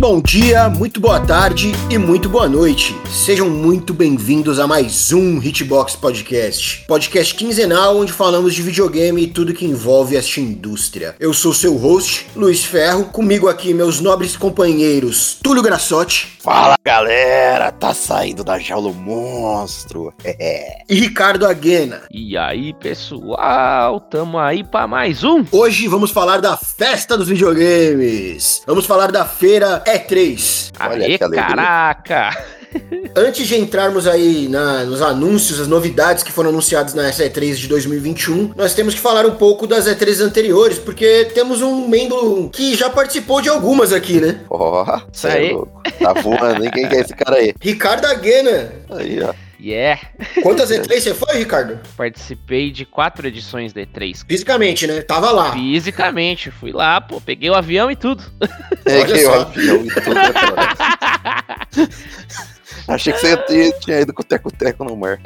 bom dia, muito boa tarde e muito boa noite. Sejam muito bem-vindos a mais um Hitbox Podcast. Podcast quinzenal onde falamos de videogame e tudo que envolve esta indústria. Eu sou seu host, Luiz Ferro. Comigo aqui meus nobres companheiros Túlio Grassotti Fala galera, tá saindo da jaula o monstro. É. e Ricardo Aguena. E aí, pessoal, tamo aí pra mais um. Hoje vamos falar da festa dos videogames. Vamos falar da feira E3. Olha Aê, que alegria. caraca. Antes de entrarmos aí na- nos anúncios, as novidades que foram anunciadas na E3 de 2021, nós temos que falar um pouco das E3 anteriores, porque temos um membro que já participou de algumas aqui, né? Ó, cê Aí. é louco. Tá voando, hein? Quem que é esse cara aí? Ricardo Aguena. Aí, ó. Yeah, Quantas E3 você foi, Ricardo? participei de quatro edições da E3. Fisicamente, né? Tava Ah. lá. Fisicamente, fui lá, pô, peguei o avião e tudo. Peguei o só. avião e tudo. né, cara? Achei que você tinha- tinha ido com o teco-teco no mar.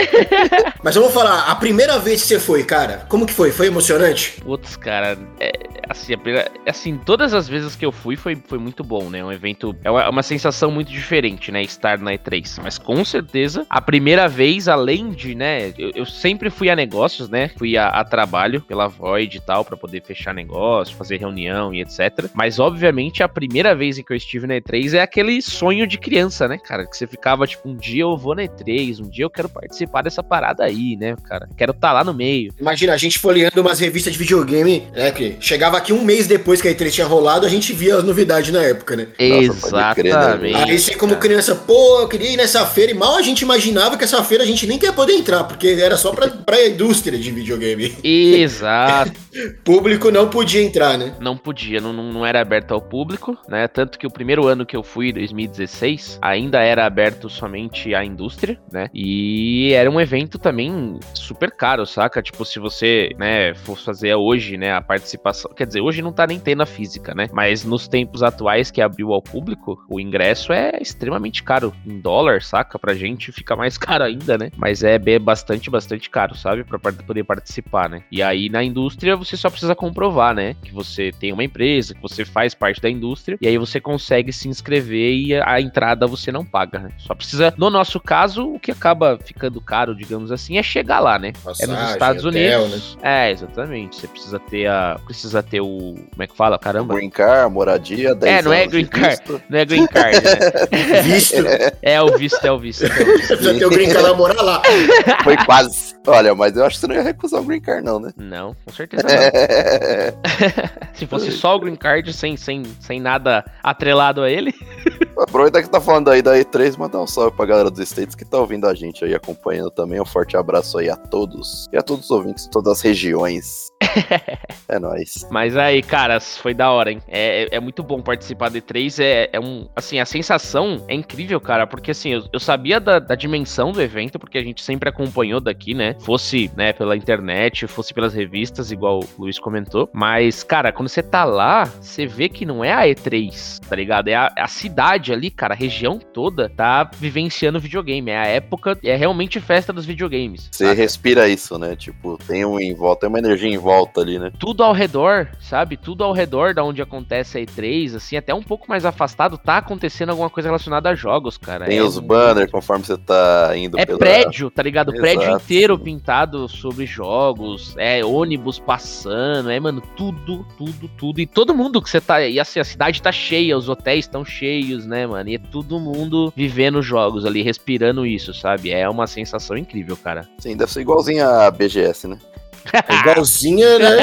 Mas eu vou falar, a primeira vez que você foi, cara, como que foi? Foi emocionante? Putz, cara, é, assim, a primeira- assim, todas as vezes que eu fui foi, foi muito bom, né? Um evento. É uma, é uma sensação muito diferente, né? Estar na E3. Mas com certeza, a primeira vez, além de, né? Eu, eu sempre fui a negócios, né? Fui a, a trabalho pela Void e tal, pra poder fechar negócio, fazer reunião e etc. Mas, obviamente, a primeira vez em que eu estive na E3 é aquele sonho de criança, né, cara? Que você ficava tipo, um dia eu vou na E3, um dia eu quero participar dessa parada aí, né, cara? Quero estar lá no meio. Imagina, a gente folheando umas revistas de videogame, né? Que chegava aqui um mês depois que a E3 tinha rolado, a gente via as novidades na época, né? Nossa, pode crer, né, Exatamente. Aí você como cara. criança, pô, eu queria ir nessa feira, e mal a gente imaginava que essa feira a gente nem quer poder entrar, porque era só pra, pra indústria de videogame. Exato. Público não podia entrar, né? Não podia, não, não não era aberto ao público, né? Tanto que o primeiro ano que eu fui, 2016, ainda era aberto somente à indústria, né? E era um evento também super caro, saca? Tipo, se você, né, fosse fazer hoje, né, a participação. Quer dizer, hoje não tá nem tendo a física, né? Mas nos tempos atuais que abriu ao público, o ingresso é extremamente caro. Em dólar, saca? Pra gente fica mais caro ainda, né? Mas é bem- bastante, bastante caro, sabe? Pra par- poder participar, né? E aí na indústria você só precisa comprovar, né? Que você tem uma empresa, que você faz parte da indústria. E aí você consegue se inscrever e a entrada você não paga, né? Só precisa. No nosso caso, o que acaba ficando caro, digamos assim, é chegar lá, né? É nos Passagem, Estados hotel, né? Unidos. É, exatamente. Você precisa ter a. Precisa ter o. Como é que fala? Caramba. Green Car, moradia, 10 não é anos de green car. visto. Não é green card, né? Visto, É o visto, é o visto. É o visto. precisa ter o brinca lá, morar lá. Foi quase. Olha, mas eu acho que você não ia recusar o Green Car, não, né? Não, com certeza não. Se fosse só o green card, sem, sem, sem nada atrelado a ele. Aproveita que tá falando aí da E3, mandar um salve pra galera dos States que tá ouvindo a gente aí, acompanhando também. Um forte abraço aí a todos. E a todos os ouvintes de todas as regiões. é nóis. Mas aí, caras, foi da hora, hein? É, é- é muito bom participar do E3. É, é um. Assim, a sensação é incrível, cara. Porque assim, eu, eu sabia da, da dimensão do evento, porque a gente sempre acompanhou daqui, né? Fosse, né, pela internet, fosse pelas revistas, igual o Luiz comentou. Mas, cara, quando você tá lá, você vê que não é a E3, tá ligado? É a, a cidade ali, cara, a região toda tá vivenciando videogame. É a época, é realmente festa dos videogames. Você saca? respira isso, né? Tipo, tem um em volta, tem uma energia em volta ali, né? tudo ao redor, sabe? Tudo ao redor da onde acontece a E3, assim, até um pouco mais afastado, tá acontecendo alguma coisa relacionada a jogos, cara. Tem É os um- banners conforme você tá indo É pela- prédio, tá ligado? Exato. Prédio inteiro pintado sobre jogos, é ônibus passando, é, mano, tudo, tudo, tudo. E todo mundo que você tá. E assim, a cidade tá cheia, os hotéis estão cheios, né, mano? E é todo mundo vivendo jogos ali, respirando isso, sabe? É uma sensação incrível, cara. Sim, deve ser igualzinho a BGS, né? É Igualzinha, né?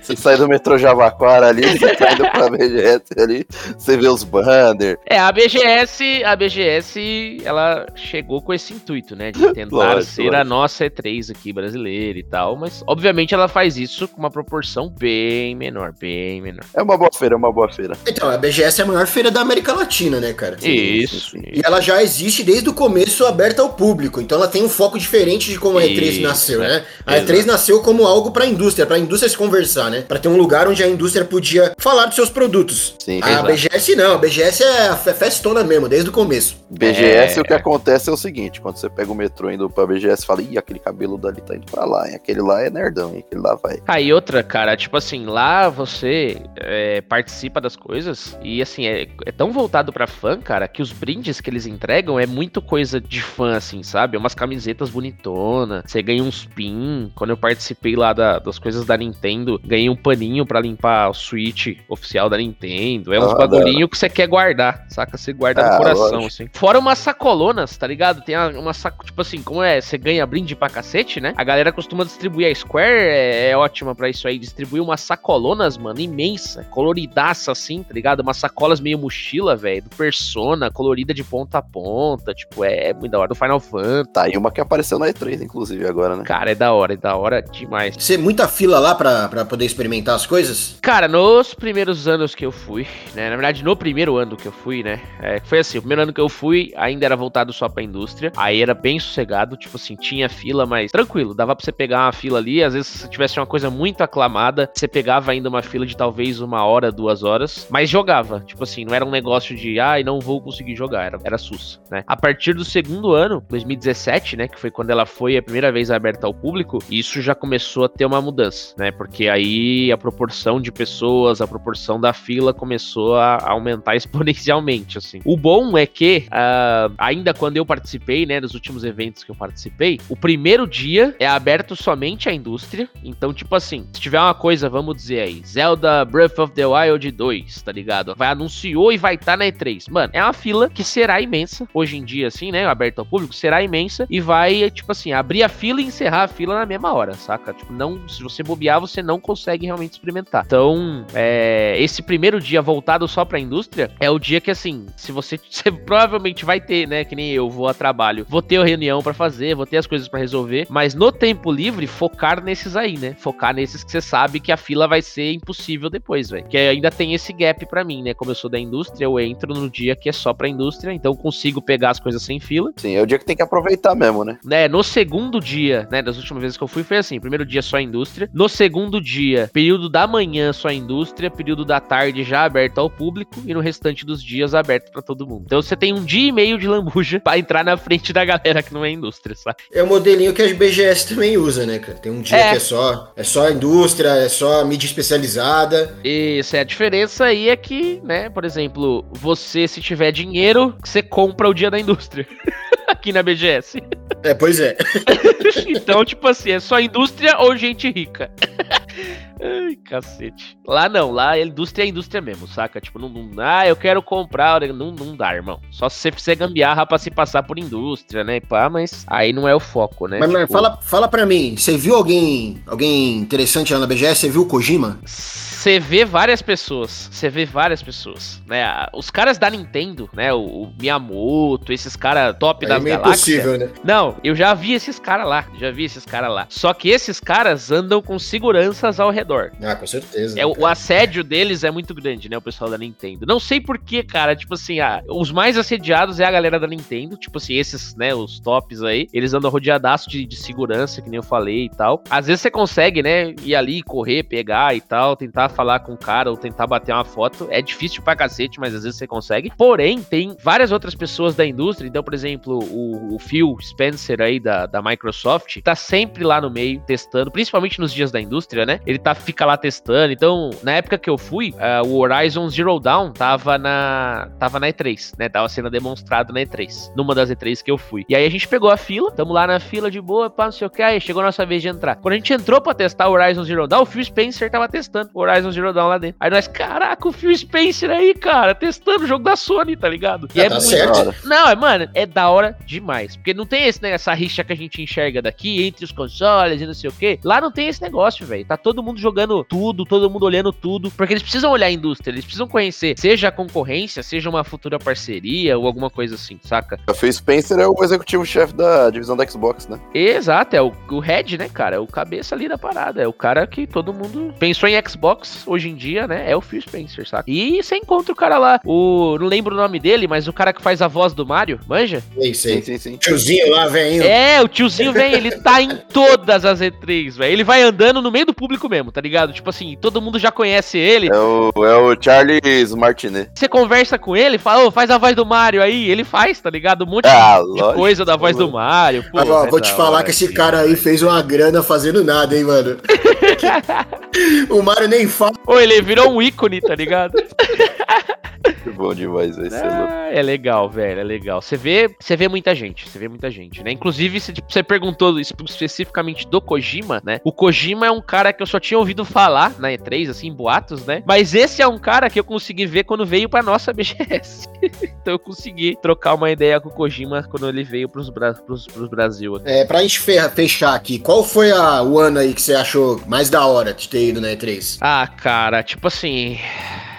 Você sai do metrô Javaquara ali, você tá indo pra BGS ali, você vê os banners. É, a BGS, a BGS, ela chegou com esse intuito, né? De tentar Lógico, ser lógico. a nossa E3 aqui brasileira e tal, mas obviamente ela faz isso com uma proporção bem menor, bem menor. É uma boa feira, é uma boa feira. Então, a BGS é a maior feira da América Latina, né, cara? Sim, isso. sim, sim. E ela já existe desde o começo aberta ao público, então ela tem um foco diferente de como a E3 Isso, nasceu, é. né? A E3 nasceu como algo pra indústria, pra indústria se conversar, né? Pra ter um lugar onde a indústria podia falar dos seus produtos. Sim, A Exato. BGS não, a BGS é a fe- festona mesmo, desde o começo. BGS, o que acontece é o seguinte: quando você pega o metrô indo pra BGS, fala, ih, aquele cabelo dali tá indo pra lá, hein? aquele lá é nerdão, hein? aquele lá vai. Ah, e outra, cara, tipo assim, lá você é, participa das coisas e assim, é, é tão voltado pra fã, cara, que os brindes que eles entregam é muito coisa de fã, assim, sabe? É umas camisetas bonitonas, você ganha uns pin. Quando eu participei lá da- das coisas da Nintendo, ganhei um paninho pra limpar o Switch oficial da Nintendo. É uns Ah, bagulhinho que você quer guardar, saca? Você guarda no Ah, coração, lógico. assim. Fora umas sacolonas, tá ligado? Tem a- uma saco, tipo assim, como é, você ganha brinde pra cacete, né? A galera costuma distribuir. A Square é, é ótima pra isso aí. Distribuir umas sacolonas, mano, imensa, coloridaça assim, tá ligado? Umas sacolas meio mochila, velho, do Persona, colorida de ponta a ponta, tipo, é, muito da hora. Do Final Fantasy. Tá aí uma que apareceu na E3, inclusive, agora, né? Cara, é da hora, é da hora demais. Você muita fila lá pra, pra poder experimentar as coisas? Cara, nos primeiros anos que eu fui, né? Na verdade, no primeiro ano que eu fui, né? é, foi assim, o primeiro ano que eu fui ainda era voltado só pra indústria. Aí era bem sossegado, tipo assim, tinha fila, mas tranquilo, dava pra você pegar uma fila ali. Às vezes, se tivesse uma coisa muito aclamada, você pegava ainda uma fila de talvez uma hora, duas horas, mas jogava. Tipo assim, não era um negócio de, ai, não vou conseguir jogar, era, era SUS, né? A partir do segundo ano, 2017, né? Que foi quando ela foi a primeira vez aberta ao público, isso já começou a ter uma mudança, né? Porque aí a proporção de pessoas, a proporção da fila começou a aumentar exponencialmente, assim. O bom é que, ah, ainda quando eu participei, né, nos últimos eventos que eu participei, o primeiro dia é aberto somente à indústria. Então, tipo assim, se tiver uma coisa, vamos dizer aí, Zelda Breath of the Wild 2, tá ligado? Vai anunciou e vai estar na E3. Mano, é uma fila que será imensa. Hoje em dia, assim, né? Aberta ao público, será imensa. E vai, tipo assim, abrir a fila e encerrar a fila na mesma hora, saca? Tipo, não. Se você bobear, você não consegue realmente experimentar. Então, é, esse primeiro dia voltado só pra indústria é o dia que, assim, se você, você provavelmente vai ter, né? Que nem eu vou a trabalho, vou ter a reunião pra fazer, vou ter as coisas pra resolver, mas no tempo livre, focar nesses aí, né? Focar nesses que você sabe que a fila vai ser impossível depois, velho. Que ainda tem esse gap pra mim, né? Como eu sou da indústria, eu entro no dia que é só pra indústria, então eu consigo pegar as coisas sem fila Sim, é o dia que tem que aproveitar mesmo, né? né, no segundo dia, né, das últimas vezes que eu fui foi assim, primeiro dia só a indústria, no segundo dia, período da manhã só a indústria, período da tarde já aberto ao público e no restante dos dias aberto pra todo mundo. Então você tem um dia e meio de lambuja pra entrar na frente da galera que não é indústria, sabe? É o modelinho que a BGS também usa, né, cara? Tem um dia É. que é só, é só indústria, é só mídia especializada. Isso é a diferença aí é que, né, por exemplo, você se tiver dinheiro, você compra o dia da indústria. Aqui na BGS. É, pois é. Então, tipo assim, é só indústria ou gente rica. Ai, cacete. Lá não, lá é indústria é indústria mesmo, saca? Tipo, não, não- ah, eu quero comprar, não, não dá, irmão. Só se você fizer gambiarra pra se passar por indústria, né, e pá, mas aí não é o foco, né? Mas, mas Tipo, fala, fala pra mim, você viu alguém alguém interessante lá na BGS? Você viu o Kojima? Você vê várias pessoas, você vê várias pessoas, né? Ah, Os caras da Nintendo, né? O, o Miyamoto, esses caras top Aí das galáxias. né? Não, eu já vi esses caras lá, já vi esses caras lá. Só que esses caras andam com seguranças ao redor. Ah, com certeza. É, o cara. o assédio deles é muito grande, né? O pessoal da Nintendo. Não sei porquê, cara. Tipo assim, ah, os mais assediados é a galera da Nintendo. Tipo assim, esses, né? Os tops aí. Eles andam rodeadaço de, de segurança, que nem eu falei e tal. Às vezes você consegue, né? Ir ali, correr, pegar e tal. Tentar falar com o cara ou tentar bater uma foto. É difícil pra cacete, mas às vezes você consegue. Porém, tem várias outras pessoas da indústria. Então, por exemplo, o, o Phil Spencer aí da, da Microsoft tá sempre lá no meio testando, principalmente nos dias da indústria, né? Ele tá, fica lá testando. Então, na época que eu fui, ah, o Horizon Zero Dawn tava na, tava na E3, né? Tava sendo demonstrado na E3, numa das E3 que eu fui. E aí a gente pegou a fila, tamo lá na fila de boa, pá, não sei o que, aí chegou a nossa vez de entrar. Quando a gente entrou pra testar o Horizon Zero Dawn, o Phil Spencer tava testando o Horizon Zero Dawn lá dentro. Aí nós, caraca, o Phil Spencer aí, cara, testando o jogo da Sony, tá ligado? E Ah, é tá muito certo. Da hora. não, é, mano, é da hora demais. Porque não tem esse, né, essa rixa que a gente enxerga daqui entre os consoles e não sei o quê. Lá não tem esse negócio, velho. Tá todo mundo jogando tudo, todo mundo olhando tudo. Porque eles precisam olhar a indústria, eles precisam conhecer, seja a concorrência, seja uma futura parceria ou alguma coisa assim, saca? O Phil Spencer é o executivo-chefe da divisão da Xbox, né? Exato, é o, o head, né, cara? É o cabeça ali da parada. É o cara que todo mundo pensou em Xbox, Xbox hoje em dia, né, é o Phil Spencer, saca? E você encontra o cara lá, o. Não lembro o nome dele, mas o cara que faz a voz do Mario, manja? É isso aí. sim, sim. Tiozinho lá, velhinho. É, o tiozinho, velho, ele tá em todas as E3, velho. Ele vai andando no meio do público mesmo, tá ligado? Tipo assim, todo mundo já conhece ele. É o, é o Charles Martinet. Você conversa com ele, fala, ô, faz a voz do Mario aí. Ele faz, tá ligado? Um monte de- Ah, de lógico. coisa da voz do Mario. Pô, Agora, é vou da te falar hora, que esse sim. cara aí fez uma grana fazendo nada, hein, mano. o Mario nem fala. Ô, ele virou um ícone, tá ligado? Bom demais, velho. cê é louco. Ah, é legal, velho, é legal. Você vê, você vê muita gente, você vê muita gente, né? Inclusive, você tipo, você perguntou espe- especificamente do Kojima, né? O Kojima é um cara que eu só tinha ouvido falar na E3, assim, boatos, né? Mas esse é um cara que eu consegui ver quando veio pra nossa BGS. então eu consegui trocar uma ideia com o Kojima quando ele veio pros, Bra pros, pros Brasil. É, pra gente ferra- fechar aqui, qual foi a, o ano aí que você achou mais da hora de ter ido na E3? Ah, cara, tipo assim.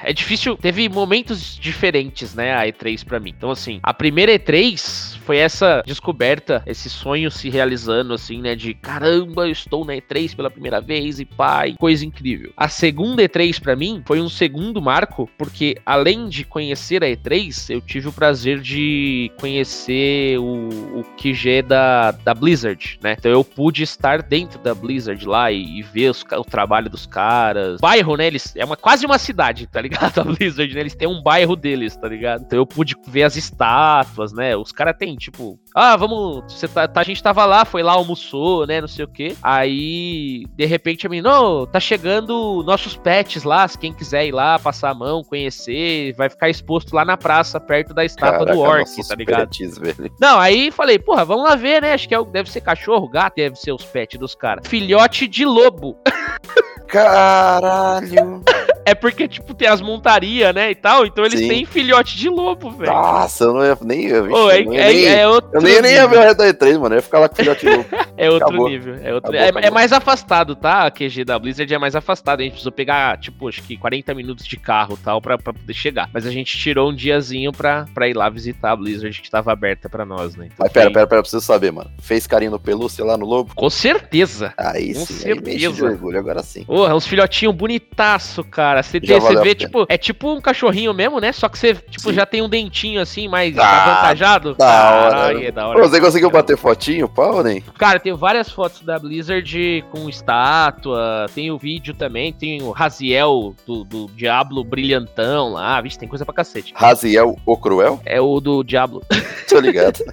É difícil. Teve momentos diferentes, né? A E3 pra mim. Então, assim, a primeira E3 foi essa descoberta, esse sonho se realizando, assim, né? De caramba, eu estou na E3 pela primeira vez e pai, coisa incrível. A segunda E3 pra mim foi um segundo marco, porque além de conhecer a E3, eu tive o prazer de conhecer o, o QG da, da Blizzard, né? Então eu pude estar dentro da Blizzard lá e, e ver os ca- o trabalho dos caras. Bairro, né? Eles é uma, quase uma cidade, tá ligado? A Blizzard, né? Eles têm um bairro deles, tá ligado? Então eu pude ver as estátuas, né? Os caras têm, tipo, ah, vamos. Você tá, tá- a gente tava lá, foi lá, almoçou, né? Não sei o quê. Aí, de repente, a menina, "Ô, tá chegando nossos pets lá. Se quem quiser ir lá, passar a mão, conhecer, vai ficar exposto lá na praça, perto da estátua Caraca, do Orc, nossos tá ligado? pets, velho. Não, aí falei, porra, vamos lá ver, né? Acho que é, o- deve ser cachorro, gato, deve ser os pets dos caras. Filhote de lobo. Caralho. É porque, tipo, tem as montarias, né, e tal, então eles Sim. têm filhote de lobo, velho. Nossa, eu não ia nem. Eu, vixe, Ô, é, eu não ia é- nem- é outro eu nem, eu nem ia ver nível, o Red Dead 3, mano. Eu ia ficar lá com o filhote louco. é outro Acabou. nível. É, outro, Acabou, é- acabou. é mais afastado, tá? A QG da Blizzard é mais afastado. A gente precisou pegar, tipo, acho que 40 minutos de carro e tal pra, pra poder chegar. Mas a gente tirou um diazinho pra, pra ir lá visitar a Blizzard que tava aberta pra nós, né? Então Mas foi- pera, pera, pera, preciso saber, mano. Fez carinho no pelúcia lá no lobo? Com certeza. Aí Com sim, aí me enche de certeza. orgulho, agora sim. Porra, é uns filhotinhos bonitaço, cara. Você Já tem- você valeu a vê, pena. tipo, é tipo um cachorrinho mesmo, né? Só que você, tipo, Sim. já tem um dentinho assim, mais Ah, avantajado. da hora. Caralho, é da Ô, hora. você conseguiu bater fotinho, pau, nem? Cara, tem várias fotos da Blizzard com estátua, tem o vídeo também, tem o Raziel do, do Diablo brilhantão lá. Vixe, tem coisa pra cacete. Raziel o Cruel? É o do Diablo. Tô ligado.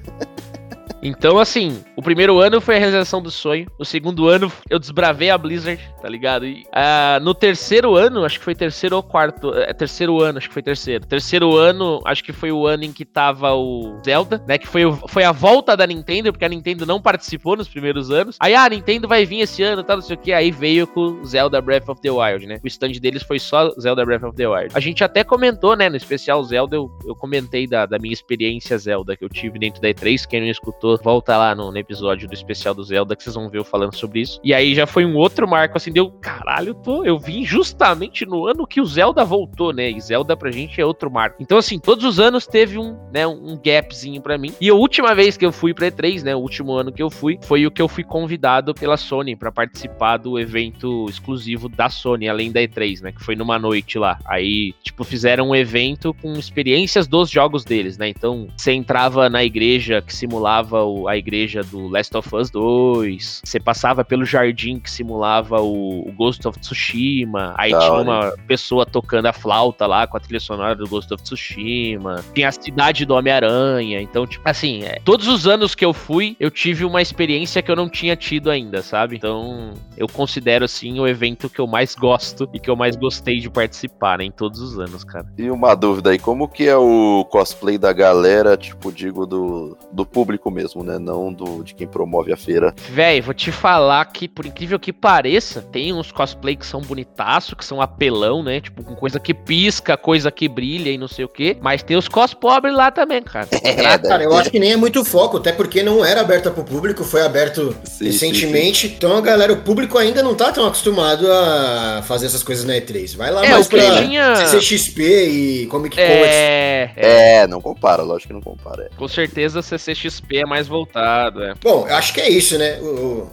Então, assim, o primeiro ano foi a realização do sonho. No segundo ano, eu desbravei a Blizzard, tá ligado? E, ah, no terceiro ano, acho que foi terceiro ou quarto. É, terceiro ano, acho que foi terceiro. Terceiro ano, acho que foi o ano em que tava o Zelda, né? Que foi, o- foi a volta da Nintendo, porque a Nintendo não participou nos primeiros anos. Aí, ah, a Nintendo vai vir esse ano, tá, não sei o que. Aí veio com o Zelda Breath of the Wild, né? O stand deles foi só Zelda Breath of the Wild. A gente até comentou, né? No especial Zelda, eu, eu comentei da, da minha experiência Zelda que eu tive dentro da E3. Quem não escutou, volta lá no, no episódio do especial do Zelda que vocês vão ver eu falando sobre isso. E aí já foi um outro marco, assim, deu caralho, eu tô, eu vim justamente no ano que o Zelda voltou, né? E Zelda pra gente é outro marco. Então, assim, todos os anos teve um, né, um gapzinho pra mim. E a última vez que eu fui pra E3, né, o último ano que eu fui, foi o que eu fui convidado pela Sony pra participar do evento exclusivo da Sony, além da E3, né, que foi numa noite lá. Aí, tipo, fizeram um evento com experiências dos jogos deles, né? Então, você entrava na igreja que simulava o- a igreja do Last of Us 2, você passava pelo jardim que simulava o, o Ghost of Tsushima, aí Da tinha hora. uma pessoa tocando a flauta lá com a trilha sonora do Ghost of Tsushima, tinha a cidade do Homem-Aranha, então, tipo, assim, é, todos os anos que eu fui, eu tive uma experiência que eu não tinha tido ainda, sabe? Então, eu considero, assim, o evento que eu mais gosto e que eu mais gostei de participar, né, em todos os anos, cara. E uma dúvida aí, como que é o cosplay da galera, tipo, digo, do, do público mesmo, né? Não do, de quem promove a feira. Véi, vou te falar que, por incrível que pareça, tem uns cosplay que são bonitaço, que são apelão, né? Tipo, com coisa que pisca, coisa que brilha e não sei o quê. Mas tem os cos pobres lá também, cara. É, deve Cara, eu ter. acho que nem é muito foco, até porque não era aberta pro público, foi aberto Sim, recentemente. Então a galera, o público ainda não tá tão acostumado a fazer essas coisas na E3. Vai lá É, mais o que pra tinha... CCXP e Comic Con. É, é, É, não compara, lógico que não compara. é. com certeza CCXP é mais voltado, é. né? Bom, eu acho que é isso, né? O,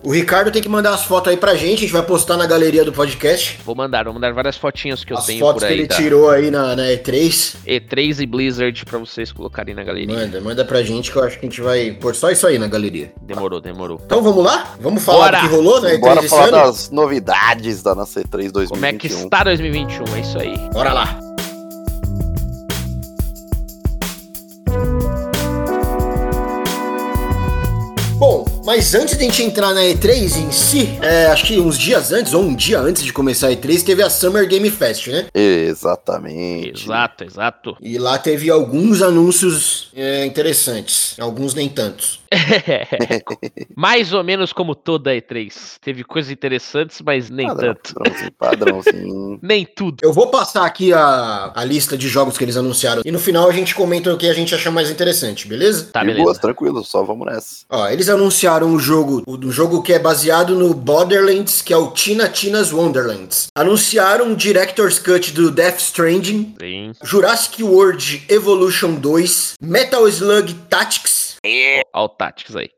o- o Ricardo tem que mandar as fotos aí pra gente, a gente vai postar na galeria do podcast. Vou mandar, vou mandar várias fotinhas que eu as tenho fotos por que aí tá. ele da tirou aí na, na E3. E3 e Blizzard pra vocês colocarem na galeria. Manda, manda pra gente que eu acho que a gente vai pôr só isso aí na galeria. Demorou, demorou. Então vamos lá? Vamos falar Bora! do que rolou né? na E3 Bora esse falar ano? das novidades da nossa E3 2021. Como é que um. está 2021? É isso aí. Bora lá. Bom, mas antes de a gente entrar na E3 em si, é, acho que uns dias antes, ou um dia antes de começar a E3, teve a Summer Game Fest, né? Exatamente. Exato, exato. E lá teve alguns anúncios é, interessantes, alguns nem tantos. Mais ou menos como toda E3. Teve coisas interessantes, mas nem Padrão, tanto. padrãozinho, padrãozinho. Nem tudo. Eu vou passar aqui a, a lista de jogos que eles anunciaram e no final a gente comenta o que a gente achou mais interessante, beleza? Tá, de beleza. boas, tranquilo, só vamos nessa. Ó, eles anunciaram o jogo, o do jogo que é baseado no Borderlands, que é o Tina Tina's Wonderlands. Anunciaram o Director's Cut do Death Stranding, Sim. Jurassic World Evolution 2, Metal Slug Tactics, Olha o Tactics aí.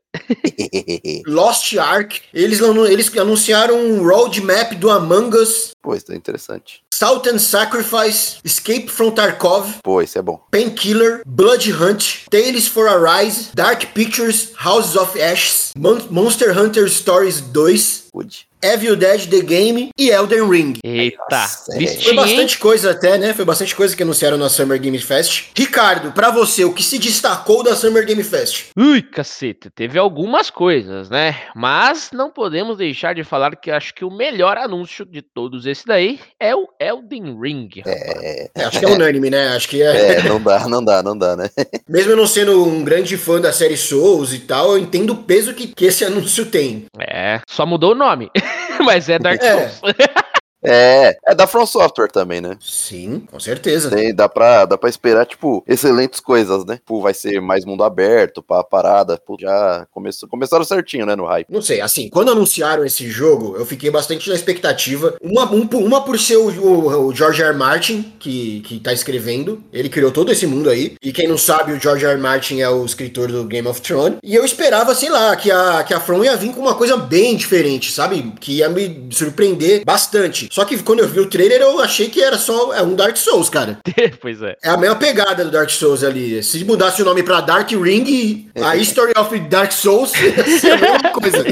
Lost Ark. Eles, anu- eles anunciaram um roadmap do Among Us, Pô, isso é interessante. Salt and Sacrifice, Escape from Tarkov, Pô, isso é bom. Painkiller, Blood Hunt, Tales for Arise, Dark Pictures, Houses of Ashes, Mon- Monster Hunter Stories 2, Good. Evil Dead The Game e Elden Ring. Eita. Nossa, Foi Listinha, hein? bastante coisa até, né? Foi bastante coisa que anunciaram na Summer Game Fest. Ricardo, pra você, o que se destacou da Summer Game Fest? Ui, caceta, teve algumas coisas, né? Mas não podemos deixar de falar que acho que o melhor anúncio de todos esse daí é o Elden Ring. rapaz. É, É, acho que é unânime, né? Acho que é. é, não dá, não dá, não dá, né? Mesmo eu não sendo um grande fã da série Souls e tal, eu entendo o peso que, que esse anúncio tem. É, só mudou o nome, mas é Dark É. Souls. É, é da From Software também, né? Sim, com certeza. Tem, dá, pra, dá pra esperar, tipo, excelentes coisas, né? Tipo, vai ser mais mundo aberto, pá, parada. Pô, já começou, começaram certinho, né, no hype. Não sei, assim, quando anunciaram esse jogo, eu fiquei bastante na expectativa. Uma, um por- uma por ser o, o- o George R. R. Martin, que, que tá escrevendo. Ele criou todo esse mundo aí. E quem não sabe, o George R. R. Martin é o escritor do Game of Thrones. E eu esperava, sei lá, que a, que a From ia vir com uma coisa bem diferente, sabe? Que ia me surpreender bastante. Só que quando eu vi o trailer, eu achei que era só é um Dark Souls, cara. pois é. É a mesma pegada do Dark Souls ali. Se mudasse o nome pra Dark Ring, a History of Dark Souls, ia ser a mesma coisa.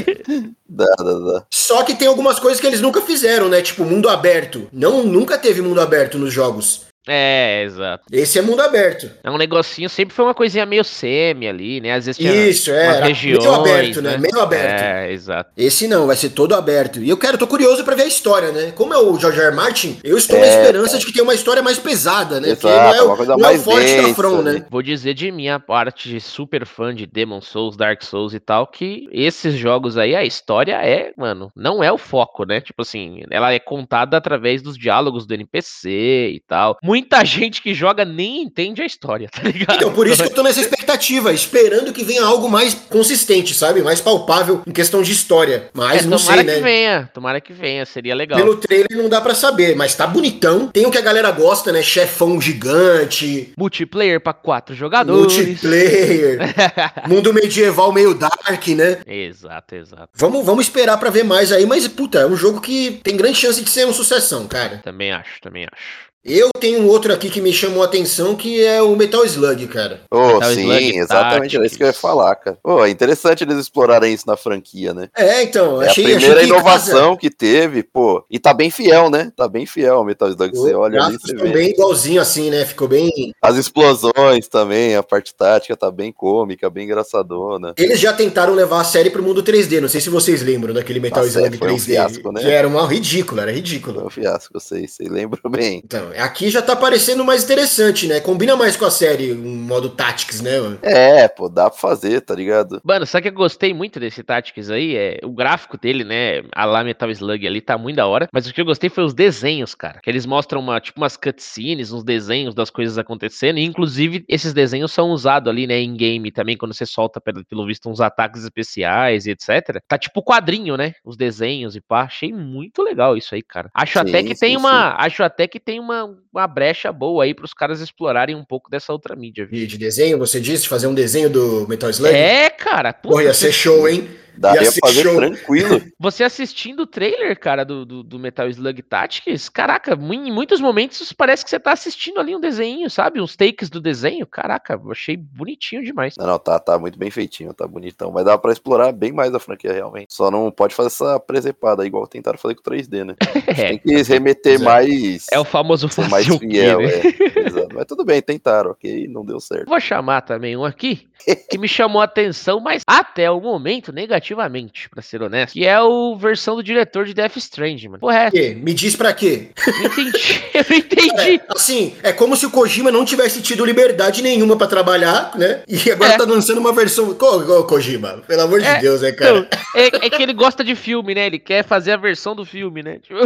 Dá, dá, dá. Só que tem algumas coisas que eles nunca fizeram, né? Tipo, mundo aberto. Não, nunca teve mundo aberto nos jogos. É, exato. Esse é mundo aberto. É um negocinho, sempre foi uma coisinha meio semi ali, né? Às vezes tinha Isso, é. umas era regiões, meio aberto, né? né? Meio aberto. É, exato. Esse não, vai ser todo aberto. E eu quero, tô curioso pra ver a história, né? Como é o George R. R. Martin, eu estou na É. esperança de que tenha uma história mais pesada, né? Porque Exato, não é o, uma coisa não é o mais forte da densa, From, né? né? Vou dizer de minha parte de super fã de Demon Souls, Dark Souls e tal, que esses jogos aí, a história é, mano, não é o foco, né? Tipo assim, ela é contada através dos diálogos do NPC e tal. Muita gente que joga nem entende a história, tá ligado? Então, por isso que eu tô nessa expectativa, esperando que venha algo mais consistente, sabe? Mais palpável em questão de história. Mas É, não tomara sei, né? que venha, tomara que venha, seria legal. Pelo trailer não dá pra saber, mas tá bonitão. Tem o que a galera gosta, né? Chefão gigante, Multiplayer pra quatro jogadores. multiplayer, mundo medieval meio dark, né? exato, exato. Vamos, vamos esperar pra ver mais aí, mas puta, é um jogo que tem grande chance de ser uma sucessão, cara. Também acho, também acho. Eu tenho um outro aqui que me chamou a atenção que é o Metal Slug, cara. Ô, Metal sim, Tá, Slug é exatamente, era isso que eu ia Tactics. falar, cara. Ô, é interessante eles explorarem isso na franquia, né? É, então, É achei a primeira achei que inovação que teve, pô. E tá bem fiel, né? Tá bem fiel ao Metal Slug. Você casa. Os olha ali, gráficos você estão vê. bem igualzinho assim, né? Ficou bem. As explosões também, a parte tática tá bem cômica, bem engraçadona. Eles já tentaram levar a série pro mundo 3D. Não sei se vocês lembram daquele Metal Nossa, é, Slug foi um 3D. fiasco, né? Que era uma ridícula, era ridículo. Foi um fiasco, eu sei, vocês lembram bem. Então, aqui já tá parecendo mais interessante, né? Combina mais com a série, um modo Tactics, né? mano? É, pô, dá pra fazer, tá ligado? Mano, sabe que eu gostei muito desse Tactics aí? É, o gráfico dele, né? A lá Metal Slug ali tá muito da hora. Mas o que eu gostei foi os desenhos, cara. Que eles mostram uma, tipo umas cutscenes, uns desenhos das coisas acontecendo. E, inclusive, esses desenhos são usados ali, né? Em game também, quando você solta, pelo, pelo visto, uns ataques especiais e etc. Tá tipo quadrinho, né? Os desenhos e pá. Achei muito legal isso aí, cara. Acho até Sim, que tem sim, uma. Acho até que tem uma, uma uma brecha boa aí pros caras explorarem um pouco dessa outra mídia, viu? De, de desenho, você disse? Fazer um desenho do Metal Slug? É, cara. puta, Porra, ia ser show, hein? Daria Ia ser pra fazer show. tranquilo. Você assistindo o trailer, cara, do, do, do Metal Slug Tactics, caraca, mu- em muitos momentos parece que você tá assistindo ali um desenho, sabe? Uns takes do desenho. Caraca, eu achei bonitinho demais. Não, não, tá, tá muito bem feitinho, tá bonitão. Mas dá pra explorar bem mais a franquia, realmente. Só não pode fazer essa presepada, igual tentaram fazer com o 3D, né? Tem que remeter Pois é. mais. É o famoso ser mais fazer o quê, fiel, né? é. Exato. Mas tudo bem, tentaram, ok? Não deu certo. Vou chamar também um aqui que me chamou a atenção, mas até o momento negativamente, pra ser honesto, que é o versão do diretor de Death Stranding, mano. Porra, é, Por quê? Me diz pra quê? não entendi, eu não entendi. Assim, é como se o Kojima não tivesse tido liberdade nenhuma pra trabalhar, né? E agora É. tá lançando uma versão. Ô, ô, Kojima, pelo amor de É, Deus, né, Então, cara? é, é que ele gosta de filme, né? Ele quer fazer a versão do filme, né? Tipo,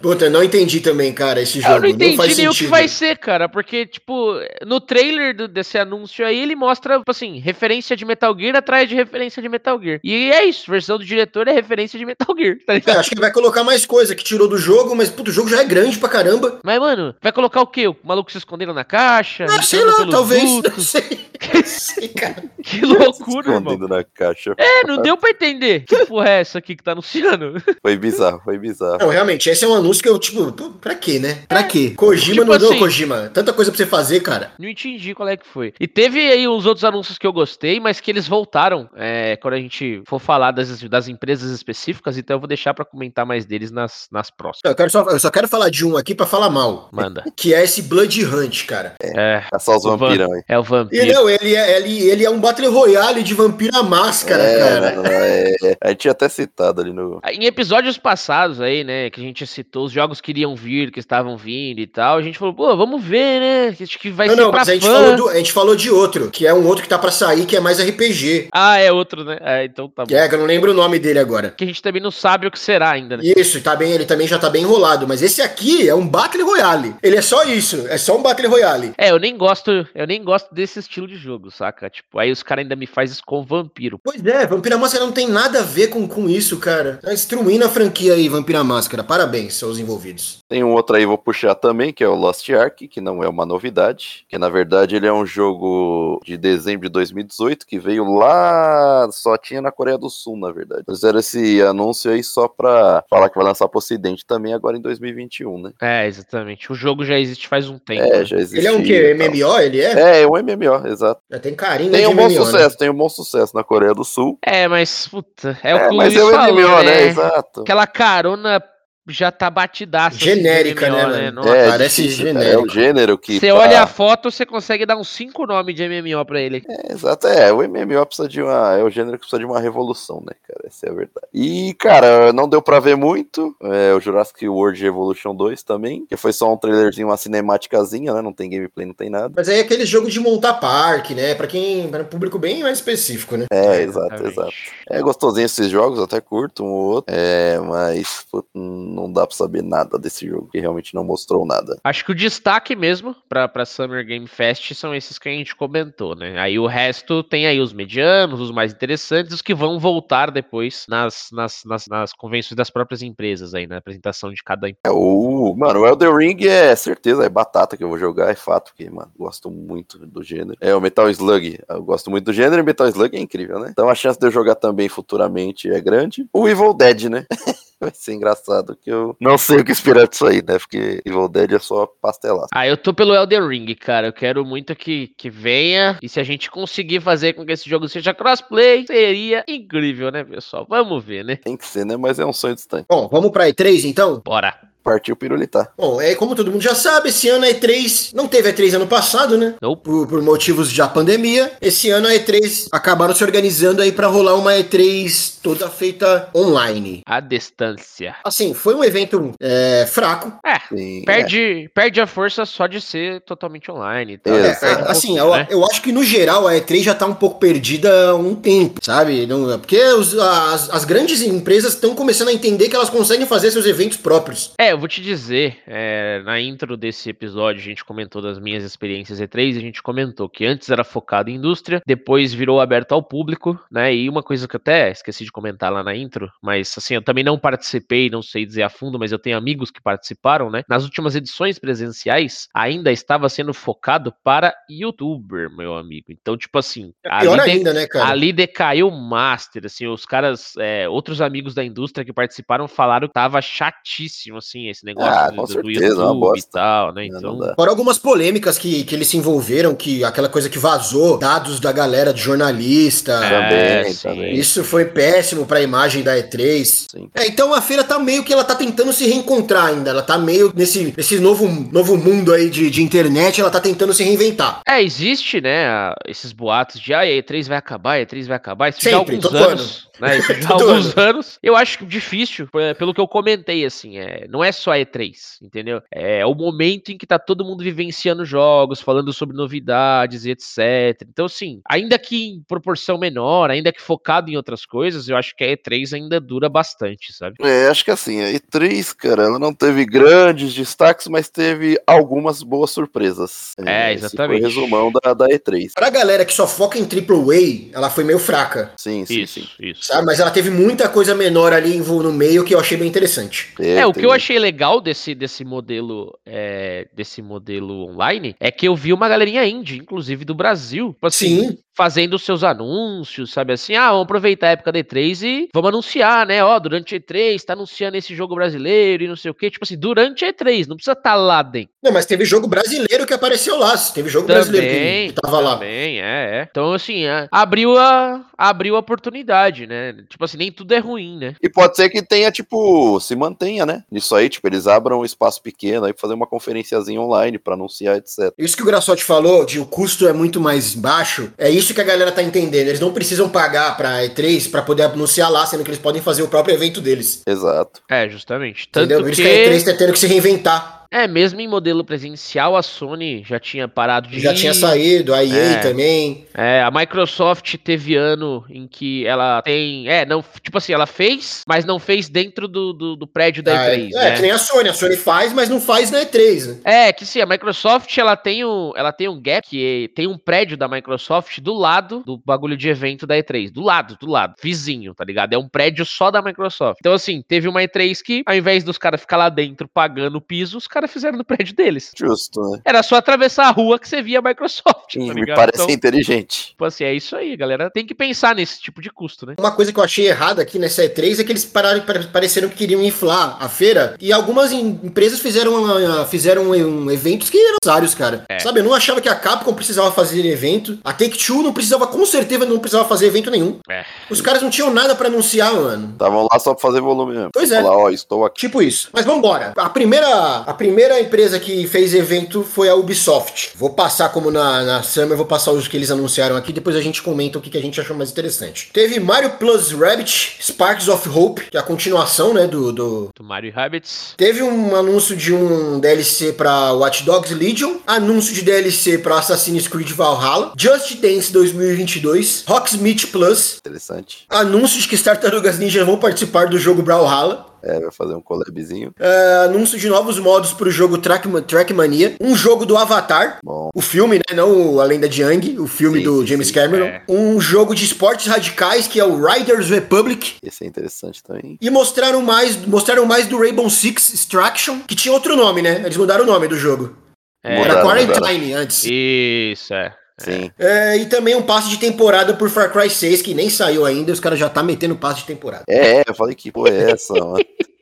Puta, não entendi também, cara, esse jogo. eu não entendi faz nem o que sentido. vai ser, cara, porque, tipo, no trailer do- desse anúncio aí, ele mostra, tipo assim, referência de Metal Gear atrás de referência de Metal Gear. E é isso, versão do diretor é referência de Metal Gear, tá ligado? É, acho que vai colocar mais coisa que tirou do jogo, mas puto, o jogo já é grande pra caramba. Mas, mano, vai colocar o quê? O maluco se escondendo na caixa? Ah, sei entrando lá, pelo talvez. duto? Não sei. Não sei, cara. Que loucura, irmão. Escondendo na caixa. É, não deu pra entender. Que porra é essa aqui que tá anunciando? Foi bizarro, foi bizarro. Não, realmente, esse é um anúncio que eu, tipo, pô, pra quê, né? Pra quê? Kojima Tipo não deu, assim. Kojima. Tanta coisa pra você fazer, cara. Não entendi qual é que foi. E teve aí uns outros anúncios que eu gostei, mas que eles voltaram é, quando a gente for falar das, das empresas específicas, então eu vou deixar pra comentar mais deles nas, nas próximas. Eu, quero só, eu só quero falar de um aqui pra falar mal. Manda. Que é esse Blood Hunt, cara. É, Caçar os O Van- vampirão aí. é o E vampiro. não, ele é, ele, ele é um Battle Royale de vampiro à máscara, é, cara. não, não, é, é. A gente tinha até citado ali no. Ah, Em episódios passados aí, né, que a gente citou os jogos que iriam vir, que estavam vindo e tal, a gente falou, pô, vamos ver, né, acho que vai Não, ser não, pra mas a gente, fã. falou do- a gente falou de outro, que é um outro que tá pra sair, que é mais RPG. Ah, é outro, né? É, então tá Que bom. é, que eu não lembro o nome dele agora. Que a gente também não sabe o que será ainda, né? Isso, tá bem, ele também já tá bem enrolado, mas esse aqui é um Battle Royale. Ele é só isso, é só um Battle Royale. É, eu nem gosto, eu nem gosto desse estilo de jogo, saca? Tipo, aí os caras ainda me fazem isso com vampiro. Pois é, Vampira Máscara não tem nada a ver com, com isso, cara. Tá destruindo a franquia aí, Vampira Máscara. Parabéns aos envolvidos. Tem um outro aí, vou puxar também, que é o Lost Ark, que não é uma novidade. Que na verdade ele é um jogo de dezembro de 2018 que veio lá. Só tinha na Coreia do Sul, na verdade. Eles Fizeram esse anúncio aí só pra falar que vai lançar pro Ocidente também agora em 2021, né? É, exatamente. O jogo já existe faz um tempo. É, né? já existe. Ele é um quê? MMO? Ele é? É, é um MMO, exato. Já Tem carinho Tem de um bom MMO, né? sucesso, tem um bom sucesso na Coreia do Sul. É, mas puta, é, o É, que o mas Luiz é um falou, MMO, né? né? Exato. Aquela carona já tá batidaça. assim, de Genérica, né, mano? Nossa. É, Parece difícil, cara. É genérico. um gênero que. Você tá- olha a foto, você consegue dar uns cinco nomes de MMO pra ele. É, exato, é. O MMO precisa de uma. É o gênero que precisa de uma revolução, né, cara? Essa é a verdade. E, cara, não deu pra ver muito. É, o Jurassic World Evolution 2 também. Que foi só um trailerzinho, uma cinemáticazinha, né? Não tem gameplay, não tem nada. Mas aí é aquele jogo de montar parque, né? Pra quem. Pra um público bem mais específico, né? É, exato, Exatamente. exato. É gostosinho esses jogos, até curto um ou outro. É, mas putz, não dá pra saber nada desse jogo, que realmente não mostrou nada. Acho que o destaque mesmo pra, pra Summer Game Fest são esses que a gente comentou, né? Aí o resto tem aí os medianos, os mais interessantes, os que vão voltar depois nas, nas, nas, nas convenções das próprias empresas aí, na apresentação de cada empresa. É, o, mano, o Elden Ring é certeza, é batata que eu vou jogar, é fato, porque, mano, gosto muito do gênero. É, o Metal Slug, eu gosto muito do gênero e Metal Slug é incrível, né? Então a chance de eu jogar também futuramente é grande. O Evil Dead, né? Vai ser engraçado que eu não sei o que esperar disso aí, né? Porque Evil Dead é só pastelaço. Ah, eu tô pelo Elden Ring, cara. Eu quero muito que, que venha. E se a gente conseguir fazer com que esse jogo seja crossplay, seria incrível, né, pessoal? Vamos ver, né? Tem que ser, né? Mas é um sonho distante. Bom, vamos pra E3 então? Bora. Partiu pirulitar. Bom, é como todo mundo já sabe, esse ano a E3 não teve a E3 ano passado, né? Nope. Por, por motivos da pandemia. Esse ano a E3 acabaram se organizando aí pra rolar uma E3 toda feita online. A distância. Assim, foi um evento é, fraco. É. Sim, Perde, perde a força só de ser totalmente online. Tá? É, É, Exato. Perde um assim, pouquinho, eu, né? eu acho que no geral a E3 já tá um pouco perdida há um tempo, sabe? Não, é porque os- as, as grandes empresas estão começando a entender que elas conseguem fazer seus eventos próprios. É, É, eu vou te dizer, é, na intro desse episódio a gente comentou das minhas experiências E3, a gente comentou que antes era focado em indústria, depois virou aberto ao público, né? E uma coisa que eu até esqueci de comentar lá na intro, mas assim, eu também não participei, não sei dizer a fundo, mas eu tenho amigos que participaram, né? Nas últimas edições presenciais, ainda estava sendo focado para youtuber, meu amigo. Então, tipo assim, Pior ali de- ainda, né, cara? Ali decaiu o master, assim, os caras, é, outros amigos da indústria que participaram falaram que tava chatíssimo, assim, esse negócio Ah, do, com do certeza, uma YouTube e bosta. tal, né, Não, então... não dá. Fora algumas polêmicas que, que eles se envolveram, que aquela coisa que vazou, dados da galera de jornalista. É, Também, É, sim. também. Isso foi péssimo pra imagem da E3. Sim. É, então a feira tá meio que ela tá tentando se reencontrar ainda. Ela tá meio nesse, nesse novo, novo mundo aí de, de internet, ela tá tentando se reinventar. É, existe, né, a- esses boatos de, ah, a E3 vai acabar, a E3 vai acabar, isso já há Sempre, alguns todo anos, né, isso já há Todo alguns anos. Eu acho que difícil, p- pelo que eu comentei, assim, é, não é só a E3, entendeu? É o momento em que tá todo mundo vivenciando jogos, falando sobre novidades e etc. Então, assim, ainda que em proporção menor, ainda que focado em outras coisas, eu acho que a E3 ainda dura bastante, sabe? É, acho que assim, a E3, cara, ela não teve grandes destaques, mas teve algumas boas surpresas. É, esse exatamente. Foi o resumão da, da E3. Pra galera que só foca em AAA, ela foi meio fraca. Sim, sim, isso, sim. isso. Sabe? Mas ela teve muita coisa menor ali envol- no meio que eu achei bem interessante. É, o que eu teve- achei legal desse, desse modelo é, desse modelo online é que eu vi uma galerinha indie, inclusive do Brasil, tipo assim, Sim. fazendo os seus anúncios, sabe assim, ah, vamos aproveitar a época da E3 e vamos anunciar, né? Ó, durante a E3, tá anunciando esse jogo brasileiro e não sei o quê. Tipo assim, durante a E3, não precisa estar lá dentro. Não, mas teve jogo brasileiro que apareceu lá. Teve jogo brasileiro Também, que, que tava lá. também, é, é. Então, assim, é, abriu a, abriu a oportunidade, né? Tipo assim, nem tudo é ruim, né? E pode ser que tenha, tipo, se mantenha, né? Nisso aí, tipo, eles abram um espaço pequeno aí pra fazer uma conferenciazinha online pra anunciar, etc. Isso que o Grassotti falou, de o custo é muito mais baixo, é isso que a galera tá entendendo. Eles não precisam pagar pra E3 pra poder anunciar lá, sendo que eles podem fazer o próprio evento deles. Exato. É, justamente. Tanto Entendeu? Por isso que... que a E3 tá tendo que se reinventar. É, mesmo em modelo presencial, a Sony já tinha parado de. Já ir. tinha saído, a EA É. também. É, a Microsoft teve ano em que ela tem. É, não. Tipo assim, ela fez, mas não fez dentro do, do, do prédio da Ah, é, E3. é, né? que nem a Sony. A Sony faz, mas não faz na E3, né? É, que sim, a Microsoft ela tem, um, ela tem um gap, que é- tem um prédio da Microsoft do lado do bagulho de evento da E3. Do lado, do lado, vizinho, tá ligado? É um prédio só da Microsoft. Então, assim, teve uma E3 que, ao invés dos caras ficar lá dentro pagando o piso, os caras fizeram no prédio deles. Justo, né? Era só atravessar a rua que você via a Microsoft. E tá me ligado? parece Então, inteligente. Tipo assim, é isso aí, galera. Tem que pensar nesse tipo de custo, né? Uma coisa que eu achei errada aqui nessa E3 é que eles pararam, pare- pareceram que queriam inflar a feira e algumas em- empresas fizeram, ah, fizeram um- eventos que eram necessários, cara. É. Sabe, eu não achava que a Capcom precisava fazer evento, a Take-Two não precisava, com certeza não precisava fazer evento nenhum. É. Os caras não tinham nada pra anunciar, mano. Estavam lá só pra fazer volume mesmo. Pois é. Falar, ó, estou aqui. Tipo isso. Mas vambora. A primeira, a primeira empresa que fez evento foi a Ubisoft. Vou passar como na, na Summer, vou passar os que eles anunciaram aqui, depois a gente comenta o que, que a gente achou mais interessante. Teve Mario Plus Rabbit, Sparks of Hope, que é a continuação, né, do... do... Do Mario e Rabbits. Teve um anúncio de um DLC pra Watch Dogs Legion, anúncio de DLC pra Assassin's Creed Valhalla, Just Dance 2022, Rocksmith Plus, Interessante. anúncios que as Tartarugas Ninja vão participar do jogo Brawlhalla, É, vai fazer um collabzinho. é, anúncio de novos modos pro jogo Trackma- Trackmania, um jogo do Avatar, Bom. o filme, né? Não o A Lenda de Yang, o filme Sim, do sim, James sim, Cameron, é. um jogo de esportes radicais que é o Riders Republic. Esse é interessante também. E mostraram mais, mostraram mais do Rainbow Six Extraction, que tinha outro nome, né? Eles mudaram o nome do jogo. É. Era Mudaram, mudaram. Quarantine antes. Isso, é. Sim. É, e também um passe de temporada por Far Cry 6, que nem saiu ainda, os caras já tá metendo passe de temporada. É, é, eu falei que porra é essa, mano.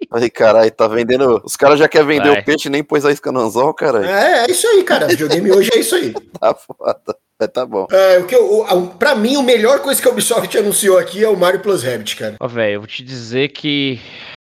Falei, caralho, tá vendendo. Os caras já querem vender Vai. o peixe e nem pôs a isca no anzol, caralho. É, é isso aí, cara. Videogame hoje é isso aí. Tá foda. Mas tá bom. É, o que eu, o- a- pra mim, a melhor coisa que a Ubisoft anunciou aqui é o Mario Plus Rabbit, cara. Ó, velho, eu vou te dizer que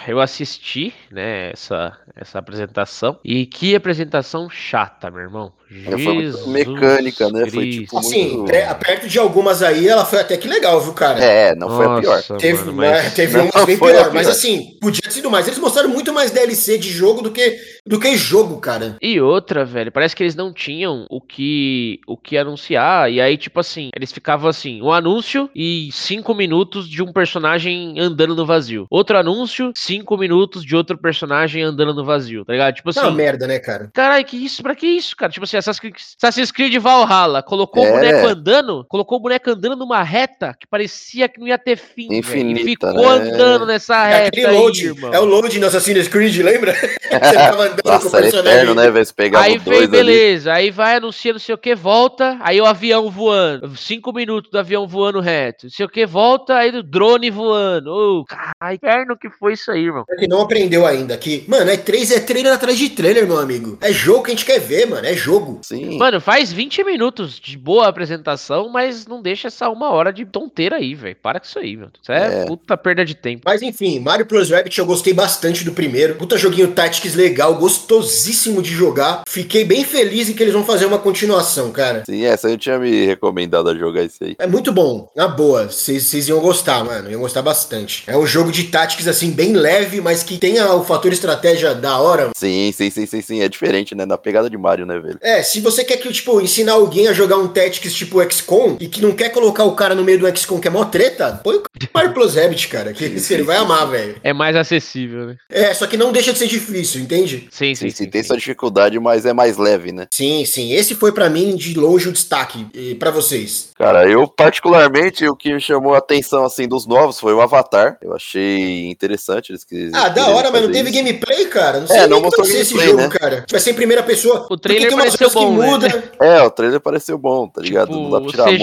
eu assisti, né, essa, essa apresentação. E que apresentação chata, meu irmão. É, foi muito Jesus mecânica, né? Foi tipo Cristo. Assim, muito- pre- perto de algumas aí, ela foi até que legal, viu, cara? É, não foi a pior. Nossa, Teve, mano, né, mas- teve Não umas bem foi a pior, mas pior. assim, podia ter sido mais. Eles mostraram muito mais DLC de jogo do que do que jogo, cara. E outra, velho, parece que eles não tinham o que o que anunciar. E aí, tipo assim, eles ficavam assim: um anúncio e cinco minutos de um personagem andando no vazio. Outro anúncio, cinco minutos de outro personagem andando no vazio, tá ligado? Tipo É uma assim. merda, né, cara? Caralho, que isso? Pra que isso, cara? Tipo assim, Assassin's Creed, Assassin's Creed Valhalla colocou É. o boneco andando, colocou o boneco andando numa reta que parecia que não ia ter fim. velho, Infinita, e ficou né? andando nessa É reta. aquele Ah, tá aí, load. irmão. é o load no Assassin's Creed, lembra? Você tava andando com o Nossa, era personagem. eterno, né, velho? Se pegava Aí o vem, dois ali. beleza. Aí vai, anuncia não sei o que, volta. Aí o avião voando. Cinco minutos do avião voando reto. Não sei o que, volta. Aí do drone voando. Ô, caralho, inferno que foi isso aí, irmão. né? É Que não aprendeu ainda que, mano, é três é trailer atrás de trailer, meu amigo. É jogo que a gente quer ver, mano. É jogo. Sim. Mano, faz 20 minutos de boa apresentação, mas não deixa essa uma hora de tonteira aí, velho. Para com isso aí, velho. Isso é, É. puta perda de tempo. Mas enfim, Mario Plus Rabbit eu gostei bastante do primeiro. Puta joguinho Tactics legal, gostosíssimo de jogar. Fiquei bem feliz em que eles vão fazer uma continuação, cara. Sim, essa eu tinha me recomendado a jogar isso aí. É muito bom, na boa. Vocês vocês iam gostar, mano. Iam gostar bastante. É um jogo de táticas, assim, bem leve, mas que tem a- o fator estratégia da hora. Sim, sim, sim, sim, sim. É diferente, né? Na pegada de Mario, né, velho? É, se você quer que, tipo, ensinar alguém a jogar um Tactics tipo XCOM e que não quer colocar o cara no meio do XCOM que é mó treta, põe o Mario Plus Rabbit, cara, que ele vai amar, velho. É mais acessível, né? É, só que não deixa de ser difícil, entende? Sim, Sim, sim, sim, sim. tem sim. sua dificuldade, mas é mais leve, né? Sim, sim. Esse foi pra mim de longe o destaque e para vocês. Cara, eu particularmente, o que me chamou a atenção, assim, dos novos foi o Avatar. Eu achei interessante eles que Ah, da hora, mas não teve game gameplay, cara. Não É, sei não nem como mostrou vai ser esse gameplay, jogo, né? cara. Vai ser em primeira pessoa. O trailer Porque tem umas pareceu coisas bom, né? que muda. É, o trailer pareceu bom, tá ligado? não dá pra Tipo, tirar muito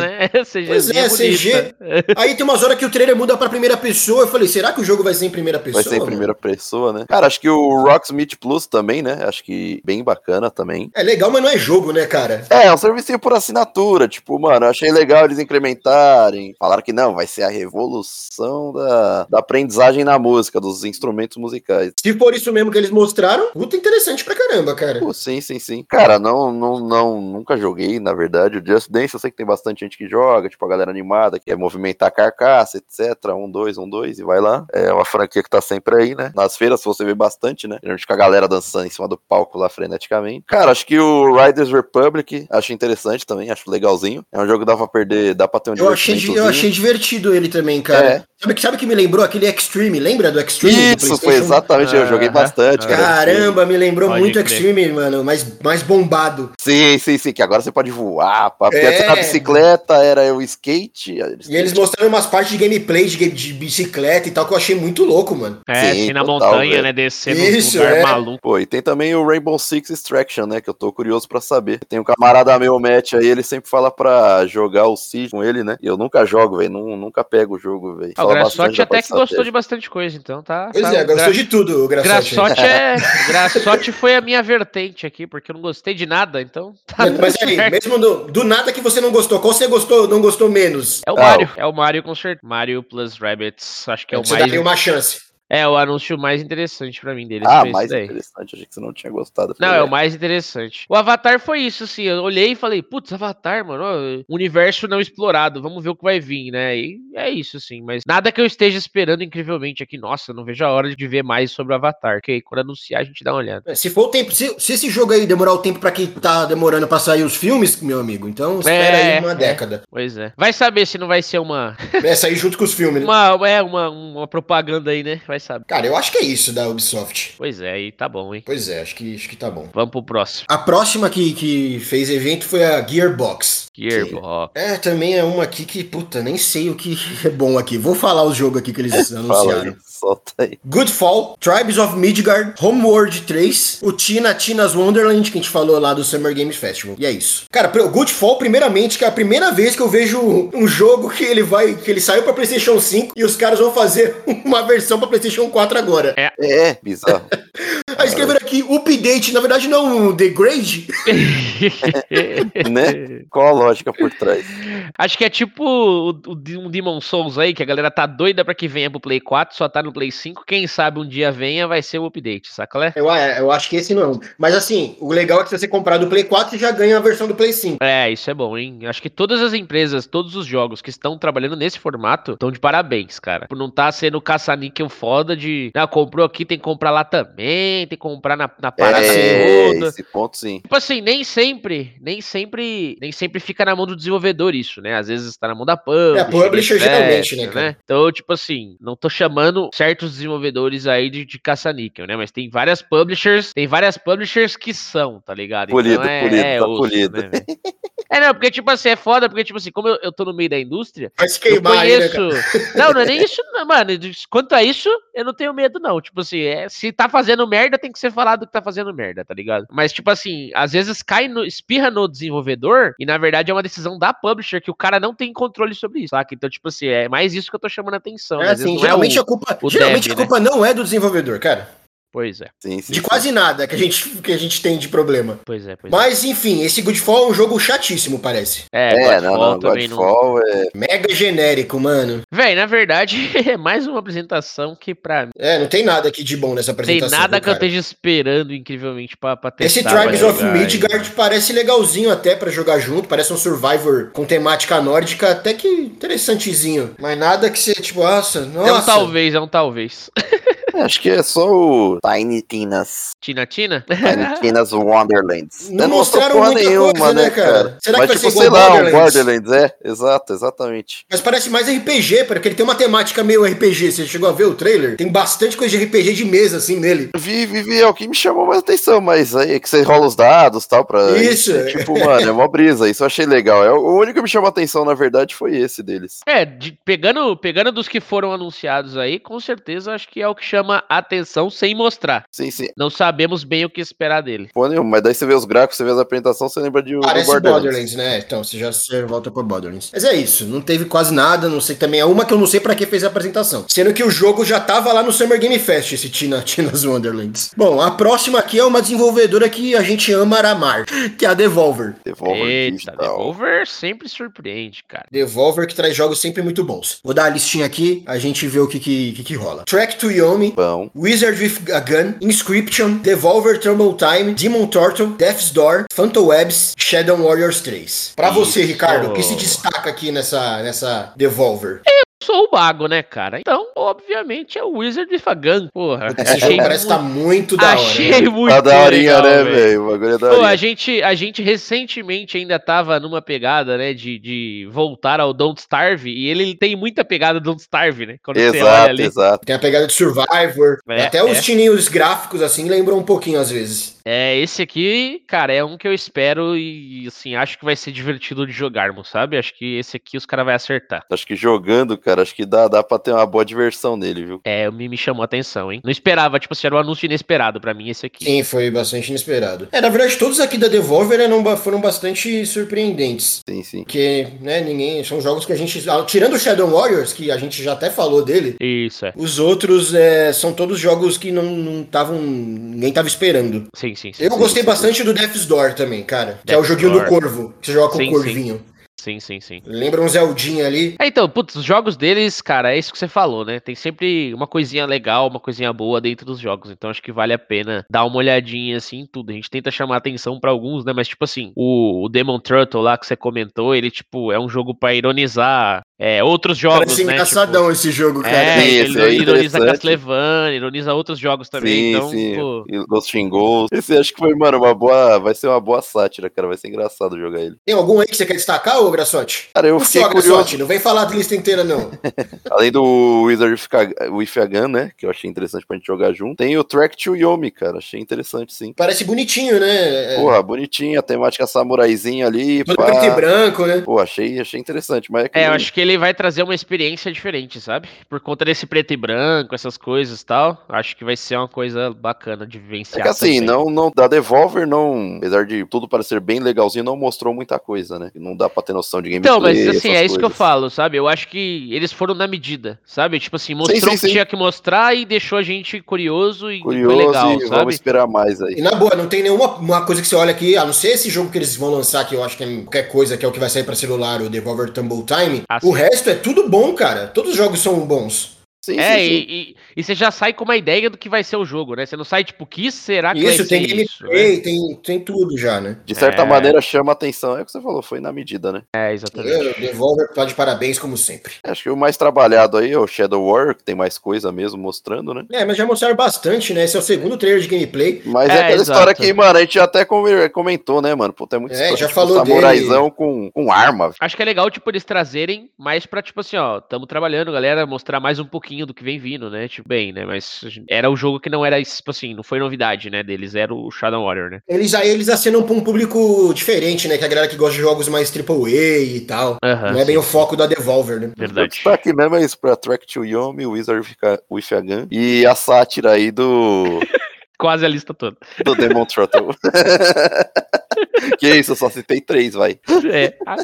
daí. né? CGzinha Pois é, CG. bonita. Aí tem umas horas que o trailer muda pra primeira pessoa. Eu falei, será que o jogo vai ser em primeira pessoa? Vai ser em mano? primeira pessoa, né? Cara, acho que o Rocksmith Plus também, né? Acho que bem bacana também. É legal, mas não é jogo, né, cara? É, é um serviço por assinatura. Tipo, mano, eu achei legal eles incrementarem. Falaram que não, vai ser a revolução da, da aprendizagem na música, dos instrumentos musicais. Se for isso mesmo que eles mostraram, puta interessante pra caramba, cara. Pô, sim, sim, sim. Cara, não, não, não, nunca joguei, na verdade. O Just Dance eu sei que tem bastante gente que joga, tipo a galera animada, que quer movimentar a carcaça, etc. Um, dois, um, dois, e vai lá. É uma franquia que tá sempre aí, né? Nas feiras você vê bastante, né? Geralmente com a galera dançando em cima do palco lá freneticamente. Cara, acho que o Riders Republic, acho interessante também, acho legalzinho. É um jogo que dá pra perder, dá pra ter um Eu achei, di- eu divertimentozinho. achei divertido ele também, cara. É. Sabe, que- sabe que me lembrou aquele Extreme? Lembra do Extreme? do Isso, foi PlayStation? exatamente, eu joguei Aham, bastante, cara. Caramba, me lembrou Pode muito crer. Extreme, mano. Mais, mais bombado. Sim, sim, sim, que agora você pode voar, pá. Porque É. antes na bicicleta era o skate. E eles mostraram umas partes de gameplay de, ga- de bicicleta e tal que eu achei muito louco, mano. É, Sim, assim na total, montanha, velho. né? Descendo um Isso, lugar é. maluco. Pô, e tem também o Rainbow Six Extraction, né? Que eu tô curioso pra saber. Tem um camarada meu, o Matt, aí ele sempre fala pra jogar o Siege com ele, né? E eu nunca jogo, velho. nu- Nunca pego o jogo, velho. Ah, o Fala Graçote bastante da até que parte gostou de bastante coisa, então tá. Pois tá- é, gostou de tudo, o Graçote. Graçote é. Graçote foi a minha vertente aqui, porque eu não gostei de nada, então. Tá Mas, mas tudo aí, certo. mesmo do, do nada que você não gostou, qual você gostou, não gostou menos? É o Ah, Mario, é o Mario com certeza. Mario plus Rabbits, acho que é o você mais. daria uma chance. É o anúncio mais interessante pra mim dele. Ah, foi esse mais daí. interessante. Achei que você não tinha gostado. Não, Falei, é o mais interessante. O Avatar foi isso, assim. Eu olhei e falei, putz, Avatar, mano, ó, universo não explorado, vamos ver o que vai vir, né? E é isso, assim. Mas nada que eu esteja esperando incrivelmente aqui. Nossa, eu não vejo a hora de ver mais sobre o Avatar. Que aí, quando anunciar, a gente dá uma olhada. É, Se for o tempo, se, se esse jogo aí demorar o tempo pra quem tá demorando pra sair os filmes, meu amigo, então espera É, aí uma é. década. Pois é. Vai saber se não vai ser uma. É sair junto com os filmes, né? Uma, é, uma, uma propaganda aí, né? Vai saber. Cara, eu acho que é isso da Ubisoft. Pois é, aí tá bom, hein? Pois é, acho que, acho que tá bom. Vamos pro próximo. A próxima que, que fez evento foi a Gearbox. Gearbox. É, também é uma aqui que, puta, nem sei o que é bom aqui. Vou falar o jogo aqui que eles Fala anunciaram. aí, solta aí. Goodfall, Tribes of Midgard, Homeworld 3, o Tina Tina's Wonderland, que a gente falou lá do Summer Games Festival. E é isso. Cara, o Goodfall, primeiramente, que é a primeira vez que eu vejo um jogo que ele vai. que ele saiu pra Playstation 5 e os caras vão fazer uma versão pra Playstation 4 agora. É, é, bizarro. Aí escreveram aqui update, na verdade não um degrade. né? Qual a lógica por trás? Acho que é tipo o, o- um Demon Souls aí, que a galera tá doida pra que venha pro Play 4, só tá no Play 5. Quem sabe um dia venha, vai ser o update, saca? Lé? Eu, é, eu acho que esse não. Mas assim, o legal é que se você comprar do Play 4, você já ganha a versão do Play 5. É, isso é bom, hein? Acho que todas as empresas, todos os jogos que estão trabalhando nesse formato estão de parabéns, cara. Por não tá sendo caça-níquel foda de. Ah, comprou aqui, tem que comprar lá também, tem que comprar na, na parada É, toda. esse ponto sim. Tipo assim, nem sempre, nem sempre, nem sempre fica na mão do desenvolvedor isso, né? Às vezes tá na mão da publisher. É, publisher etc, geralmente, né, cara? Então, tipo assim, não tô chamando certos desenvolvedores aí de, de caça-níquel, né? Mas tem várias publishers, tem várias publishers que são, tá ligado? Polido, é, polido, tá osso, polido. né, velho? é, não, porque, tipo assim, é foda, porque, tipo assim, como eu, eu tô no meio da indústria, Vai se eu queimar aí, né, conheço. cara? não, não é nem isso, não, mano. Quanto a isso, eu não tenho medo, não. Tipo assim, é, se tá fazendo merda, tem que ser falado que tá fazendo merda, tá ligado? Mas, tipo assim, às vezes cai no, espirra no desenvolvedor e, na verdade, é uma decisão da publisher que o cara não tem controle sobre isso, saca? Então, tipo assim, é mais isso que eu tô chamando a atenção. É às vezes assim, não geralmente é o- a culpa, o geralmente dev, né? a culpa não é do desenvolvedor, cara. Pois é, Sim, sim. De quase nada que a gente, que a gente tem de problema. pois é, pois é. Mas enfim, esse Goodfall é um jogo chatíssimo, parece. É, não, Godfall não, Godfall é... Mega genérico, mano. Véi, na verdade, é mais uma apresentação que pra mim É, não tem nada aqui de bom nessa tem apresentação. nada viu, que eu cara? esteja esperando incrivelmente pra, pra testar. tá É Esse pra Tribes of jogar, Midgard parece legalzinho até pra jogar junto, parece um Survivor com temática nórdica, até que interessantezinho. Mas nada que você, tipo, nossa, É um nossa. talvez, é um talvez. É, Acho que é só o Tiny Tinas. Tina Tina? Tiny Tinas Wonderlands. Não Eu mostraram sou porra muita coisa, né, cara? Será que vai Mas tipo, ser sei igual lá, um Borderlands? Borderlands, é. Exato, exatamente. Mas parece mais RPG, porque ele tem uma temática meio RPG. Você chegou a ver o trailer? Tem bastante coisa de RPG de mesa, assim, nele. Eu Vi, vi, vi, é o que me chamou mais atenção, mas aí é que você rola os dados e tal, pra... Isso. é tipo, mano, é uma brisa, isso eu achei legal. É, o único que me chamou atenção, na verdade, foi esse deles. É, de- pegando, pegando dos que foram anunciados aí, com certeza acho que é o que chama a atenção sem mostrar. Sim, sim. Não sabemos bem o que esperar dele. Pô, nenhum, mas daí você vê os gráficos, você vê as apresentações, você lembra de um do Parece Borderlands, né? Então, você já, você já volta pra Borderlands. Mas é isso, não teve quase nada, não sei também. É uma que eu não sei pra que fez a apresentação. Sendo que o jogo já tava lá no Summer Game Fest, esse Tina, Tina's Wonderlands. Bom, a próxima aqui é uma desenvolvedora que a gente ama aramar, que é a Devolver. Devolver Eita, Digital. Devolver sempre surpreende, cara. Devolver que traz jogos sempre muito bons. Vou dar a listinha aqui, a gente vê o que que, que, que rola. Track to Yomi, Bom, Wizard with a Gun, Inscription, Devolver Trouble Time, Demon Turtle, Death's Door, Phantom Webs, Shadow Warriors 3. Pra você, Isso. Ricardo, o que se destaca aqui nessa, nessa Devolver? Sou o mago, né, cara? Então, obviamente, é o Wizard de Fagan, porra. Esse jogo parece muito- estar muito da hora. né? achei muito tá daorinha, legal, né, velho. velho? O bagulho é Pô, a daorinha. gente, a gente recentemente ainda tava numa pegada, né, de, de voltar ao Don't Starve, e ele tem muita pegada do Don't Starve, né? Quando você olha Exato, ali. exato. Tem a pegada de Survivor, É, até é. os tininhos gráficos assim lembram um pouquinho às vezes. É, esse aqui, cara, é um que eu espero e, assim, acho que vai ser divertido de jogarmos, sabe? Acho que esse aqui os caras vão acertar. Acho que jogando, cara, acho que dá, dá pra ter uma boa diversão nele, viu? É, me, me chamou a atenção, hein? Não esperava, tipo, assim, era um anúncio inesperado pra mim esse aqui. Sim, foi bastante inesperado. É, na verdade, todos aqui da Devolver eram ba- foram bastante surpreendentes. Sim, sim. Porque, né, ninguém. São jogos que a gente. ah, Tirando o Shadow Warriors, que a gente já até falou dele, Isso, é. Os outros é, são todos jogos que não não estavam. ninguém tava esperando. Sim, sim, sim. Eu Sim, gostei sim. bastante do Death's Door também, cara. Que é o Death's joguinho Door. do corvo, que você joga com Sim, o corvinho. Sim, sim, sim. Lembra um Zeldinha ali? É, então, putz, os jogos deles, cara, é isso que você falou, né? Tem sempre uma coisinha legal, uma coisinha boa dentro dos jogos. Então acho que vale a pena dar uma olhadinha assim em tudo. A gente tenta chamar atenção pra alguns, né? Mas tipo assim, o, o Demon Turtle lá que você comentou, ele tipo é um jogo pra ironizar é, outros jogos, Parece né? engraçadão esse jogo, cara. É, Sim, ele isso é ironiza interessante. Castlevania, ironiza outros jogos também, então, pô, E Ghost in Ghost. Esse acho que foi, mano, uma boa. Vai ser uma boa sátira, cara. Vai ser engraçado jogar ele. Tem algum aí que você quer destacar, ô Graçote? Cara, eu O seu, fiquei curioso. Graçote, não vem falar da lista inteira, não. Além do Wizard ficar- o Ifagan, né? Que eu achei interessante pra gente jogar junto. Tem o Track to Yomi, cara. Achei interessante, sim. Parece bonitinho, né? É, Porra, bonitinho, a temática samuraizinha ali. todo pá. preto e branco, né? Pô, achei, achei interessante, mas que É, eu acho que ele vai trazer uma experiência diferente, sabe? Por conta desse preto e branco, essas coisas e tal. Acho que vai ser uma coisa bacana de É vivenciar. que assim, também. não, não, da Devolver, não, apesar de tudo parecer bem legalzinho, não mostrou muita coisa, né? Não dá pra ter noção de gameplay. Então, mas assim, essas é isso que eu coisas. falo, sabe? Eu acho que eles foram na medida, sabe? Tipo assim, mostrou sim, o que sim. tinha que mostrar e deixou a gente curioso e Curioso foi legal, e sabe? vamos esperar mais aí. E na boa, não tem nenhuma uma coisa que você olha aqui, a não ser esse jogo que eles vão lançar, que eu acho que é qualquer coisa, que é o que vai sair pra celular, o Devolver Tumble Time. Ah, o sim. resto é tudo bom, cara. Todos os jogos são bons. Sim, É, sim, sim. e, e- e você já sai com uma ideia do que vai ser o jogo, né? Você não sai tipo, o que será que vai Isso, ser tem isso? né? gameplay, tem, tem tudo já, né? De certa É. maneira chama atenção. É o que você falou, foi na medida, né? É, exatamente. Eu, Devolver tá de parabéns, como sempre. Acho que o mais trabalhado aí é o Shadow War, que tem mais coisa mesmo mostrando, né? É, mas já mostraram bastante, né? Esse é o segundo trailer de gameplay. Mas é, É, aquela exato. história que, mano, a gente até come- comentou, né, mano? Puta, é muito É, história, já falou dele. samuraizão com, com arma. velho. Acho que é legal, tipo, eles trazerem mais pra, tipo assim, ó, tamo trabalhando, galera, mostrar mais um pouquinho do que vem vindo, né? Tipo, bem, né? Mas era o jogo que não era, tipo assim, não foi novidade, né? Deles, era o Shadow Warrior, né? Eles aí eles acenam pra um público diferente, né? Que é a galera que gosta de jogos mais AAA e tal. Aham, não é bem Ah, sim, o foco da Devolver, né? O Verdade. destaque mesmo é isso pra Track to Yomi, Wizard with Ka- with a Gun e a sátira aí do, Quase a lista toda. do Demon Trottle. que isso, eu só citei três, vai. É. Ah,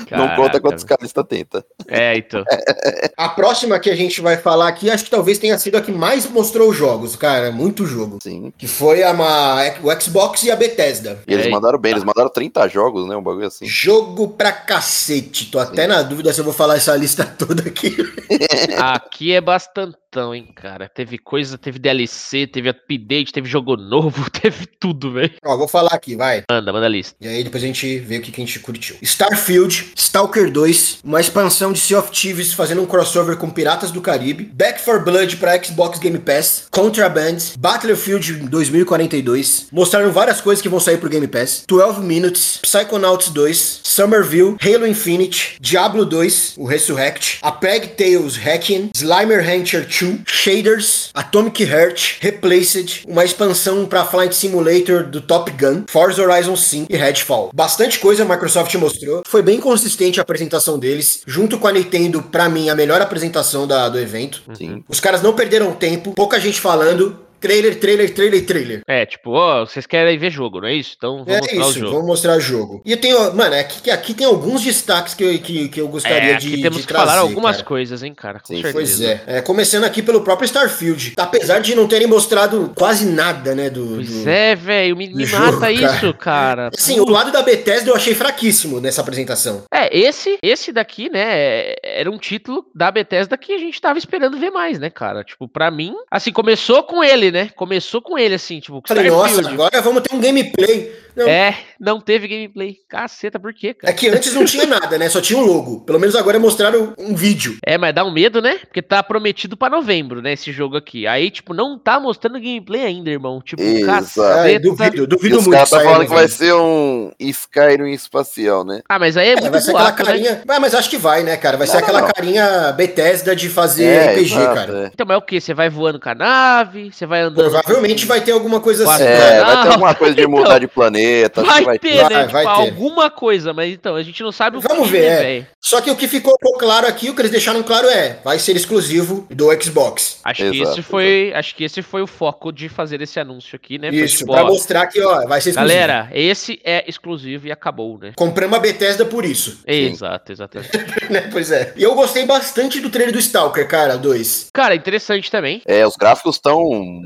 Não caraca, conta quantos caras tenta. É, então. A próxima que a gente vai falar aqui, acho que talvez tenha sido a que mais mostrou jogos, cara. Muito jogo. Sim. Que foi a, ma- o Xbox e a Bethesda. E eles Eita. mandaram bem, eles mandaram 30 jogos, né? Um bagulho assim. Jogo pra cacete. Tô até na dúvida se eu vou falar essa lista toda aqui. Aqui é bastantão, hein, cara. Teve coisa, teve DLC, teve update, teve jogo novo, teve tudo, velho. Ó, vou falar aqui, vai. Manda, manda a lista. E aí depois a gente vê o que, que a gente curtiu. Starfield, Stalker 2, uma expansão de Sea of Thieves fazendo um crossover com Piratas do Caribe, Back 4 Blood pra Xbox Game Pass, Contraband, Battlefield 2042, mostraram várias coisas que vão sair pro Game Pass, 12 Minutes, Psychonauts 2, Somerville, Halo Infinite, Diablo 2, o Resurrect, a Plague Tales Hacking, Slimer Rancher 2, Shaders, Atomic Heart, Replaced, uma expansão pra Flight Simulator do Top Gun, Forza Horizon 5 e Redfall. Bastante coisa a Microsoft mostrou. Foi bem consistente a apresentação deles, junto com a Nintendo, pra mim, a melhor apresentação da- do evento. Sim. Os caras não perderam tempo, pouca gente falando. Trailer, trailer, trailer, trailer. É, tipo, ó, vocês querem ver jogo, não é isso? Então vamos É mostrar o isso, jogo. vamos mostrar o jogo. E eu tenho, mano, aqui, aqui tem alguns destaques que, eu- que, que eu gostaria de, É, aqui de temos que trazer, falar algumas cara. coisas, hein, cara. Com Sim, certeza. Pois é. É, Começando aqui pelo próprio Starfield. Apesar de não terem mostrado quase nada, né, do... Pois do- é, velho, me, me do mata jogo, cara. isso, cara. Assim, o lado da Bethesda eu achei fraquíssimo nessa apresentação. É, esse, esse daqui, né, é- era um título da Bethesda que a gente tava esperando ver mais, né, cara? Tipo, pra mim, assim, começou com ele, né? Começou com ele, assim, tipo, Falei, nossa, Starfield. agora vamos ter um gameplay. Não, é. É, não teve gameplay. Caceta, por quê, cara? que antes não tinha nada, né? Só tinha um logo. Pelo menos agora mostraram um vídeo. É, mas dá um medo, né? Porque tá prometido pra novembro, né, esse jogo aqui. Aí, tipo, não tá mostrando gameplay ainda, irmão. Tipo, Exato. caceta. Ai, É, duvido, E duvido os muito. né? caras tá saia falando que vai novembro. ser um Skyrim espacial, né? Ah, mas aí é, É, muito vai ser aquela boato, né? carinha. Ah, mas acho que vai, né, cara? Vai ser Não, aquela não, não. carinha Bethesda de fazer RPG, exato, cara. é. Então, mas é o quê? Você vai voando com a nave? Você vai andando. Provavelmente vai ter alguma coisa assim. Quatro. cara. É, vai ter Não, alguma coisa de mudar de planeta. acho que Ah, então, Vai, ter, ter. né? Vai, tipo, vai ter. alguma coisa, mas então, a gente não sabe o Vamos que, ver, né, é. velho? Só que o que ficou um claro aqui, o que eles deixaram claro é, vai ser exclusivo do Xbox. Acho que Exato, esse foi, acho que esse foi o foco de fazer esse anúncio aqui, né? Foi Isso, tipo, pra ó, mostrar que, ó, vai ser exclusivo. galera, esse é exclusivo e acabou, né? Compramos a Bethesda por isso, Exato, exatamente. né? Pois é. E eu gostei bastante do trailer do Stalker, cara, 2. Cara, interessante também. É, os gráficos estão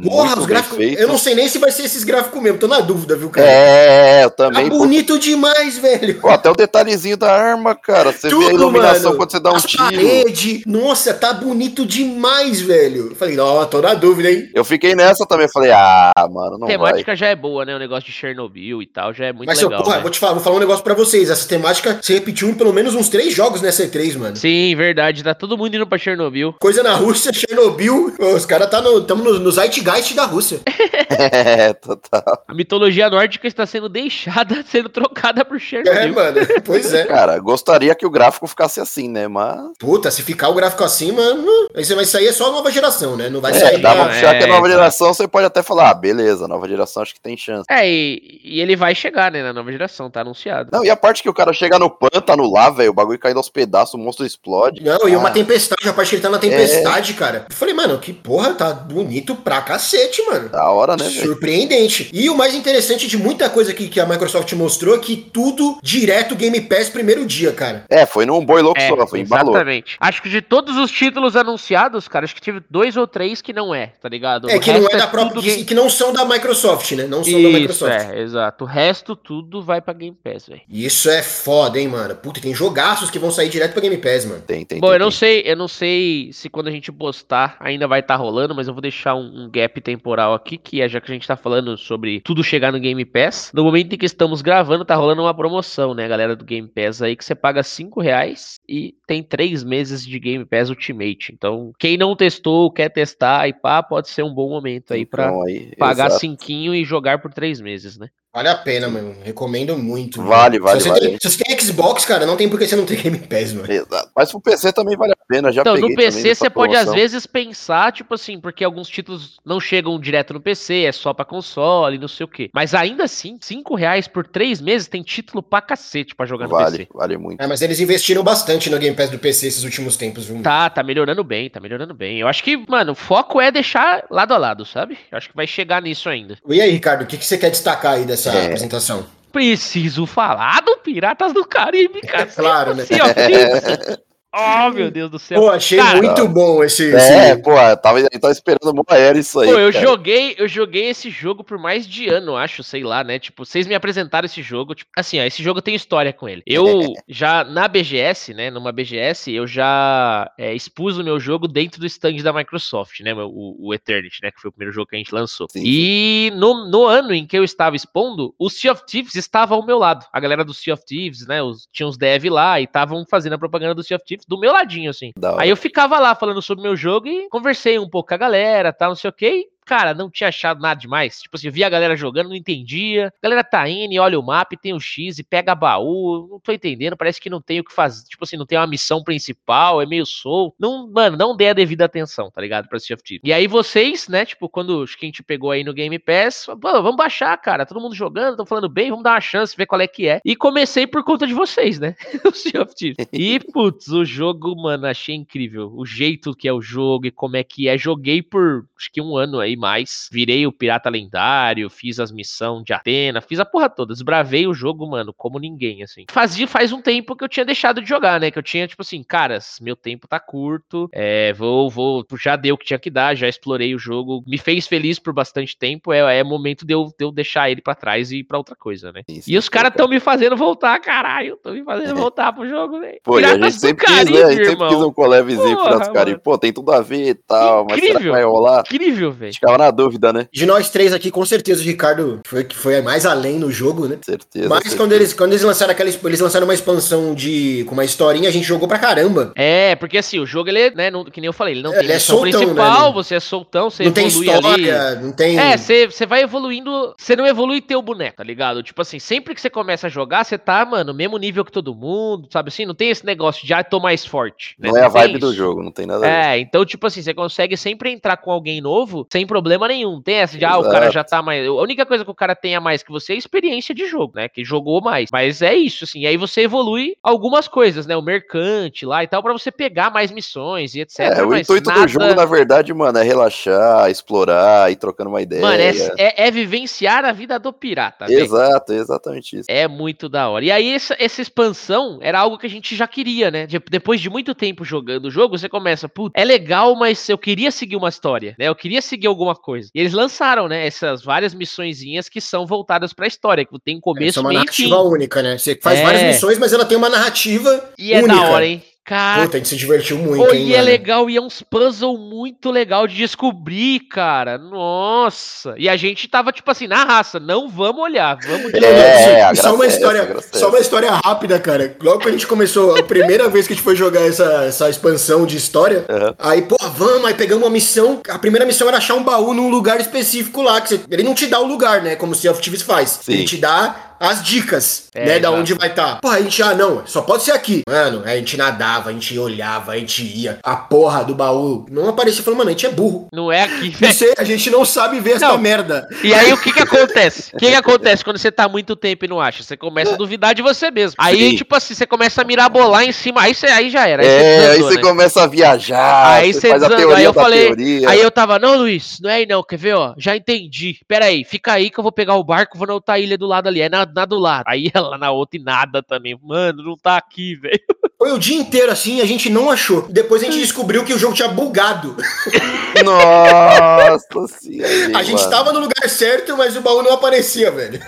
Porra, muito os bem gráficos... feitos. Eu não sei nem se vai ser esses gráficos mesmo, tô na dúvida, viu, cara? É, eu tá também. pô. bonito demais, velho. Pô, até o detalhezinho da arma, cara. Você vê a Tudo, iluminação mano. quando você dá um As tiro. parede. Nossa, tá bonito demais, velho. Eu Falei, ó, tô na dúvida, hein? Eu fiquei nessa também. Falei, ah, mano, não A temática já é boa, né? O negócio de Chernobyl e tal, já é muito Mas, seu legal. porra, né? vou te falar, vou falar um negócio pra vocês. Essa temática se repetiu em pelo menos uns três jogos nessa E3, mano. Sim, verdade. Tá todo mundo indo pra Chernobyl. Coisa na Rússia, Chernobyl. Os caras tá no, tamo no, no zeitgeist da Rússia. vai. É, total. A mitologia nórdica está sendo deixada, sendo trocada por É, Chernobyl. mano. Pois é. Cara, gostaria que o gráfico ficasse assim, né? Mas. Puta, se ficar o gráfico assim, mano. Aí você vai sair é só a nova geração, né? Não vai É, sair. dá pra a- achar que a é, nova exato. geração, você pode até falar, ah, beleza, nova geração acho que tem chance. É, e, e ele vai chegar, né? Na nova geração, tá anunciado. Não, e a parte que o cara chega no pântano lá, velho, o bagulho caindo aos pedaços, o monstro explode. Não, e uma Ah, tempestade, a parte que ele tá na tempestade, cara. Eu falei, mano, que porra, tá bonito pra cacete, mano. Da hora, né, velho? Surpreendente. E o mais interessante de muita coisa coisa que, que a Microsoft mostrou é que tudo direto Game Pass primeiro dia, cara. É, foi num boi louco só, foi embalou. exatamente. Acho que de todos os títulos anunciados, cara, acho que tive dois ou três que não é, tá ligado? é O que não resto é da própria. tudo Que, Game- que não são da Microsoft, né? Não são da Isso, Microsoft. é, exato. O resto tudo vai pra Game Pass, velho. E Isso é foda, hein, mano. Puta, tem jogaços que vão sair direto pra Game Pass, mano. Tem, tem, Bom, tem, eu não tem. sei, eu não sei se quando a gente postar ainda vai estar rolando, mas eu vou deixar um, um gap temporal aqui, que é já que a gente tá falando sobre tudo chegar no Game Pass. No momento em que estamos gravando, tá rolando uma promoção, né, galera do Game Pass aí, que você paga 5 reais e tem três meses de Game Pass Ultimate. Então, quem não testou, quer testar e pá, pode ser um bom momento aí pra Então, aí, pagar exato. cinquinho e jogar por três meses, né? Vale a pena, mano. Recomendo muito. Vale, mano. vale, se você, vale. Tem, se você tem Xbox, cara, não tem por que você não ter Game Pass, mano. Exato. Mas pro PC também vale a pena, já Então, peguei no também PC nessa você pode às promoção. vezes pensar, tipo assim, porque alguns títulos não chegam direto no PC, é só pra console, não sei o quê. Mas ainda assim, 5 reais por 3 meses tem título pra cacete pra jogar no Vale, PC. vale muito. É, mas eles investiram bastante no Game Pass do PC esses últimos tempos, viu? Tá, tá melhorando bem, tá melhorando bem. Eu acho que, mano, o foco é deixar lado a lado, sabe? Eu acho que vai chegar nisso ainda. E aí, Ricardo, o que, que você quer destacar aí dessa É. apresentação? Preciso falar do Piratas do Caribe, cara. assim, claro, né? oh, meu Deus do céu. Pô, achei Cara, muito bom esse. É, esse- pô, eu tava, eu tava esperando mó era isso aí. Pô, eu cara. joguei, eu joguei esse jogo por mais de ano, acho, sei lá, né? Tipo, vocês me apresentaram esse jogo, tipo, assim, ó, esse jogo tem história com ele. Eu já na BGS, né, numa BGS, eu já é, expus o meu jogo dentro do stand da Microsoft, né, meu- o, o Eternity, né, que foi o primeiro jogo que a gente lançou. Sim, E no, no ano em que eu estava expondo, o Sea of Thieves estava ao meu lado. A galera do Sea of Thieves, né, os, tinha uns dev lá e estavam fazendo a propaganda do Sea of Thieves do meu ladinho, assim. Da hora. Aí eu ficava lá falando sobre meu jogo e conversei um pouco com a galera, tal, não sei o que. E, cara, não tinha achado nada demais. Tipo assim, eu via a galera jogando, não entendia. A galera tá indo e olha o mapa e tem o X e pega baú. Não tô entendendo, parece que não tem o que fazer. Tipo assim, não tem uma missão principal, é meio solto. Não, mano, não dei a devida atenção, tá ligado? Pra Sea of Thieves. E aí vocês, né, tipo, quando acho que a gente pegou aí no Game Pass, pô, vamos baixar, cara. Todo mundo jogando, tão falando bem, vamos dar uma chance, ver qual é que é. E comecei por conta de vocês, né? o Sea of Thieves. E, putz, o jogo, mano, achei incrível. O jeito que é o jogo e como é que é. Joguei por acho que um ano aí mais. Virei o Pirata Lendário, fiz as missões de Atena, fiz a porra toda. Desbravei o jogo, mano, como ninguém, assim. Fazia faz um tempo que eu tinha deixado de jogar, né? Que eu tinha, tipo assim, caras, meu tempo tá curto. É, vou, vou. Já deu o que tinha que dar, já explorei o jogo. Me fez feliz por bastante tempo. É, é momento de eu, de eu deixar ele pra trás e ir pra outra coisa, né? Sim, E sim, os caras total. tão me fazendo voltar, caralho. Tão me fazendo voltar pro jogo, velho. Pô, e a gente sempre quis, né? A gente sempre quis um collabzinho Porra, Piratas do Caribe. mano. Pô, tem tudo a ver e tal, mas será que Incrível. vai rolar? A Incrível, velho. gente ficava na dúvida, né? De nós três aqui, com certeza o Ricardo foi que foi mais além no jogo, né? Certeza. Mas certeza. quando eles, quando eles lançaram aquela. exp- Eles lançaram uma expansão de. com uma historinha, a gente jogou pra caramba. É, porque assim, o jogo, ele, é, né, não, que nem eu falei, ele não É, tem ele é missão soltão, né, principal, ele- você é soltão, você não tem evolui ali. história, não tem. É, você você vai evoluindo, você não evolui teu boneco, tá ligado? Tipo assim, sempre que você começa a jogar, você tá, mano, no mesmo nível que todo mundo, sabe assim? Não tem esse negócio de, ah, tô mais forte. né? Não é a tem vibe do isso. jogo, não tem nada a ver. É, então, tipo assim, você consegue sempre entrar com alguém novo sem problema nenhum. Tem essa de, ah, o cara Exato. já tá mais. A única coisa que o cara tem a mais que você é experiência de jogo, né? Que jogou mais. Mas é isso, assim. E aí você evolui algumas coisas, né? O mercante lá e tal, pra você pegar mais missões e etc. É, o mas intuito do nada- jogo, na verdade, mano, é relaxar, explorar, ir trocando uma ideia. Mano, é, é- é vivenciar a vida do pirata. velho. Exato, é exatamente isso. É muito da hora. E aí, essa, essa expansão era algo que a gente já queria, né? De- depois de muito tempo jogando o jogo, você começa, puta, é legal, mas eu queria seguir uma história, né? Eu queria seguir alguma coisa. E eles lançaram, né? Essas várias missõezinhas que são voltadas pra história, que tem Essa é começo, uma meio e fim. narrativa única, né? Você faz um É. várias missões, mas ela tem uma narrativa. E é da única. hora, hein? Cara, Puta, a gente se divertiu muito, oh, hein? e é mano? legal, e é uns puzzles muito legal de descobrir, cara. Nossa. E a gente tava, tipo assim, na raça, não vamos olhar, vamos É, É, a e só graça uma é essa, história, a graça é só uma história rápida, cara. Logo que a gente começou, a primeira vez que a gente foi jogar essa, essa expansão de história, Aham. aí, pô, vamos, aí pegamos uma missão. A primeira missão era achar um baú num lugar específico lá, que você- ele não te dá o lugar, né, como o Sea of Thieves faz. Sim. Ele te dá as dicas, É, né? Da exato. onde vai estar. Tá. Porra, a gente, ah, não, só pode ser aqui. Mano, a gente nadava, a gente olhava, a gente ia. A porra do baú não aparecia falando, mano, a gente é burro. Não é aqui, Não velho. sei, a gente não sabe ver essa Não. merda. E aí o que que acontece? O que que acontece quando você tá há muito tempo e não acha? Você começa a duvidar de você mesmo. Aí, Sim. tipo assim, você começa a mirabolar em cima. Aí, você, aí já era. Aí você É, aí desandou, você né? começa a viajar, Aí você faz a desandou, teoria aí eu da falei- teoria. Aí eu tava, não, Luiz, não é aí não, quer ver, ó? Já entendi. Pera aí, fica aí que eu vou pegar o barco, vou na outra ilha do lado ali. É na, na do lado. Aí é lá na outra e nada também. Mano, não tá aqui, velho. Foi o dia inteiro assim e a gente não achou. Depois a gente descobriu que o jogo tinha bugado. Nossa senhora. A gente tá tava no lugar certo, mas o baú não aparecia, velho.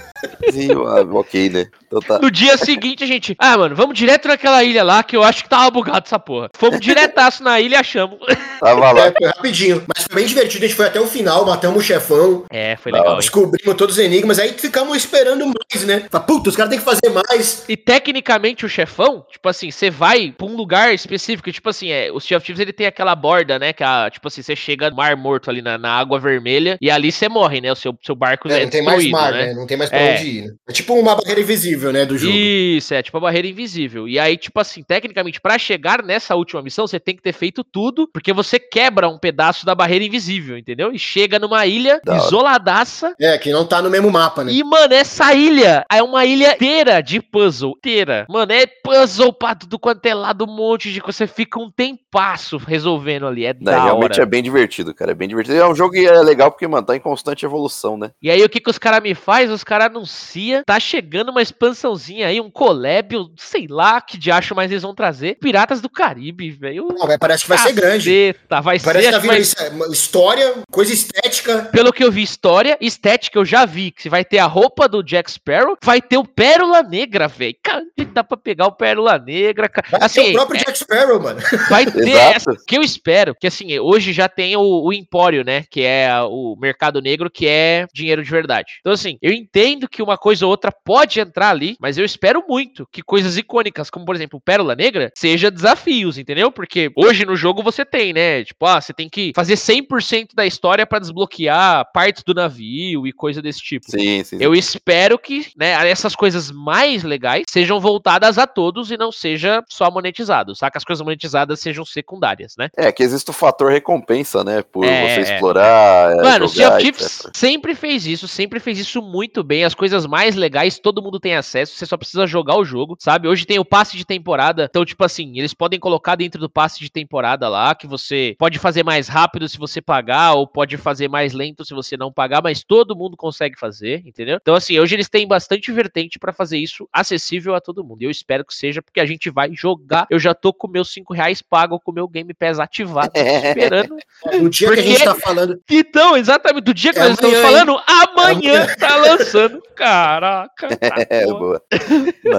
Sim, mano, ok, né? Então tá. No dia seguinte, a gente, ah, mano, vamos direto naquela ilha lá que eu acho que tava bugado essa porra. Fomos diretaço na ilha e achamos. Tava lá. É, foi rapidinho. Mas foi bem divertido, a gente foi até o final, matamos o chefão. É, foi Não, legal. hein? Descobrimos todos os enigmas, aí ficamos esperando mais, né? Fala, puta, os caras têm que fazer mais. E tecnicamente o chefão, tipo assim, você vai pra um lugar específico, tipo assim, é, o Sea of Thieves ele tem aquela borda, né, que a, tipo assim, você chega no mar morto ali na, na água vermelha e ali você morre, né, o seu, seu barco É, não tem mais destruído, mar, né? Não tem mais pra É. onde ir. né? É tipo uma barreira invisível, né, do jogo. Isso, é tipo a barreira invisível. E aí, tipo assim, tecnicamente, pra chegar nessa última missão, você tem que ter feito tudo, porque você quebra um pedaço da barreira invisível, entendeu? E chega numa ilha Da hora. isoladaça. É, que não tá no mesmo mapa, né? E, mano, essa ilha é uma ilha inteira de puzzle. Inteira. Mano, é puzzle pra tudo quanto é lado, um monte de coisa. Você fica um tempasso resolvendo ali. É Não, da realmente hora. é bem divertido, cara. É bem divertido. É um jogo que é legal porque, mano, tá em constante evolução, é né? E aí, o que, que os caras me faz? Os caras anunciam, tá chegando uma expansãozinha aí, um collab, eu sei lá que de acho, mas eles vão trazer. Piratas do Caribe, velho. Não, mas parece que vai ser grande. Caceta, Vai Parece ser, que tá vindo mas isso- uma história, coisa estética. pelo que eu vi, história, estética, eu já vi que vai ter a roupa do Jack Sparrow, vai ter o Pérola Negra, velho. Cara, dá pra pegar o Pérola Negra, cara. Vai assim, ser é o próprio Jack Sparrow, mano. Vai ter Exato. essa que eu espero. Que assim, hoje já tem o, o Empório, né? Que é a- o mercado negro, que é dinheiro de verdade. Então, assim, eu entendo que uma coisa ou outra pode entrar ali, mas eu espero muito que coisas icônicas, como por exemplo, Pérola Negra, seja desafios, entendeu? Porque hoje no jogo você tem, né? Tipo, ah, você tem que fazer 100% da história pra desbloquear partes do navio e coisa desse tipo. Sim, sim. sim. Eu espero que né, essas coisas mais legais sejam voltadas a todos e não seja só monetizado, saca? As coisas monetizadas sejam secundárias, né? É que existe o fator recompensa, né? Por É, você é. explorar. é, Mano, o Sea jogar, of etc. Chips sempre fez isso, sempre fez isso muito bem. As coisas mais legais, todo mundo tem acesso, você só precisa jogar o jogo, sabe? Hoje tem o passe de temporada, então, tipo assim, eles podem colocar dentro do passe de temporada lá que você pode fazer mais rápido se você pagar, ou pode fazer mais lento se você não pagar, mas todo mundo consegue fazer, entendeu? Então, assim, hoje eles têm bastante vertente pra fazer isso acessível a todo mundo. E eu espero que seja, porque a gente vai jogar. Eu já tô com meus 5 reais pago, com o meu Game Pass ativado, esperando. No dia que a Porque- gente tá falando. Então, exatamente, do dia que É nós estamos amanhã, falando, amanhã tá lançando. Caraca. tá É, bom. boa.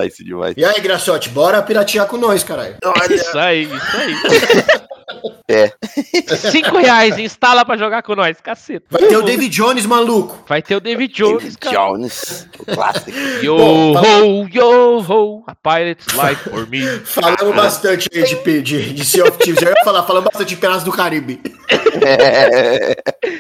nice demais. E aí, Graçote, bora piratear com nós, caralho. Isso aí, isso aí. É. Cinco reais, instala pra jogar com nós, caceta. Vai ter o David Jones maluco. Vai ter o David David Jones, cara. Jones, o clássico. Yo, Bom, ho, yo, ho, a pilot's life for me. Falamos bastante aí de, de, de Sea of Thieves. Eu ia falar, falamos bastante de Piratas do Caribe.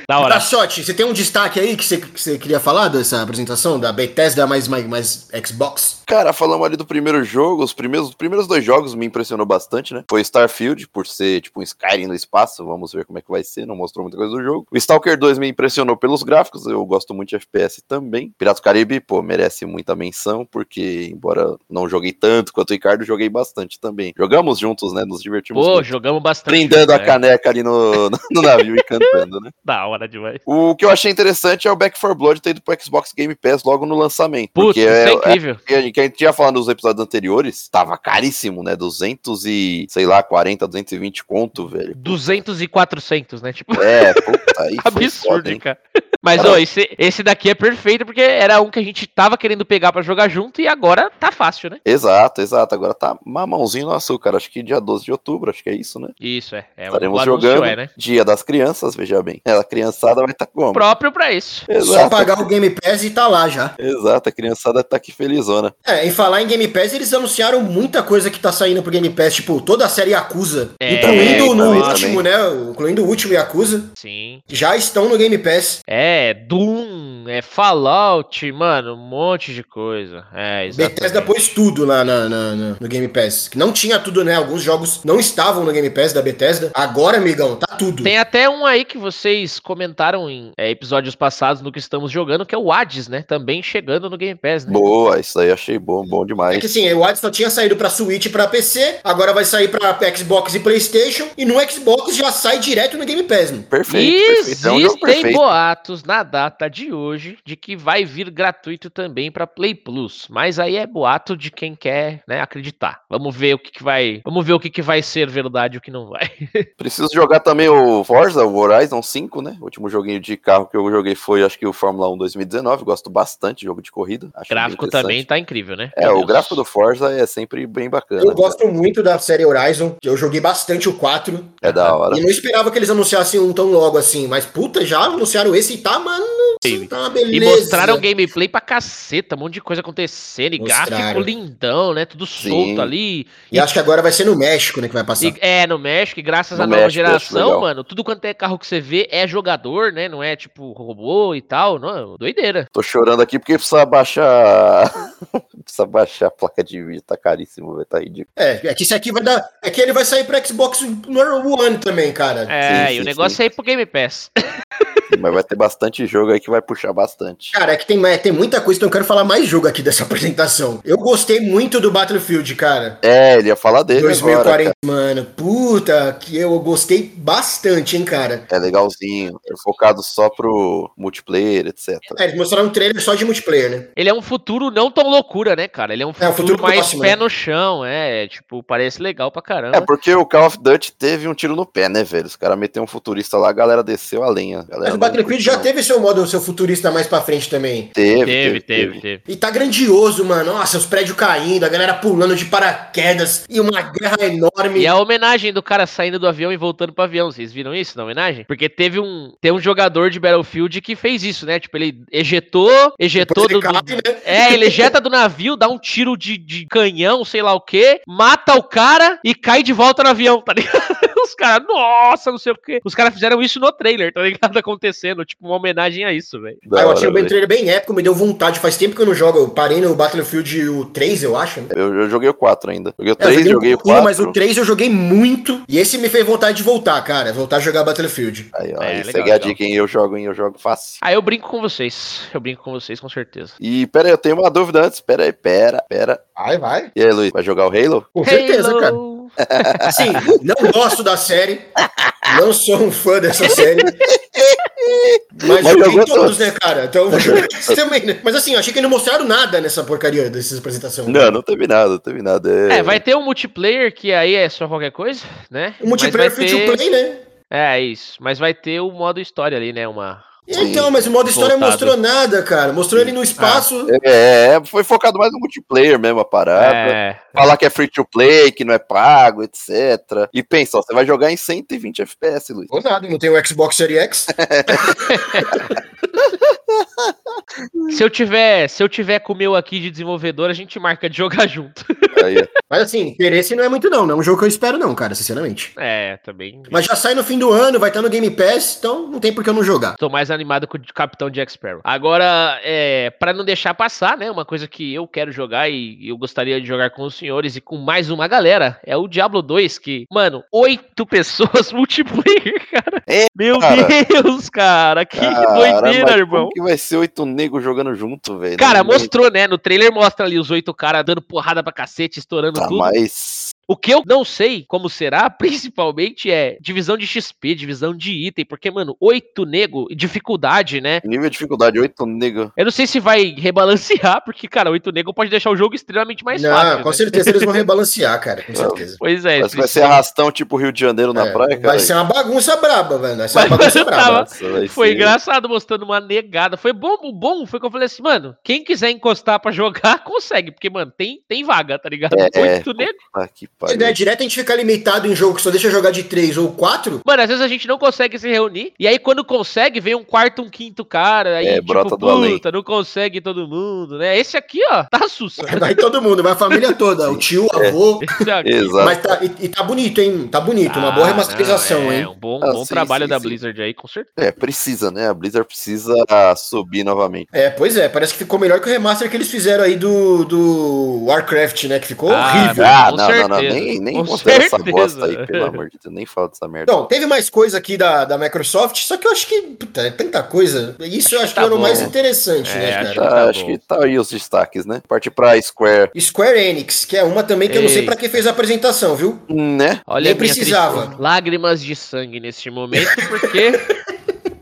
Da hora. Graçote, você tem um destaque aí que você, que você queria falar dessa apresentação da Bethesda mais, mais, mais Xbox? Cara, falamos ali do primeiro jogo, os primeiros, os primeiros dois jogos me impressionou bastante, né? Foi Starfield, por ser tipo um Skyrim no espaço, vamos ver como é que vai ser, não mostrou muita coisa do jogo. O Stalker 2 me impressionou pelos gráficos, eu gosto muito de FPS também. Piratas do Caribe, pô, merece muita menção, porque embora não joguei tanto quanto o Ricardo, joguei bastante também. Jogamos juntos, né? Nos divertimos. Pô, muito. jogamos bastante. Brindando a né? caneca ali no, no navio e cantando, né? Da hora demais. O que eu achei interessante é o Back 4 Blood ter ido pro Xbox Game Pass logo no lançamento. Putz, porque isso é, é incrível. é- que a gente tinha falado nos episódios anteriores, tava caríssimo, né? 200 e, sei lá, 40, 220 conto, velho. 200 e 400, né? Tipo, É, puta, aí foi Absurdo, foda, hein, hein? cara. Mas, Cara, ó, esse, esse daqui é perfeito porque era um que a gente tava querendo pegar pra jogar junto e agora tá fácil, né? Exato, exato. Agora tá mamãozinho no açúcar. Acho que dia 12 de outubro, acho que é isso, né? Isso, é. é Estaremos anúncio jogando. é, né? Dia das crianças, veja bem. É, A criançada vai estar tá como? Próprio pra isso. Só Exato, pagar o Game Pass e tá lá já. exato. A criançada tá aqui felizona. É, em falar em Game Pass, eles anunciaram muita coisa que tá saindo pro Game Pass, tipo, toda a série Yakuza, É, incluindo no também, último, né, incluindo o último Yakuza, Sim. já estão no Game Pass. É, Doom, é Fallout, mano, um monte de coisa. É, exatamente. Bethesda pôs tudo lá na, na- na- no Game Pass. Que não tinha tudo, né? Alguns jogos não estavam no Game Pass da Bethesda. Agora, amigão, tá tudo. Tem até um aí que vocês comentaram em é, episódios passados no que estamos jogando, que é o Hades, né? Também chegando no Game Pass, né? Boa, isso aí achei bom, bom demais. É que assim, o Hades só tinha saído pra Switch e pra PC, agora vai sair pra Xbox e Playstation, e no Xbox já sai direto no Game Pass, mano. Perfeito, perfeito. É um jogo Existem perfeito. boatos na data de hoje de que vai vir gratuito também pra Play Plus, mas aí é boato de quem quer, né, acreditar. Vamos ver o que, que vai, vamos ver o que, que vai ser verdade e o que não vai. Preciso jogar também o Forza, o Horizon 5, né? O último joguinho de carro que eu joguei foi, acho que o Fórmula 1 2019. Gosto bastante de jogo de corrida. Acho O gráfico bem interessante. também tá incrível, né? É, Meu o Deus. gráfico do Forza é sempre bem bacana. Eu gosto muito da série Horizon, que eu joguei bastante o 4, É da hora. e não esperava que eles anunciassem um tão logo assim, mas puta, já anunciaram esse e tá, mano, isso tá uma beleza. E mostraram gameplay pra caceta, um monte de coisa acontecendo, e gráfico Mostraram. lindão, né? Tudo Sim. solto ali. E acho que agora vai ser no México, né, que vai passar. E- é, no México, e graças No à nova México, eu acho geração, legal. mano, tudo quanto é carro que você vê é jogador, né? Não é tipo robô e tal. Não, doideira. Tô chorando aqui porque precisa baixar. precisa baixar a placa de vídeo. Tá caríssimo, velho. Tá ridículo. É, é que isso aqui vai dar. É que ele vai sair pra Xbox One também, cara. É, Sim, e o sim, negócio sim. é ir pro Game Pass. Mas vai ter bastante jogo aí que vai puxar bastante. Cara, é que tem, é, tem muita coisa, então eu quero falar mais jogo aqui dessa apresentação. Eu gostei muito do Battlefield, cara. É, ele ia falar dele agora. 2040, cara. mano. Puta, que eu gostei bastante, hein, cara. É legalzinho. É focado só pro multiplayer, etc. É, eles mostraram um trailer só de multiplayer, né? Ele é um futuro não tão loucura, né, cara? Ele é um futuro, o futuro mais próximo, pé né? no chão, é. Tipo, parece legal pra É, caramba. porque o Call of Duty teve um tiro no pé, né, velho? Os caras meteram um futurista lá, a galera desceu a lenha. A galera Mas o não Battlefield já curtiu, teve seu modo, seu futurista mais pra frente também. não. É, Teve, teve, teve, teve. E tá grandioso, mano. Nossa, os prédios caindo, a galera pulando de paraquedas e uma guerra enorme. E é a homenagem do cara saindo do avião e voltando pro avião, vocês viram isso na homenagem? Porque teve um, tem um jogador de Battlefield que fez isso, né? Tipo, ele ejetou, ejetou Depois ele do, do- cai, né? É, ele jeta do navio, dá um tiro de, de canhão, sei lá o quê, mata o cara e cai de volta no avião, tá ligado? Os caras, nossa, não sei o quê. Os caras fizeram isso no trailer, tá ligado? Acontecendo, tipo, uma homenagem a isso, velho. Da Ah, eu hora, achei o velho. trailer bem épico, me deu vontade. Faz tempo que eu não jogo. Eu parei no Battlefield o 3, eu acho. né? Eu, eu joguei o 4 ainda. Joguei o É, eu 3, joguei o um pouquinho, 4. mas o 3 eu joguei muito. E esse me fez vontade de voltar, cara. Voltar a jogar Battlefield. Aí, ó, É, aí legal, segue a legal. dica, hein? Eu jogo, hein? Eu jogo fácil. Ah, eu brinco com vocês. Eu brinco com vocês, com certeza. E pera aí, eu tenho uma dúvida antes. Pera aí, pera, pera. Vai, vai. E aí, Luiz, vai jogar o Halo? Com certeza, Halo! cara. Assim, não gosto da série. Não sou um fã dessa série. Mas, Mas joguei jogou todos, todos. né, cara? Então eu vou jogar esse também, né? Mas assim, eu achei que não mostraram nada nessa porcaria dessas apresentações. Não, não teve nada, não teve nada. É, vai ter um multiplayer que aí é só qualquer coisa, né? O Um multiplayer Mas vai free to play, né? É, isso. Mas vai ter o modo história ali, né? Uma. Então, mas o modo história Voltado. Ah. mostrou nada, cara. Mostrou ele no espaço. É, é, foi focado mais no multiplayer mesmo, a parada. É, Falar que é free to play, que não é pago, etc. E pensa, ó, você vai jogar em 120 FPS, Luiz. Ou nada, não tem o Xbox Series X. se eu tiver, se eu tiver com o meu aqui de desenvolvedor, a gente marca de jogar junto. Aí, ó. Mas assim, interesse não é muito não, não é um jogo que eu espero não, cara, sinceramente. É, também. Mas já sai no fim do ano, vai estar no Game Pass, então não tem por que eu não jogar. Tô mais animado com o Capitão Jack Sparrow. Agora, é, para não deixar passar, né? Uma coisa que eu quero jogar e eu gostaria de jogar com os senhores e com mais uma galera é o Diablo 2, que, mano, oito pessoas multiplayer, cara. É, Meu cara. Deus, cara, que Cara, mas doideira, como irmão. que vai ser oito negros jogando junto, velho? Cara, Não, mostrou, né? No trailer mostra ali os oito caras dando porrada pra cacete, estourando Tá, tudo. mas. O que eu não sei como será, principalmente, é divisão de XP, divisão de item, porque, mano, oito nego, dificuldade, né? Nível de dificuldade, oito negros. Eu não sei se vai rebalancear, porque, cara, oito nego pode deixar o jogo extremamente mais não, fácil. com né? certeza eles vão rebalancear, cara, com certeza. Pois é, Mas vai precisa- ser arrastão tipo Rio de Janeiro na É, praia, cara. vai ser uma bagunça braba, velho, vai ser uma Mas- bagunça mas eu tava- braba. Nossa, vai Foi ser- engraçado mostrando uma negada. Foi bom, o bom. Foi que eu falei assim, mano, quem quiser encostar pra jogar, consegue. Porque, mano, tem, tem vaga, tá ligado? É, é. Oito nego. Ah, que Se der direto, a gente fica limitado em jogo que só deixa jogar de 3 ou 4. Mano, às vezes a gente não consegue se reunir. E aí, quando consegue, vem um quarto, um quinto cara. Aí, tipo, É, brota do além. não consegue todo mundo, né? Esse aqui, ó, tá sussa. Vai todo mundo, vai a família toda. O tio, o avô. Esse aqui. Exato. Mas tá, e, e tá bonito, hein? Tá bonito. uma boa Ah, remasterização, não, é, hein? Um bom, Ah, bom sim, trabalho sim, da sim. Blizzard aí, com certeza. É, precisa, né? A Blizzard precisa ah, subir novamente. É, pois é, parece que ficou melhor que o remaster que eles fizeram aí do, do Warcraft, né? Que ficou Ah, horrível. Ah, com não, não, não, certeza. nem, nem Com considera essa certeza. né? bosta aí, pelo amor de Deus, nem fala dessa merda. Então, teve mais coisa aqui da, da Microsoft, só que eu acho que, puta, é tanta coisa. Isso eu acho que tá era o bom. mais interessante, É, né, acho cara? Tá, tá acho bom. que tá aí os destaques, né? Parte pra Square, Square Enix, que é uma também que eu não sei Ei. pra quem fez a apresentação, viu? né? Olha Nem a minha precisava. tristeza. Lágrimas de sangue neste momento, porque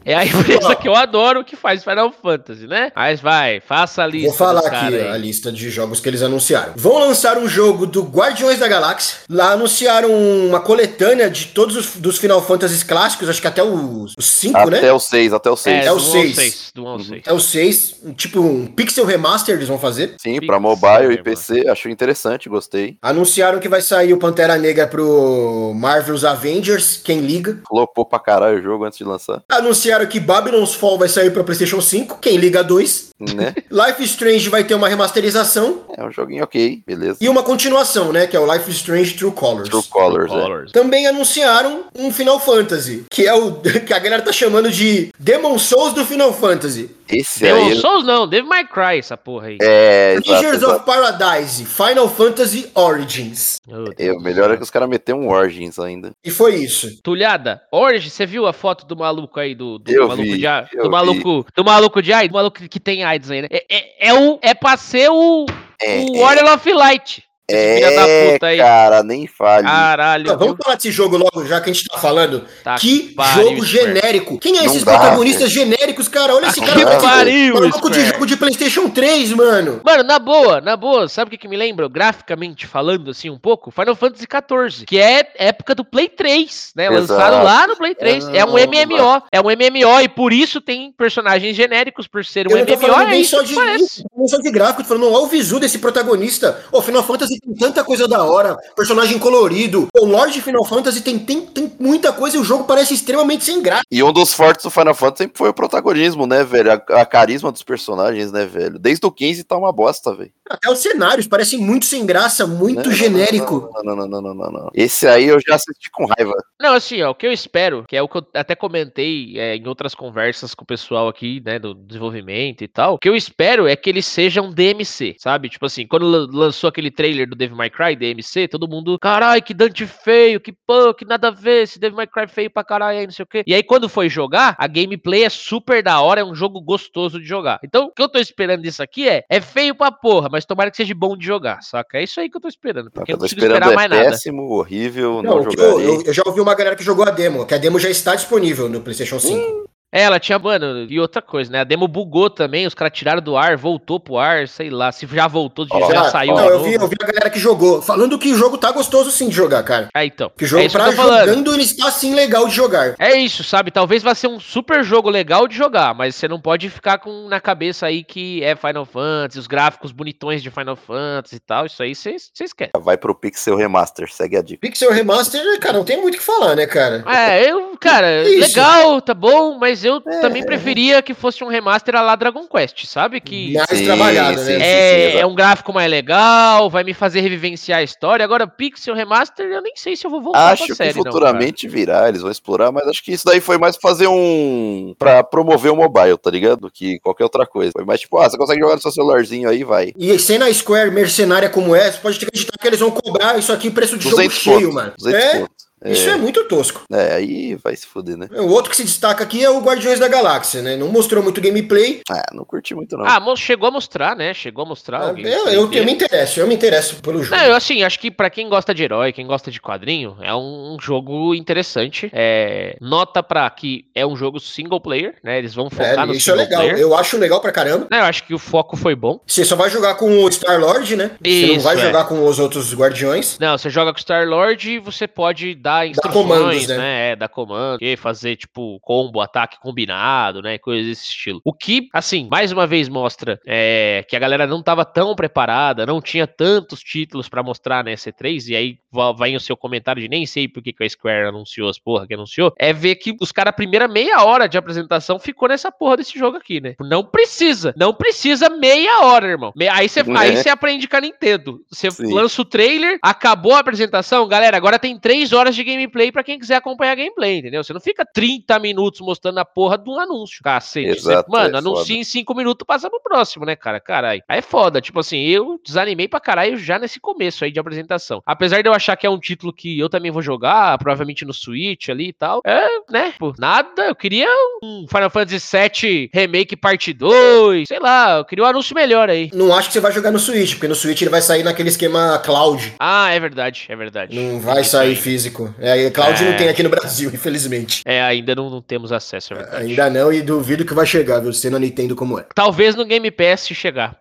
é a empresa que eu adoro que faz Final Fantasy, né? Mas vai, faça a lista. Vou falar dos cara aqui aí. a lista de jogos que eles anunciaram. Vão lançar um jogo do Guardiões da Galáxia. Lá anunciaram uma coletânea de todos os dos Final Fantasies clássicos, acho que até os 5, né? Até o 6, até o 6. É, É o do 1 ao seis. 6. Do 1 ao 6. Uhum. Até os 6. Tipo um Pixel Remaster eles vão fazer. Sim, Pixel, pra mobile e mano. PC, acho interessante, gostei. Anunciaram que vai sair o Pantera Negra pro Marvel's Avengers, quem liga. Flopou pra caralho o jogo antes de lançar, Anunciaram que Babylon's Fall vai sair pra PlayStation 5, quem liga 2. né? Life is Strange vai ter uma remasterização. é um joguinho ok, beleza. E uma continuação, né? Que é o Life is Strange True Colors. True Colors, é. Colors. Também anunciaram um Final Fantasy, que é o que a galera tá chamando de Demon Souls do Final Fantasy. Esse Demon aí. Souls não, Devil May Cry, essa porra aí. Então, É, exato, Treasures exato. of Paradise, Final Fantasy Origins. Meu Deus É, o do melhor é céu. que os caras meteram um Origins ainda. E foi isso. Tulhada, Orange, você viu a foto do maluco aí, do, do Eu maluco vi, de AIDS? eu Do maluco, do maluco de AIDS? Do maluco que tem AIDS aí, né? É, é, é o, é pra ser o, É, o Warrior of Light. Um filha da é, puta aí. Ah. cara, nem fale. Caralho, Não, viu? vamos falar desse jogo logo, já que a gente tá falando. Tá Tá que pariu, jogo Square. genérico. Quem é Não esses dá, Ah, protagonistas genéricos, cara? Olha esse que cara parece pariu, um maluco de Square. jogo de PlayStation 3, mano. Mano, na boa, na boa, sabe o que, que me lembra? Graficamente falando, assim, um pouco, Final Fantasy XIV, que é época do Play 3, né? Exato. Lançado lá no Play 3. É um Ah, MMO. É um MMO e por isso tem personagens genéricos, por ser um Eu não tô MMO. falando É nem isso só que de, parece. nem só de gráfico, tô falando, olha o visu desse protagonista. O Final Fantasy tem tanta coisa da hora, personagem colorido. O Lorde Final Fantasy tem, tem, tem muita coisa e o jogo parece extremamente sem graça. E um dos fortes do Final Fantasy sempre foi o protagonismo, né, velho? A, a carisma dos personagens, né, velho? Desde o 15 tá uma bosta, velho. Até os cenários parecem muito sem graça, muito Não, genérico. Não, não, não, não, não, não. Esse aí eu já assisti com raiva. Não, assim, ó, o que eu espero, que é o que eu até comentei é, em outras conversas com o pessoal aqui, né, do desenvolvimento e tal, o que eu espero é que ele seja um DMC, sabe? Tipo assim, quando lan- lançou aquele trailer do Devil May Cry, DMC, todo mundo, carai, que Dante feio, que pô, que nada a ver, esse Devil May Cry feio pra caralho, aí, não sei o quê. E aí, quando foi jogar, a gameplay é super da hora, é um jogo gostoso de jogar. Então, o que eu tô esperando disso aqui é, é feio pra porra, mas tomara que seja bom de jogar, saca? É isso aí que eu tô esperando, Eu porque eu não tô consigo esperando esperar é mais nada. péssimo, horrível, não, Não, o que eu, jogarei. eu- eu já ouvi uma galera que jogou a demo, que a demo já está disponível no PlayStation 5. É, ela tinha, mano, e outra coisa, né? A demo bugou também, os caras tiraram do ar, voltou pro ar, sei lá, se já voltou, Ó, já Já- saiu. não, de eu vi, novo. eu vi a galera que jogou, falando que o jogo tá gostoso sim de jogar, cara. Ah, então. Que o jogo é isso que pra eu tô falando. jogando ele está sim legal de jogar. É isso, sabe? Talvez vá ser um super jogo legal de jogar, mas você não pode ficar com na cabeça aí que é Final Fantasy, os gráficos bonitões de Final Fantasy e tal. Isso aí você esquece. Vai pro Pixel Remaster, segue a dica. Pixel Remaster, cara, não tem muito o que falar, né, cara? É, eu, cara, Isso. legal, tá bom, mas eu também É. preferia que fosse um remaster à la Dragon Quest, sabe? Que Mais trabalhado, né? é, exato. é um gráfico mais legal, vai me fazer revivenciar a história. Agora, Pixel Remaster, eu nem sei se eu vou voltar Acho pra que série, não, futuramente virá, eles vão explorar, mas acho que isso daí foi mais fazer um. pra promover o mobile, tá ligado? Do Que qualquer outra coisa. Foi mais tipo, ah, você consegue jogar no seu celularzinho aí, vai. E sendo a Square mercenária como essa, pode acreditar que eles vão cobrar isso aqui preço de jogo 200 cheio, pontos. mano. 200 é, pontos. É, isso é muito tosco. é, aí vai se fuder, né? O outro que se destaca aqui é o Guardiões da Galáxia, né? Não mostrou muito gameplay. Ah, não curti muito, não. cara. Ah, mo- chegou a mostrar, né? Chegou a mostrar. o É, eu, gameplay eu, dele. eu me interesso, eu me interesso pelo jogo. Não, eu assim, acho que pra quem gosta de herói, quem gosta de quadrinho, é um, um jogo interessante. É, nota pra que é um jogo single player, né? Eles vão focar É, no isso é single legal, player. eu acho legal pra caramba. Né, Eu acho que o foco foi bom. Você só vai jogar com o Star-Lord, né? Você não Isso, vai é. jogar com os outros Guardiões. Não, você joga com Star Lord e você pode dar dar instruções, comandos, né? né? É, dar comando, e fazer, tipo, combo, ataque combinado, né? Coisas desse estilo. O que, assim, mais uma vez mostra é, que a galera não tava tão preparada, não tinha tantos títulos pra mostrar na E3, e aí va- vai o seu comentário de nem sei por que que a Square anunciou as porra que anunciou, é ver que os caras, a primeira meia hora de apresentação ficou nessa porra desse jogo aqui, né? Não precisa, não precisa meia hora, irmão. Me- Aí você aí É. você aprende com a Nintendo. Você Sim. lança o trailer, acabou a apresentação, galera, agora tem três horas de gameplay pra quem quiser acompanhar a gameplay, entendeu? Você não fica 30 minutos mostrando a porra de um anúncio, cacete. Você- Exato, mano, é anuncia em cinco minutos, passa pro próximo, né, cara? Caralho. Aí é foda, tipo assim, eu desanimei pra caralho já nesse começo aí de apresentação. Apesar de eu achar que é um título que eu também vou jogar, provavelmente no Switch ali e tal, é, né, pô, nada, eu queria um Final Fantasy VII Remake Parte 2, sei lá, eu queria um anúncio melhor aí. Não acho que você vai jogar no Switch, porque no Switch ele vai sair naquele esquema cloud. Ah, é verdade, é verdade. Não vai sair físico. É, e cloud É. não tem aqui no Brasil, infelizmente. É, ainda não, não temos acesso, é verdade. Ainda não, e duvido que vai chegar, viu? Sendo a Nintendo como é. Talvez no Game Pass se chegar.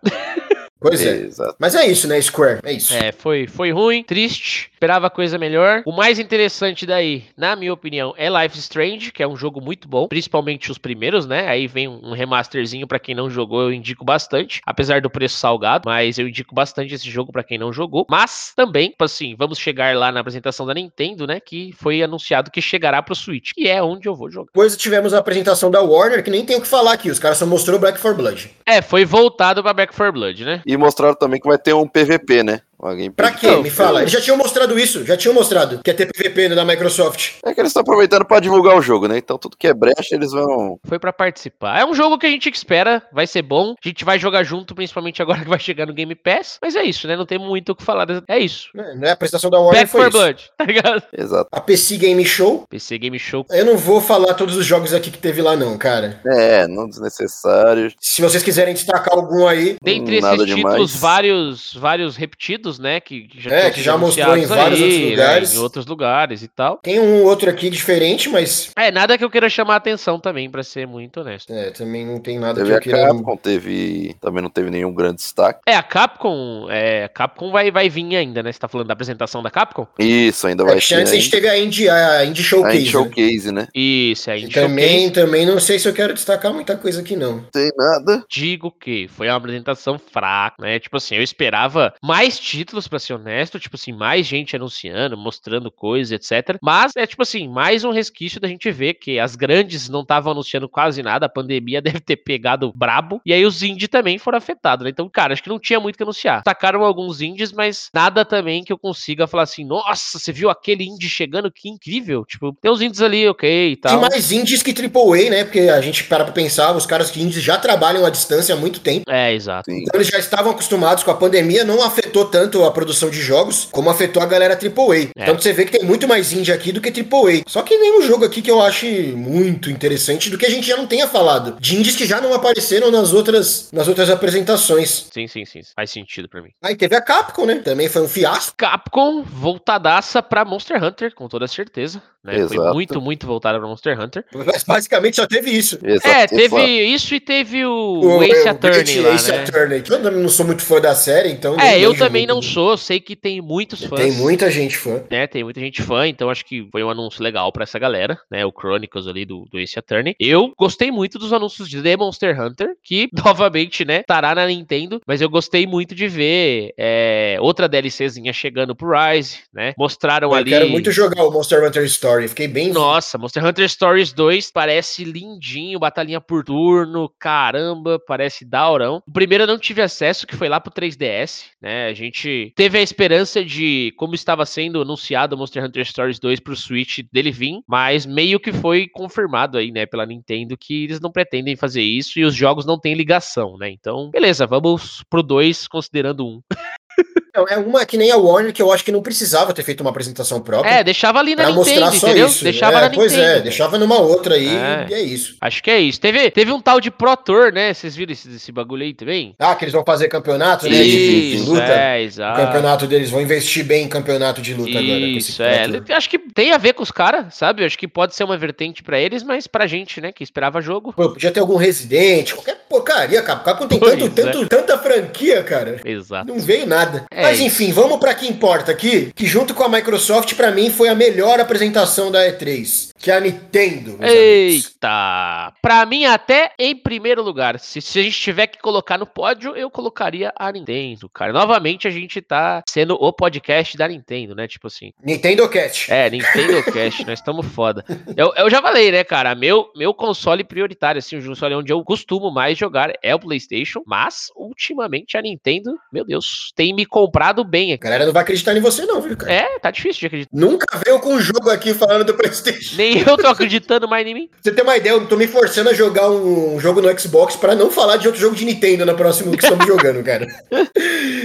Pois é. Exato. Mas é isso, né, Square? É isso. É, foi, foi ruim, triste, esperava coisa melhor. O mais interessante daí, na minha opinião, é Life is Strange, que é um jogo muito bom, principalmente os primeiros, né? Aí vem um remasterzinho pra quem não jogou, eu indico bastante, apesar do preço salgado, mas eu indico bastante esse jogo pra quem não jogou. Mas também, tipo assim, vamos chegar lá na apresentação da Nintendo, né, que foi anunciado que chegará pro Switch, que é onde eu vou jogar. Depois tivemos a apresentação da Warner, que nem tem o que falar aqui. Os caras só mostrou Black 4 Blood. É, foi voltado pra Back 4 Blood, né? E mostraram também que vai ter um PVP, né? Alguém Pra quê? Então, Me fala. Eles já tinham mostrado isso. Já tinham mostrado que é ia ter PVP da Microsoft. É que eles estão aproveitando pra divulgar o jogo, né? Então tudo que é brecha, eles vão. Foi pra participar. É um jogo que a gente espera, vai ser bom. A gente vai jogar junto, principalmente agora que vai chegar no Game Pass. Mas é isso, né? Não tem muito o que falar. É isso. Né? Né? A apresentação da Warner Back foi for isso. Blood, tá ligado? Exato. A PC Game Show. PC Game Show. Eu não vou falar todos os jogos aqui que teve lá, não, cara. É, não desnecessário. Se vocês quiserem destacar algum aí, Dentre esses Nada títulos, demais. vários, vários repetidos, né? Que, que já, É, tinham que sido já mostrou em vários anunciados outros né, lugares. Em outros lugares e tal. tem um outro aqui diferente, mas É, nada que eu queira chamar a atenção também, pra ser muito honesto. é, também não tem nada que Teve eu a queira. Capcom, teve. Também não teve nenhum grande destaque. É, a Capcom, é, a Capcom vai, vai vir ainda, né? Você tá falando da apresentação da Capcom? Isso, ainda É vai que ter. né? antes a gente teve a Indie, a Indie ainda. A Showcase. gente showcase, né? Isso, é, a né? E gente também, também não sei se eu quero destacar muita coisa aqui, não. Tem nada. digo que foi uma apresentação fraca, né? Tipo assim, eu esperava mais títulos, pra ser honesto, tipo assim, mais gente anunciando, mostrando coisas, etc. Mas é tipo assim, mais um resquício da gente ver que as grandes não estavam anunciando quase nada, a pandemia deve ter pegado brabo, e aí os indie também foram afetados, né? Então, cara, acho que não tinha muito o que anunciar. Tacaram alguns indies, mas nada também que eu consiga falar assim, nossa, você viu aquele indie chegando? Que incrível! Tipo, tem uns indies ali, ok, e Tem tal. mais indies que AAA, né? Porque a gente para pra pensar, os caras que indies já trabalham à distância há muito tempo. É, exato. Sim. Então eles já estavam acostumados com a pandemia, não afetou tanto a produção de jogos, como afetou a galera AAA. É. Então você vê que tem muito mais indie aqui do que AAA. Só que nenhum jogo aqui que eu ache muito interessante do que a gente já não tenha falado. De indies que já não apareceram nas outras, nas outras apresentações. Sim, sim, sim. Faz sentido pra mim. Aí teve a Capcom, né? Também foi um fiasco. Capcom voltadaça pra Monster Hunter, com toda certeza. Né? Foi Exato. muito, muito voltada pra Monster Hunter. Mas basicamente só teve isso. Exato. é, exato. teve isso e teve o, o Ace Attorney Great lá, Ace né? Attorney, que Eu também não sou muito fã da série, então. É, nem eu manjo também não muito. sou, sei que tem muitos fãs. Tem muita gente fã. né, tem muita gente fã, então acho que foi um anúncio legal pra essa galera, né? O Chronicles ali do, do Ace Attorney. Eu gostei muito dos anúncios de The Monster Hunter, que novamente, né, estará na Nintendo, mas eu gostei muito de ver é, outra DLCzinha chegando pro Rise, né? Mostraram Eu ali. quero muito jogar o Monster Hunter Story. Fiquei bem. Nossa, Monster Hunter Stories 2 parece lindinho, batalhinha por turno, caramba, parece daorão. O primeiro eu não tive acesso, que foi lá pro 3DS, né? A gente teve a esperança de, como estava sendo anunciado o Monster Hunter Stories 2 pro Switch dele vir, mas meio que foi confirmado aí, né, pela Nintendo que eles não pretendem fazer isso e os jogos não têm ligação, né? Então, beleza, vamos pro 2 considerando um. Não, é uma que nem a Warner que eu acho que não precisava ter feito uma apresentação própria. É, deixava ali na pra mostrar Nintendo, só entendeu? isso. Deixava é, na Nintendo. pois é, velho. deixava numa outra aí É. e é isso. Acho que é isso. Teve, teve um tal de ProTour, né? Vocês viram esse, esse bagulho aí também? Ah, que eles vão fazer campeonato, né? de- De, Isso, luta. é, O exato. campeonato deles, vão investir bem em campeonato de luta agora. com esse Isso, é. campeonato. Acho que tem a ver com os caras, sabe? Acho que pode ser uma vertente pra eles, mas pra gente, né, que esperava jogo. Pô, podia ter algum residente, qualquer porcaria, Capcom. Capcom tem Pois tanto, é. tanto, tanta franquia, cara. Exato. Não veio nada. É, Mas enfim, vamos pra que importa aqui, que junto com a Microsoft, pra mim, foi a melhor apresentação da E3, que é a Nintendo. meus amigos. Eita! Pra mim, até em primeiro lugar. Se, se a gente tiver que colocar no pódio, eu colocaria a Nintendo, cara. Novamente, a gente tá sendo o podcast da Nintendo, né? Tipo assim. Nintendo Cat. É, Nintendo Cash, nós estamos foda. Eu, eu já falei, né, cara? Meu, meu console prioritário, assim, o console onde eu costumo mais jogar é o PlayStation, mas ultimamente a Nintendo, meu Deus, tem me comprado bem A aqui. galera não vai acreditar em você, não, viu, cara? É, tá difícil de acreditar. Nunca veio com um jogo aqui falando do PlayStation. Nem eu tô acreditando mais em mim. Pra Você tem uma ideia, eu tô me forçando a jogar um jogo no Xbox pra não falar de outro jogo de Nintendo na próxima que estamos jogando, cara.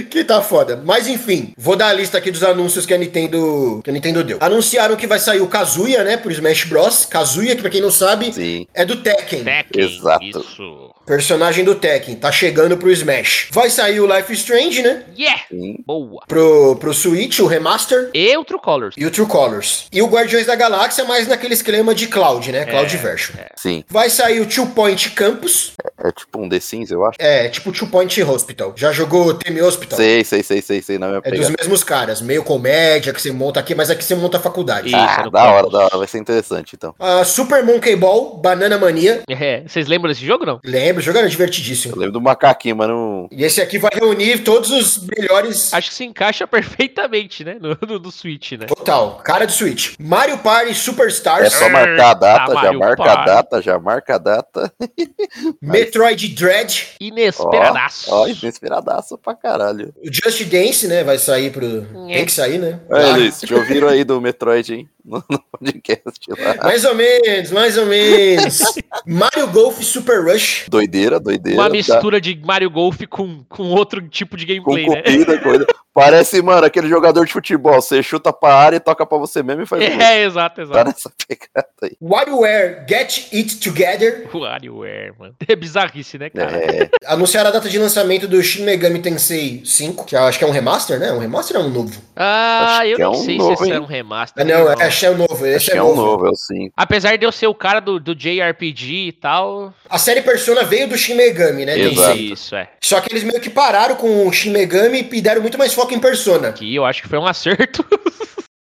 que tá foda. Mas enfim, vou dar a lista aqui dos anúncios que a Nintendo, que a Nintendo deu. Anunciaram que vai sair o Kazuya, né, pro Smash Bros. Kazuya, que pra quem não sabe, Sim. é do Tekken. Tekken, Exato. Isso. Personagem do Tekken, tá chegando pro Smash. Vai sair o Life is Strange, né? Yeah! Sim. Boa. Pro, pro Switch, o remaster. E o True Colors. E o True Colors. E o Guardiões da Galáxia, é mais naquele esquema de Cloud, né? Cloud Version. Sim. Vai sair o Two Point Campus. É tipo um The Sims, eu acho. É, tipo Two Point Hospital. Já jogou Teme Hospital? Sei, sei, sei, sei, sei. Na minha É dos pegada. mesmos caras. Meio comédia que você monta aqui, mas aqui você monta a faculdade. Isso, é Ah, no da hora, campus. da hora. Vai ser interessante, então. Ah, Super Monkey Ball, Banana Mania. É, vocês lembram desse jogo, não? Lembro, jogaram divertidíssimo. Eu lembro do macaquinho, mas não. E esse aqui vai reunir todos os melhores. Acho que se encaixa perfeitamente, né? No, no, no Switch, né? Total, cara de Switch. Mario Party É Superstars, só marcar a data, já tá Mario marca a Party. data, já marca a data. Metroid Dread, Inesperadaço. Ó, inspiradaço pra caralho. o Just Dance, né? Vai sair pro. Tem que sair, né? É, Lá. Luiz, te ouviram aí do Metroid, hein? No, no podcast lá. Mais ou menos, mais ou menos. Mario Golf Super Rush. Doideira, doideira. Uma tá? mistura de Mario Golf com, com outro tipo de Com gameplay, né? comida, coisa. Parece, mano, aquele jogador de futebol. Você chuta pra área e toca pra você mesmo e faz. gol. É, exato, Tá exato. nessa pegada aí. WarioWare Get It Together. um O WarioWare, mano. É bizarrice, né, cara? É, Anunciaram a data de lançamento do Shin Megami Tensei 5, que eu acho que é um remaster, né? Um remaster ou é um novo? Ah, Acho eu que é nem um sei novo, se esse hein? é um remaster. Ah, não, né, é, acho que é um novo. Esse acho que é é um novo. novo, eu sim. Apesar de eu ser o cara do, do JRPG e tal. A série Persona veio do Shin Megami, né? Exato. Tensei. Isso, é. Só que eles meio que pararam com o Shin Megami e deram muito mais foco em Persona. Que eu acho que foi um acerto.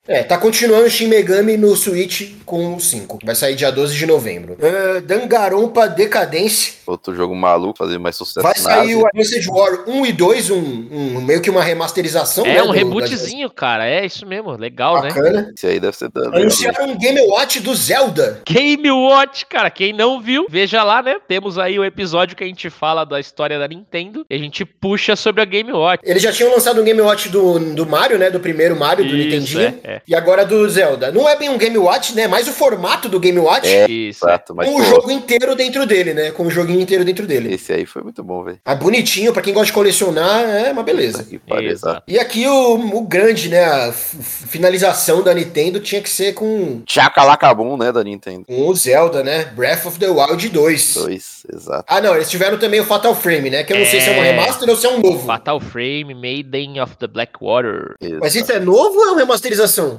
É, tá continuando o Shin Megami no Switch com o 5. Vai sair dia 12 de novembro. Ah, Dangarompa Decadence. Outro jogo maluco, fazer mais sucesso. Vai na sair Ásia. o Advanced War 1 e 2, um, um- meio que uma remasterização. É né, um do- rebootzinho, cara. É isso mesmo. da- Legal, né? Bacana. Esse aí deve ser dano. Anunciaram um Game Watch do Zelda. Game Watch, cara, quem não viu, veja lá, né? Temos aí o episódio que a gente fala da história da Nintendo e a gente puxa sobre a Game Watch. Eles já tinham lançado um Game Watch do, do Mario, né? Do primeiro Mario, do Isso, Nintendinho. é, E agora do Zelda. Não é bem um Game Watch, né? Mais o formato do Game Watch. É, Isso. Exato, mas com pô, o um jogo inteiro dentro dele, né? Com o joguinho inteiro dentro dele. esse aí foi muito bom, velho. Ah, bonitinho, pra quem gosta de colecionar, é uma beleza. Puta que pariu, Exato. E aqui o, o grande, né? A f- f- finalização da Nintendo tinha que ser com, Chacalacabum, né, da Nintendo. com o Zelda, né? Breath of the Wild 2. Dois, exato. Ah, não, eles tiveram também o Fatal Frame, né? Que eu não sei se é um É. remaster ou se é um novo. Fatal Frame, Maiden of the Blackwater. Mas exato. isso é novo ou é uma remasterização?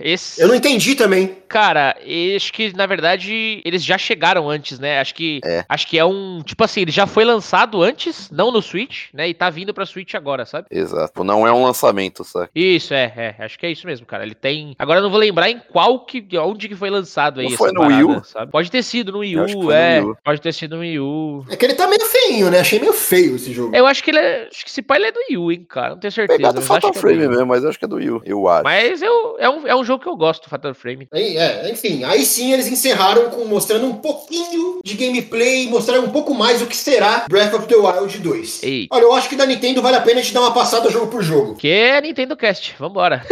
Esse, Eu não entendi também. cara, eu acho que na verdade eles já chegaram antes, né? Acho que É. acho que é um, tipo assim, ele já foi lançado antes, não no Switch, né? E tá vindo pra Switch agora, sabe? Exato. Não é um lançamento, saca? Isso, é, é, acho que é isso mesmo, cara. Ele tem. Agora eu não vou lembrar em qual que. onde que foi lançado aí Não foi no Wii U? sabe? Pode ter sido no Wii Eu acho que U, foi no é. Wii U. Pode ter sido no Wii U. É que ele tá meio feinho, né? Achei meio feio esse jogo. Eu acho que ele é. Acho que esse pai ele é do Wii U, hein, cara. Não tenho certeza. Pegada Mas, acho Fatal que é do Wii Frame U. mesmo, mas acho que é do Will. Eu acho. mas eu, é, um, é um jogo que eu gosto, Fatal Frame. Aí, é, enfim, aí sim eles encerraram com mostrando um pouquinho de gameplay e mostraram um pouco mais o que será Breath of the Wild 2. Ei. Olha, eu acho que da Nintendo vale a pena a gente dar uma passada jogo por jogo. Que é Nintendo Cast, vambora.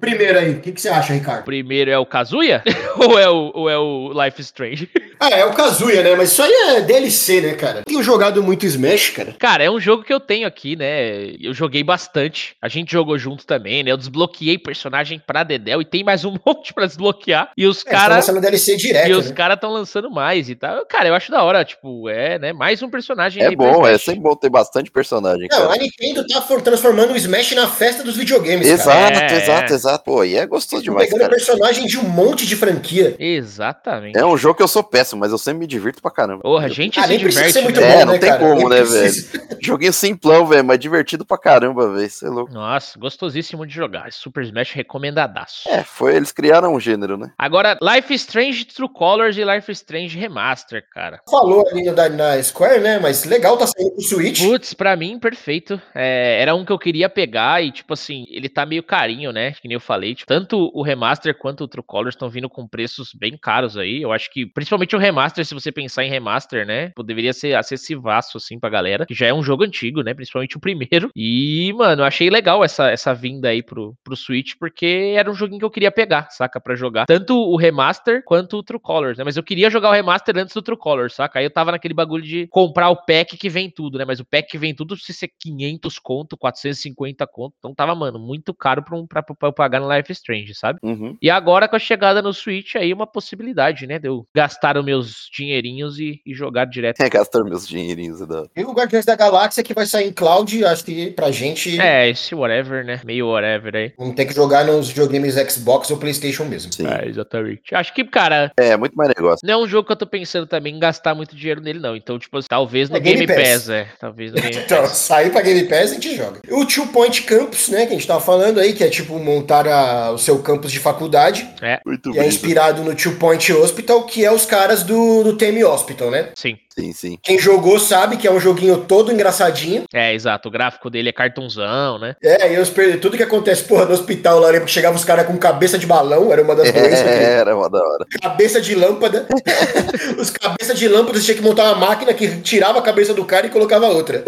Primeiro aí, o que, que você acha, O Ricardo? primeiro é o Kazuya? ou, é o, ou é o Life is Strange? Ah, é o Kazuya, né? Mas isso aí é DLC, né, cara? Tenho jogado muito Smash, cara. Cara, é um jogo que eu tenho aqui, né? Eu joguei bastante. A gente jogou junto também, né? Eu desbloqueei personagem pra Dedel e tem mais um monte pra desbloquear. E os É, eles tão caras. lançando DLC E direto, os né? caras estão lançando mais e tal. Cara, eu acho da hora, tipo, é, né? Mais um personagem É aí pra bom, é Smash. sempre bom ter bastante personagem, Não, cara. a Nintendo tá for- transformando o Smash na festa dos videogames, cara. Exato, É, exato, é. Exato. Pô, e é gostoso demais, Pegando cara. personagem de um monte de franquia. Exatamente. É um jogo que eu sou péssimo, mas eu sempre me divirto pra caramba. Porra, a gente Ah, se nem precisa diverte. ser muito né? É, bom, não né, tem cara? como, Nem né, precisa. Joguinho simplão, velho, mas divertido pra caramba, velho. Você é louco. Nossa, gostosíssimo de jogar. Super Smash recomendadaço. É, foi, eles criaram um gênero, né? Agora, Life is Strange True Colors e Life is Strange Remaster, cara. Falou ali no, da- na Square, né? Mas legal tá saindo pro Switch. Putz, pra mim, perfeito. É, era um que eu queria pegar e, tipo assim, ele tá meio carinho, né? Que nem eu falei. Tipo, tanto o Remaster quanto o True Colors estão vindo com preços bem caros aí. Eu acho que, principalmente o Remaster, se você pensar em Remaster, né? Tipo, deveria ser acessivaço, assim, pra galera. Que já é um jogo antigo, né? Principalmente o primeiro. E, mano, eu achei legal essa, essa vinda aí pro, pro Switch, porque era um joguinho que eu queria pegar, saca? Pra jogar. Tanto o Remaster quanto o True Colors, né? Mas eu queria jogar o Remaster antes do True Colors, saca? Aí eu tava naquele bagulho de comprar o pack que vem tudo, né? Mas o pack que vem tudo, se ser 500 conto, 450 conto. Então tava, mano, muito caro pra, um, pra, pra eu pagar no Life is Strange, sabe? Uhum. E agora com a chegada no Switch, aí uma possibilidade, né? De eu gastar os meus dinheirinhos e, e jogar direto. É, gastar meus dinheirinhos. Da... E o Guardiões da Galáxia que vai sair em cloud, acho que pra gente É, esse whatever, né? Meio whatever aí. vamos ter que jogar nos videogames Xbox ou Playstation mesmo. Sim. É, exatamente. Acho que, cara, É, muito mais negócio. não é um jogo que eu tô pensando também em gastar muito dinheiro nele, não. Então, tipo, assim, talvez no É Game, Game Pass, é. Talvez no Game Então, Pass. sair pra Game Pass a gente joga. O Two Point Campus, né, que a gente tava falando aí, que é tipo montar a- o seu campus de faculdade, Muito e é bem. inspirado no Two Point Hospital, que é os caras do, do Tame Hospital, né? Sim, Sim, sim. Quem jogou sabe que é um joguinho todo engraçadinho. é, exato. O gráfico dele é cartãozão, né? É, e os per- tudo que acontece, porra, no hospital lá, eu lembro que chegavam os caras com cabeça de balão, era É, É. uma das doenças. né? era uma da hora. Cabeça de lâmpada. Os cabeça de lâmpada, você tinha que montar uma máquina que tirava a cabeça do cara e colocava outra.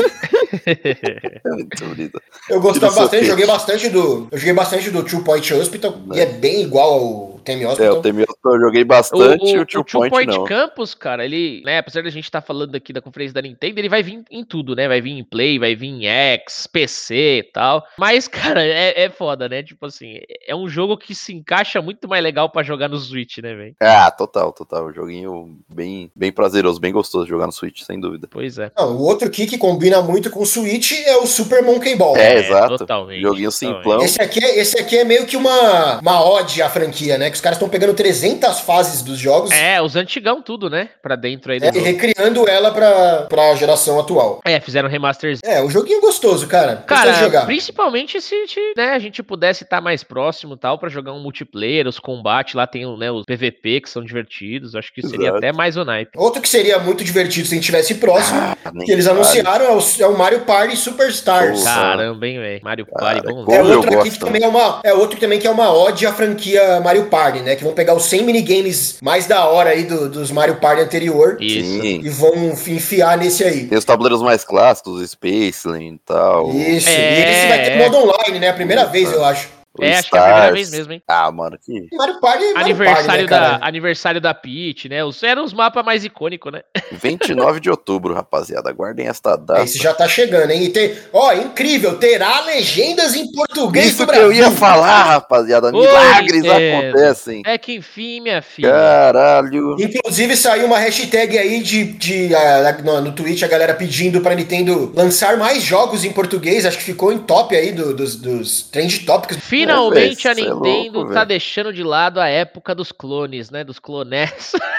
É muito bonito. Eu gostava Tira o bastante, seu joguei bastante do. Eu joguei bastante do Two Point Hospital, e é bem igual ao Tame É, o Então. Hospital. Temi eu joguei bastante e o, Two Point, não. Campus, cara, ele, né, apesar da gente estar falando aqui da conferência da Nintendo, ele vai vir em tudo, né? Vai vir em Play, vai vir em X, PC e tal. Mas, cara, é, é foda, né? Tipo assim, é um jogo que se encaixa muito mais legal pra jogar no Switch, né, velho? Ah, total, total. Joguinho bem, bem prazeroso, bem gostoso de jogar no Switch, sem dúvida. Pois é. Não, o outro aqui que combina muito com o Switch é o Super Monkey Ball. É, exato. Totalmente. Joguinho totalmente. simplão. Esse aqui, é- esse aqui é meio que uma, uma ode à franquia, né? Que os caras estão pegando 300 fases dos jogos É, os antigão tudo, né? Pra dentro aí do né, e jogo. recriando ela pra, pra geração atual. É, fizeram remasterzinho. É, o joguinho é gostoso, cara. Gostoso de Cara, jogar. principalmente se te- né, a gente pudesse estar mais próximo e tal, pra jogar um multiplayer, os combates lá tem o, né, os PVP que são divertidos, acho que seria Exato. até mais o naipe. Outro que seria muito divertido se a gente estivesse próximo, Ah, nem que eles fale. anunciaram, é o, é o Mario Party Superstars. Porra. Caramba, hein, velho. Mario Party, Cara, bom como É eu outro aqui gosto. que também é uma, é outro que também que é uma ode à franquia Mario Party, né? Que vão pegar os 100 minigames mais da hora aí do- dos Mario Party anterior Isso. Sim. e vão enfiar nesse aí. Tem os tabuleiros mais clássicos, Space Lane e tal. Isso. É, e esse vai ter é. modo online, né? A primeira Isso. vez, eu acho. o É, acho que é a primeira Stars. vez mesmo, hein? Ah, mano, que Mario Party é Mario Party, Aniversário, né, cara? da, aniversário da Peach, né? Os, eram os mapas mais icônicos, né? 29 de outubro, rapaziada. Guardem esta data. Esse já tá chegando, hein? E tem, ó, incrível, terá legendas em português Isso do que Brasil. eu ia falar, rapaziada. Ô, Milagres Nintendo. acontecem. É que enfim, minha filha. Caralho. Inclusive saiu uma hashtag aí de, de, ah, no, no Twitch a galera pedindo pra Nintendo lançar mais jogos em português, acho que ficou em top aí do- dos, dos trend topics. Finalmente Ô, a véi, cê é Nintendo louco, tá véi. deixando de lado a época dos clones, né? Dos clones.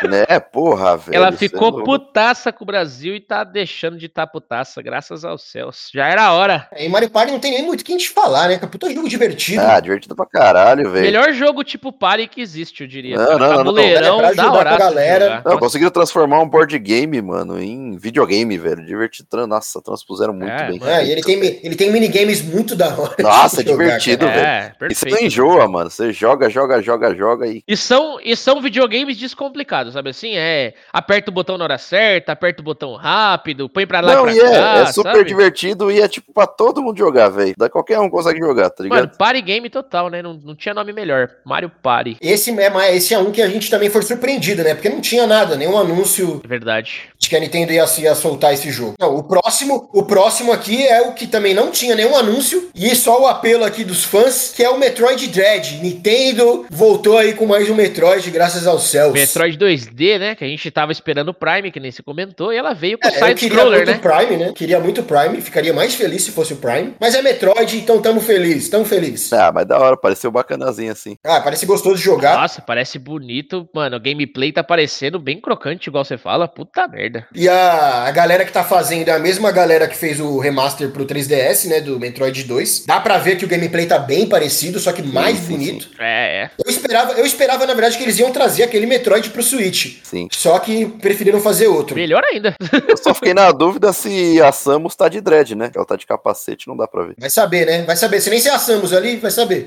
Né, porra, velho. Ela cê é ficou louco. putaça com o Brasil e tá deixando de estar putaça, graças aos céus. Já era a hora. E Mario Party não tem nem muito o que a gente falar, né? Que é um puta jogo divertido. Ah, divertido pra caralho, velho. Melhor jogo tipo party que existe, eu diria. Não, cara. não, não, não. Tabuleirão, Pra ajudar da a hora. galera. Não, conseguiram transformar um board game, mano, em videogame, velho. Divertido. tran- Nossa, transpuseram muito É, bem. mano. É, e ele tem, mi- ele tem minigames muito da hora. Nossa, de jogar, divertido, cara. É, E você não perfeito. enjoa, mano. Você joga, joga, joga, joga e. E são, e são videogames descomplicados, sabe assim? É, aperta o botão na hora certa, aperta o botão rápido, põe pra lá Não, e pra e é, cá, é super sabe? divertido e é tipo pra todo mundo jogar, velho. Da- Qualquer um consegue jogar, tá ligado? Mano, party game total, né? Não, não tinha nome melhor. Mario Party, Esse é, mais- esse é um que a gente também foi surpreendido, né? Porque não tinha nada, nenhum anúncio de verdade. de que a Nintendo ia, ia soltar esse jogo. Não, o próximo, o próximo aqui é o que também não tinha nenhum anúncio e só o apelo aqui dos fãs, que é é o Metroid Dread. Nintendo voltou aí com mais um Metroid, graças aos céus. Metroid 2D, né? Que a gente tava esperando o Prime, que nem se comentou, e ela veio com É, o eu queria side-scroller, muito né? Prime, né? Queria muito Prime, ficaria mais feliz se fosse o Prime. Mas é Metroid, então tamo feliz, tamo feliz. Ah, mas da hora, pareceu bacanazinho assim. Ah, parece gostoso de jogar. Nossa, parece bonito, mano. O gameplay tá parecendo bem crocante, igual você fala. Puta merda. E a, a galera que tá fazendo é a mesma galera que fez o remaster pro 3DS, né? Do Metroid 2. Dá pra ver que o gameplay tá bem parecido, só que mais sim, bonito. É, é. Eu esperava, eu esperava, na verdade, que eles iam trazer aquele Metroid pro Switch. Sim. Só que preferiram fazer outro. Melhor ainda. Eu só fiquei na dúvida se a Samus tá de dread, né? Ela tá de capacete, não dá pra ver. Vai saber, né? Vai saber. Se nem se é a Samus ali, vai saber.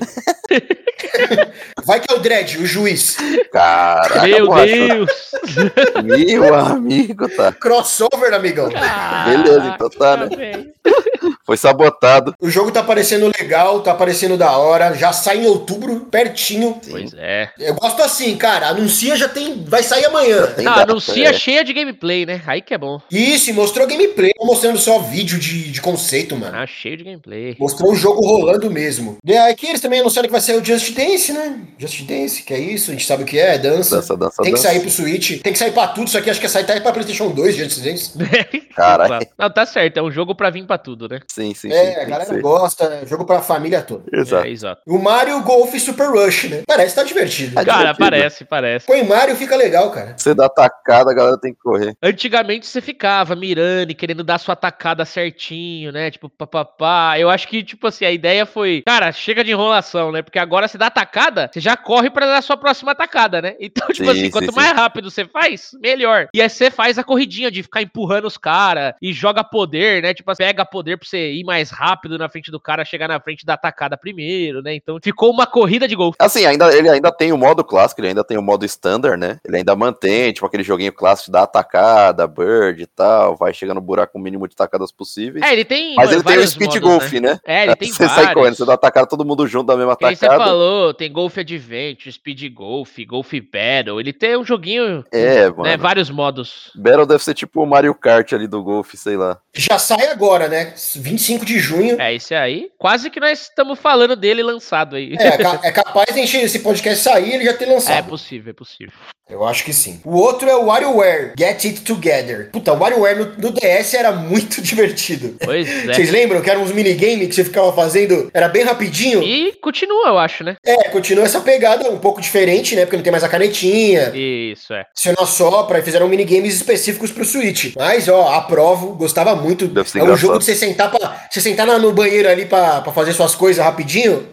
vai que é o Dredd, o juiz. Caraca, Meu borrachudo. Deus. Meu amigo, tá. Crossover, amigão. Beleza, então tá, né? Foi sabotado. O jogo tá parecendo legal, tá parecendo da hora. Já sai em outubro, pertinho. Pois é. Eu gosto assim, cara. Anuncia já tem. Vai sair amanhã. Tem Ah, Não, data, anuncia é. cheia de gameplay, né? Aí que é bom. Isso, e mostrou gameplay. Não mostrando só vídeo de, de conceito, mano. Ah, cheio de gameplay. Mostrou o jogo rolando mesmo. E aqui eles também anunciaram que vai sair o Just Dance, né? Just Dance, que é isso, a gente sabe o que é, é dança. Dança, dança, Tem que dança. sair pro Switch, tem que sair pra tudo, isso aqui acho que é sair até pra Playstation 2, Just Dance. Caralho. Não, tá certo. É um jogo pra vir pra tudo, né? Sim, sim, sim. É, a tem que galera ser. gosta, é jogo pra família toda. Exato. É, exato. O Mario Golf Super Rush, né? Parece que tá divertido. Tá Cara, divertido. parece, parece. Põe Mario, fica legal, cara. Você dá tacada, a galera tem que correr. Antigamente você ficava mirando e querendo dar sua atacada certinho, né? Tipo, papapá. Eu acho que, tipo assim, a ideia foi, cara, chega de enrolação, né? Porque agora você dá atacada, você já corre pra dar a sua próxima atacada, né? Então, tipo Sim, assim, sim, quanto sim. mais rápido você faz, melhor. E aí você faz a corridinha de ficar empurrando os caras e joga poder, né? Tipo, pega poder pra você ir mais rápido na frente do cara, chegar na frente da atacada primeiro, né? Então ficou uma corrida de gol. Assim, ainda, ele ainda tem o modo clássico, ele ainda tem o modo standard, né? Ele ainda mantém, tipo, aquele joguinho clássico da atacada, bird e tal, vai chegando no buraco o mínimo de tacadas possíveis. É, ele tem. Mas ele tem o vários speed modos, golf, né? né? É, ele tem você sai correndo, vários. você dá atacada, todo mundo junto da mesma Que nem você atacada. falou, tem Golf Adventure, Speed Golf, Golf Battle. Ele tem um joguinho, É, mano. né? Vários modos. Battle deve ser tipo o Mario Kart ali do golfe, sei lá. Já sai agora, né? 25 de junho. É, esse aí. Quase que nós estamos falando dele lançado aí. É, ca- é capaz de encher esse podcast sair e ele já ter lançado. É, possível, é possível. Eu acho que sim. O outro é o WarioWare, Get It Together. Puta, o WarioWare no, no DS era muito divertido. Pois é. Vocês lembram que eram uns minigames que você ficava fazendo? Era bem rapidinho? E continua, eu acho, né? É, continua essa pegada um pouco diferente, né? Porque não tem mais a canetinha. Isso, é. Se não sopra e fizeram minigames específicos pro Switch. Mas, ó, aprovo, gostava muito. Deve ser é um engraçado. jogo de você sentar, pra, você sentar na- no banheiro ali pra, pra fazer suas coisas rapidinho.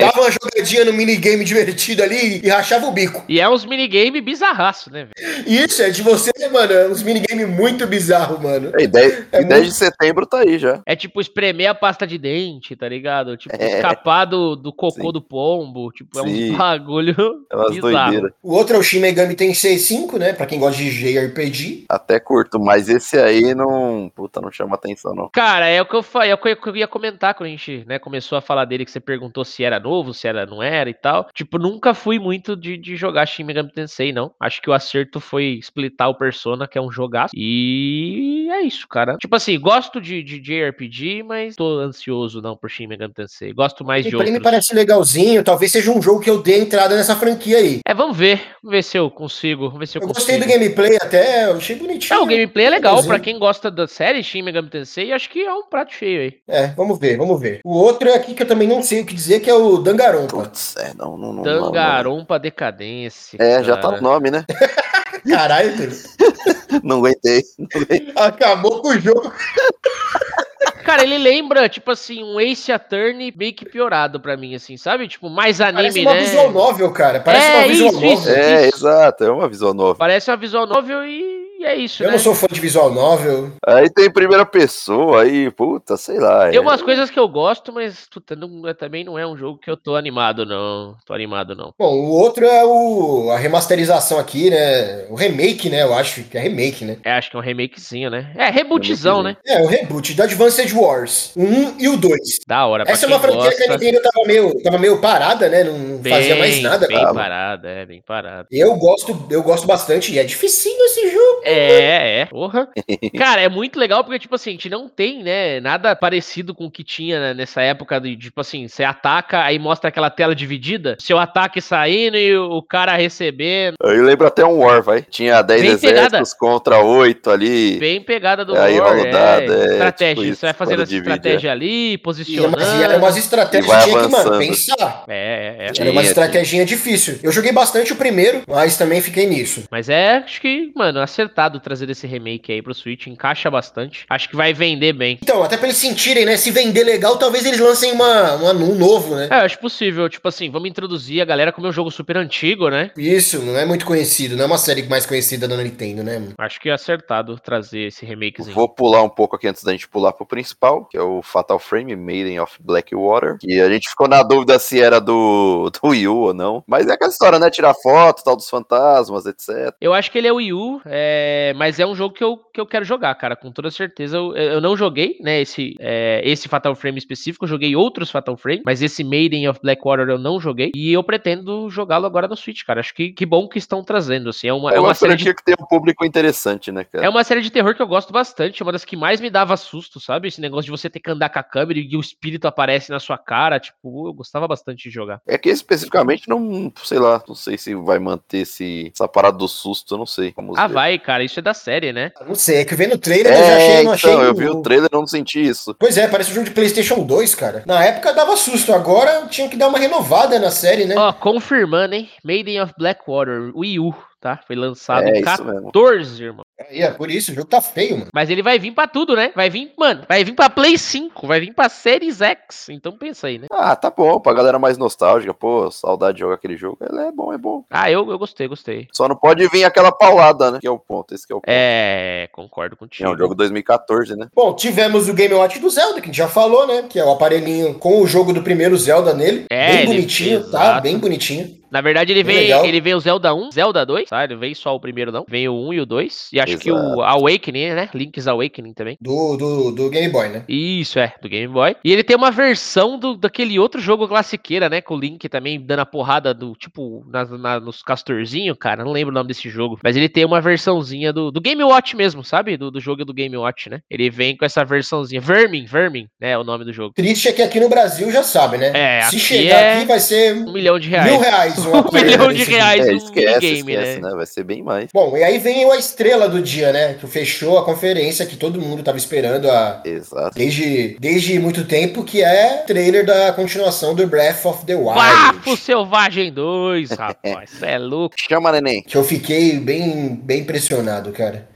Dava É. uma jogadinha no minigame divertido ali e rachava o bico. E é uns minigame bizarraço, né? velho? Isso, é de você, mano. É uns minigames muito bizarro, mano. E 10, É e 10 de setembro tá aí já. É tipo espremer a pasta de dente, tá ligado? Tipo escapar do, do cocô Sim. do pombo. Tipo, é um Sim. bagulho É umas bizarro. doideiras. O outro é o Shin Megami Tensei 5, né? Pra quem gosta de JRPG. Até curto, mas esse aí não. Puta, não chama atenção, não. Cara, é o que eu falei, é o que eu- que eu ia comentar quando a gente, né, começou a falar dele, que você perguntou se era novo, se era não era e tal. Tipo, nunca fui muito de, de jogar Shin Megami Tensei, não. Acho que o acerto foi splitar o Persona, que é um jogaço. E é isso, cara. Tipo assim, gosto de, de JRPG, mas tô ansioso não por Shin Megami Tensei. Gosto mais de Pra mim outros. me parece legalzinho. Talvez seja um jogo que eu dê entrada nessa franquia aí. É, vamos ver, vamos ver se eu consigo, vamos ver se eu, Eu consigo. gostei do gameplay até, eu achei bonitinho. Ah, o gameplay é legal, pra Legalzinho. quem gosta da série Shin Megami Tensei, acho que é um prato cheio aí. É, vamos ver, vamos ver. O outro é aqui que eu também não sei o que dizer, que é o Dangarompa. Putz, é, não, não, não. não, não. Tangarompa Decadência. É, já tá cara. o nome, né? Caralho, Pedro. Não aguentei. acabou com o jogo. Cara, ele lembra, tipo assim, um Ace Attorney meio que piorado pra mim, assim, sabe? Tipo, mais Parece anime, uma né? visual novel, cara. Parece É, uma visual isso, novel. isso. É, exato, é uma visão nova. Parece uma visual novel e e é isso, Eu né? não sou fã de visual novel. Aí tem primeira pessoa, aí, puta, sei lá. Tem é. umas coisas que eu gosto, mas puta, não- é- também não é um jogo que eu tô animado, não. Tô animado, não. Bom, o outro é o a remasterização aqui, né? O remake, né? Eu acho que é remake, né? É, acho que é um remakezinho, né? É, rebootzão, né? É, o reboot da Advanced Wars. O 1 e o 2. Da hora, pra Essa é quem uma franquia que a gosta. Nintendo tava meio, tava meio parada, né? Não Bem, fazia mais nada, bem cara. parado, é, bem parado. Eu gosto, eu gosto bastante, e é dificinho esse jogo. É, é. Porra. Cara, é muito legal porque, tipo assim, a gente não tem, né, nada parecido com o que tinha né, nessa época de, tipo assim, você ataca, aí mostra aquela tela dividida, seu ataque saindo e o cara recebendo. Eu lembro até um War, vai. Tinha 10 Bem exércitos pegada. contra 8 ali. Bem pegada do Aí horror, rola o dado, é, estratégia. tipo isso, você vai fazendo quando essa divide, estratégia ali, E é posicionando. umas, e era umas E vai estratégias que tinha que, mano, avançando. pensar. É, é, é. Era uma Tinha, estratégia difícil. Eu joguei bastante o primeiro, mas também fiquei nisso. Mas é, acho que, mano, acertado trazer esse remake aí pro Switch, encaixa bastante. Acho que vai vender bem. Então, até pra eles sentirem, né? Se vender legal, talvez eles lancem uma, uma- um novo, né? É, acho possível. Tipo assim, vamos introduzir a galera como é um jogo super antigo, né? Isso, não é muito conhecido, não é uma série mais conhecida da Nintendo, né? mano? Acho que é acertado trazer esse remakezinho. Vou pular um pouco aqui antes da gente pular pro principal, que é o Fatal Frame Maiden of Blackwater. E a gente ficou na dúvida se era do, do Wii U ou não. Mas é aquela história, né? Tirar foto, tal dos fantasmas, etc. Eu acho que ele é o Wii U, é, mas é um jogo que eu, que eu quero jogar, cara, com toda certeza. Eu, eu não joguei, né, esse, é, esse Fatal Frame específico, eu joguei outros Fatal Frame, mas esse Maiden of Blackwater eu não joguei, e eu pretendo jogá-lo agora no Switch, cara. Acho que, que bom que estão trazendo, assim, é uma, É é uma uma série de... franquia que tem um público interessante, né, cara? É uma série de terror que eu gosto bastante, é uma das que mais me dava susto, sabe? Esse negócio de você ter que andar com a câmera e o espírito aparece na sua cara, tipo, eu gostava bastante de jogar. É que especificamente não, sei lá, não sei se vai manter esse, essa parada do susto, eu não sei. Vamos Ah, ver. vai, cara, isso é da série, né? Não sei, é que vendo o trailer eu já É, achei, não então, achei. eu vi o trailer e não senti isso. Pois é, parece um jogo de PlayStation 2, cara. Na época dava susto, agora tinha que dar uma renovada na série, né? Ó, confirmando, hein? Maiden of Blackwater, Wii U, tá? Foi lançado É em isso mesmo. 14, irmão. Aí, é por isso, o jogo tá feio, mano. Mas ele vai vir pra tudo, né? Vai vir, mano, vai vir pra Play 5, vai vir pra Series X. Então pensa aí, né? Ah, tá bom, pra galera mais nostálgica, pô, saudade de jogar aquele jogo. Ele é bom, é bom. Ah, eu, eu gostei, gostei. Só não pode vir aquela paulada, né? Que é o ponto, esse que é o ponto. É, concordo contigo. É um jogo 2014, né? Bom, tivemos o Game Watch do Zelda, que a gente já falou, né? Que é o aparelhinho com o jogo do primeiro Zelda nele. É, bem ele- bonitinho, tá? exato. Bem bonitinho. Na verdade, ele Bem vem, legal. ele vem o Zelda 1, Zelda 2, tá? Ele vem só o primeiro, não. Vem o 1 e o 2. E acho que o Exato. Awakening, né? Link's Awakening também. Do, do, do Game Boy, né? Isso, é, do Game Boy. E ele tem uma versão do, daquele outro jogo classiqueira, né? Com o Link também dando a porrada do, tipo, nas- na- nos castorzinho, cara. Não lembro o nome desse jogo. Mas ele tem uma versãozinha do, do Game Watch mesmo, sabe? Do, do jogo do Game Watch, né? Ele vem com essa versãozinha. Vermin, Vermin, né? É o nome do jogo. Triste é que aqui no Brasil já sabe, né? É, Se aqui chegar é aqui vai ser Um milhão de mil reais. reais. uma Um coisa milhão de desse reais é, um esquece, minigame, esquece, né? né? Vai ser bem mais. Bom, e aí vem a estrela do dia, né? Que fechou a conferência que todo mundo tava esperando há Exato. desde, desde muito tempo, que é trailer da continuação do Breath of the Wild. Bafo Selvagem 2, rapaz. Cê é louco. Chama, neném. Que eu fiquei bem, bem impressionado, cara.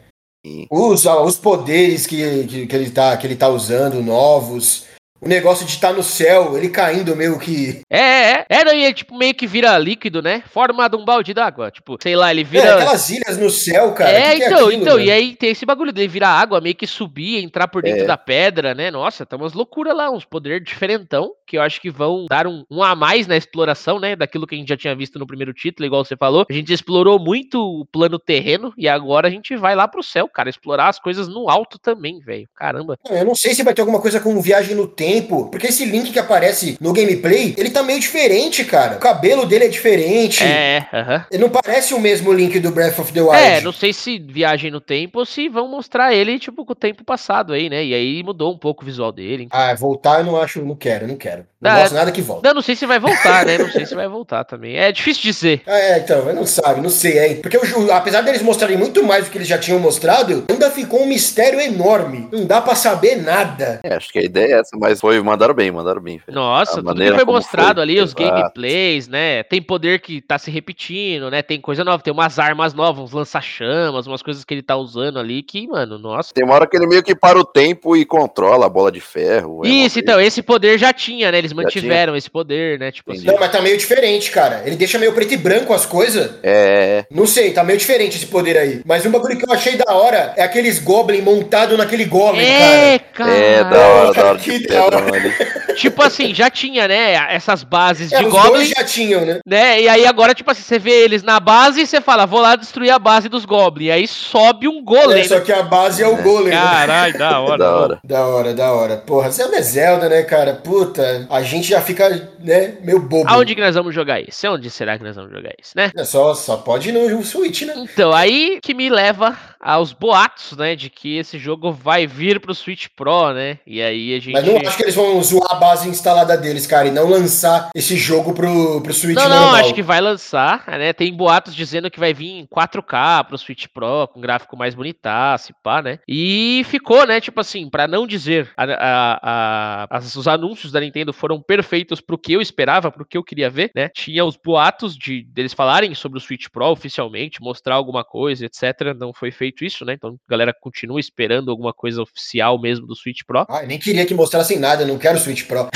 Sim. Os, os poderes que, que, que ele tá, que ele tá usando, novos. O negócio de estar no céu, ele caindo meio que. É, é, é. É, não, e ele, tipo, meio que vira líquido, né? Forma de um balde d'água. Tipo, sei lá, ele É, vira. aquelas ilhas no céu, cara. é, que que então, aquilo, né? então, mano? e aí tem esse bagulho dele virar água, meio que subir, entrar por dentro É. da pedra, né? Nossa, tá umas loucuras lá, uns poderes diferentão, que eu acho que vão dar um, um a mais na exploração, né? Daquilo que a gente já tinha visto no primeiro título, igual você falou. A gente explorou muito o plano terreno e agora a gente vai lá pro céu, cara, explorar as coisas no alto também, velho. Caramba. É, Eu não sei se vai ter alguma coisa com viagem no tempo, porque esse link que aparece no gameplay, ele tá meio diferente, cara. O cabelo dele é diferente. É, é, aham. Ele não parece o mesmo link do Breath of the Wild. É, não sei se viagem no tempo ou se vão mostrar ele, tipo, com o tempo passado aí, né? E aí mudou um pouco o visual dele. Ah, voltar eu não acho, não quero, não quero. Não Ah, gosto nada que volta. Não, não sei se vai voltar, né? Não sei se vai voltar também. É difícil dizer. Ah, é, então, eu não sabe, não sei, hein? Porque o ju- apesar deles mostrarem muito mais do que eles já tinham mostrado, ainda ficou um mistério enorme. Não dá pra saber nada. É, acho que a ideia é essa, mas foi, mandaram bem, mandaram bem. velho. Nossa, tudo que maneira foi como mostrado foi, ali, os exato. gameplays, né? Tem poder que tá se repetindo, né? Tem coisa nova, tem umas armas novas, uns lança-chamas, umas coisas que ele tá usando ali que, mano, nossa. Tem uma hora que ele meio que para o tempo e controla a bola de ferro. é uma Isso, coisa- então, esse poder já tinha, né? Eles tinha. mantiveram esse poder, né? Tipo assim. Entendi. Não, mas tá meio diferente, cara. Ele deixa meio preto e branco as coisas. É, é, Não sei, tá meio diferente esse poder aí. Mas um bagulho que eu achei da hora é aqueles goblin montado naquele golem, É, cara. cara. é, da hora, da hora. Que De da pedra, hora. mano. Tipo assim, já tinha, né? Essas bases É, de os Goblin. dois já tinham, né? Né? E aí agora, tipo assim, você vê eles na base e você fala, vou lá destruir a base dos Goblins. E aí sobe um É, golem. só que a base é o golem. né? Caralho, da hora. da hora. Da hora, da hora. Porra, Zelda é Zelda, né, cara? Puta, a gente já fica, né, meio bobo. Aonde que nós vamos jogar isso? Onde será que nós vamos jogar isso, né? É, só, só pode ir no Switch, né? Então, aí que me leva aos boatos, né, de que esse jogo vai vir pro Switch Pro, né? E aí a gente. Mas não acho que eles vão zoar a base instalada deles, cara, e não lançar esse jogo pro, pro Switch Não, não, normal. acho que vai lançar, né? Tem boatos dizendo que vai vir em 4K pro Switch Pro, com gráfico mais bonitaço, e pá, né? E ficou, né? Tipo assim, pra não dizer, a- a- a- as- os anúncios da Nintendo foram perfeitos pro que eu esperava, pro que eu queria ver, né? Tinha os boatos de deles falarem sobre o Switch Pro oficialmente, mostrar alguma coisa, etc. Não foi feito isso, né? Então a galera continua esperando alguma coisa oficial mesmo do Switch Pro. Ah, eu nem queria que mostrassem nada, eu não quero Switch Pro.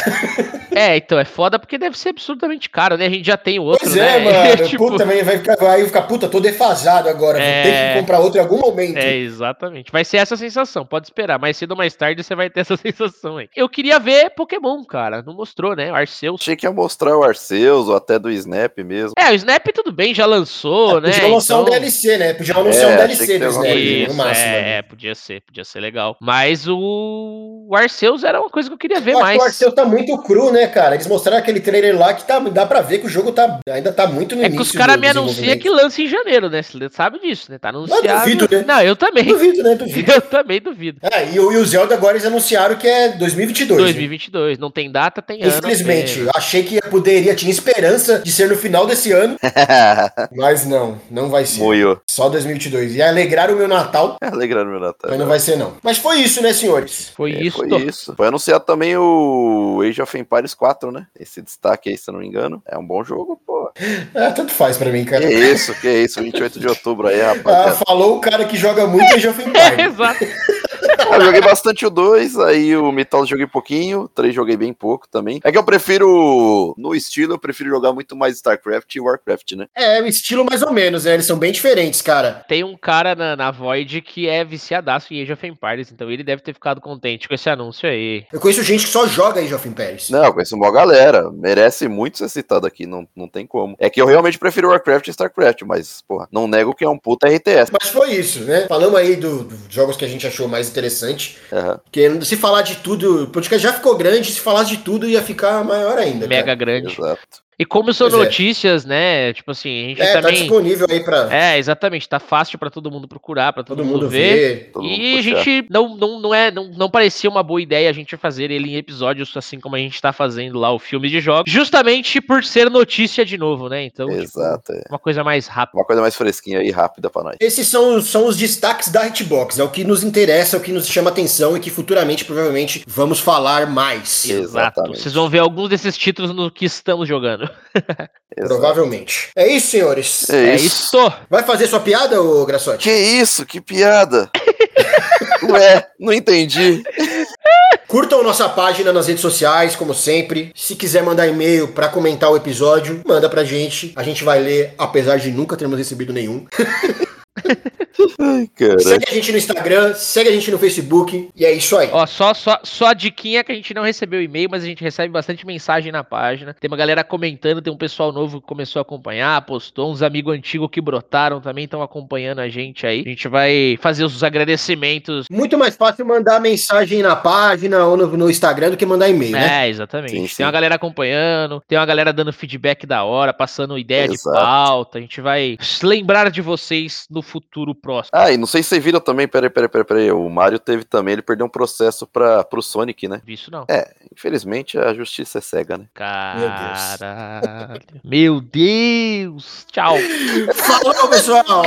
É, então é foda porque deve ser absurdamente caro, né? A gente já tem o outro, pois né? é, mano. Tipo, Puta, mas vai ficar, vai ficar, puta, tô defasado agora. É. Vou ter que comprar outro em algum momento. É, exatamente. Vai ser essa sensação, pode esperar. Mais cedo ou mais tarde você vai ter essa sensação aí. Eu queria ver Pokémon, cara. Não mostrou, né? Arceus. Achei que ia mostrar o Arceus ou até do Snap mesmo. É, o Snap tudo bem, já lançou, né? Podia lançar um Então- DLC, né? Podia lançar É, um achei DLC que do tem alguma Snap, né? Isso, no máximo. é, é, podia ser, podia ser legal. Mas o... o Arceus era uma coisa que eu queria ver Eu acho que mais. o Arceu tá muito cru, né, cara? Eles mostraram aquele trailer lá que tá, dá pra ver que o jogo tá, ainda tá muito no É que início. os caras do me anunciam que desenvolvimento. lança em janeiro, né? Você sabe disso, né? Tá anunciado. duvido, né? Não, eu também. Duvido, né? Duvido. Eu também duvido. Ah, e, o e o Zelda agora eles anunciaram que é 2022. né? 2022. Não tem data, tem ano. Infelizmente, tem- eu achei que poderia, tinha esperança de ser no final desse ano, É. mas não, não vai ser. Moio. Só 2022. E alegrar o meu Natal, É, Alegrando meu Natal. mas não vai ser não. Mas foi isso, né, senhores? Foi É, isso. Foi isso. Foi anunciado também o Age of Empires 4, né? Esse destaque aí, se eu não me engano. É um bom jogo, pô. Ah, tanto faz pra mim, Que cara. isso, que isso. 28 de outubro aí, Ah, rapaziada. falou o cara que joga muito e já foi pai. Exato. Eu joguei bastante o 2, aí o Metal joguei pouquinho, o 3 joguei bem pouco também. É que eu prefiro, no estilo, eu prefiro jogar muito mais StarCraft e Warcraft, né? É, o estilo mais ou menos, né? Eles são bem diferentes, cara. Tem um cara na, na Void que é viciadaço em Age of Empires, então ele deve ter ficado contente com esse anúncio aí. Eu conheço gente que só joga Age of Empires. Não, eu conheço uma galera, merece muito ser citado aqui, não, não tem como. É que eu realmente prefiro Warcraft e StarCraft, mas, porra, não nego que é um puta RTS. Mas foi isso, né? Falamos aí do- dos jogos que a gente achou mais interessante. Aham. Porque se falar de tudo, o podcast já ficou grande, se falasse de tudo ia ficar maior ainda. cara. Mega grande. Exato. E como são Pois é. notícias, né? Tipo assim, a gente É, tá também. disponível aí pra é, exatamente, tá fácil pra todo mundo procurar, pra todo, todo mundo, mundo ver. ver. Todo mundo E a puxar. gente não, não, não é não, não parecia uma boa ideia a gente fazer ele em episódios assim como a gente tá fazendo lá o filme de jogos, justamente por ser notícia de novo, né? Então, tipo, Exato, é. uma coisa mais rápida. Uma coisa mais fresquinha e rápida pra nós. Esses são, os- são os destaques da Hitbox, é o que nos interessa, é o que nos chama atenção e que futuramente, provavelmente, vamos falar mais. Exato. Exato. Vocês vão ver alguns desses títulos no que estamos jogando. Exato. Provavelmente. É isso, senhores. É É isso. isso. Vai fazer sua piada, ô Graçote? Que isso? Que piada! Ué, não entendi. Curtam nossa página nas redes sociais, como sempre. Se quiser mandar e-mail pra comentar o episódio, manda pra gente. A gente vai ler, apesar de nunca termos recebido nenhum. Ai, cara. Segue a gente no Instagram, segue a gente no Facebook e é isso aí. Ó, só, só, só a diquinha é que a gente não recebeu e-mail, mas a gente recebe bastante mensagem na página. Tem uma galera comentando, tem um pessoal novo que começou a acompanhar, postou, uns amigos antigos que brotaram também estão acompanhando a gente aí. A gente vai fazer os agradecimentos. Muito mais fácil mandar mensagem na página ou no, no Instagram do que mandar e-mail, né? É, exatamente. Sim, sim. Tem uma galera acompanhando, tem uma galera dando feedback da hora, passando ideia Exato. de pauta. A gente vai se lembrar de vocês no futuro próximo. Ah, e não sei se vocês viram também, peraí, peraí, peraí, peraí. O Mario teve também, ele perdeu um processo pra, pro Sonic, né? Isso não. Infelizmente, a justiça é cega, né? Caralho. Meu Deus. Tchau. Falou, pessoal!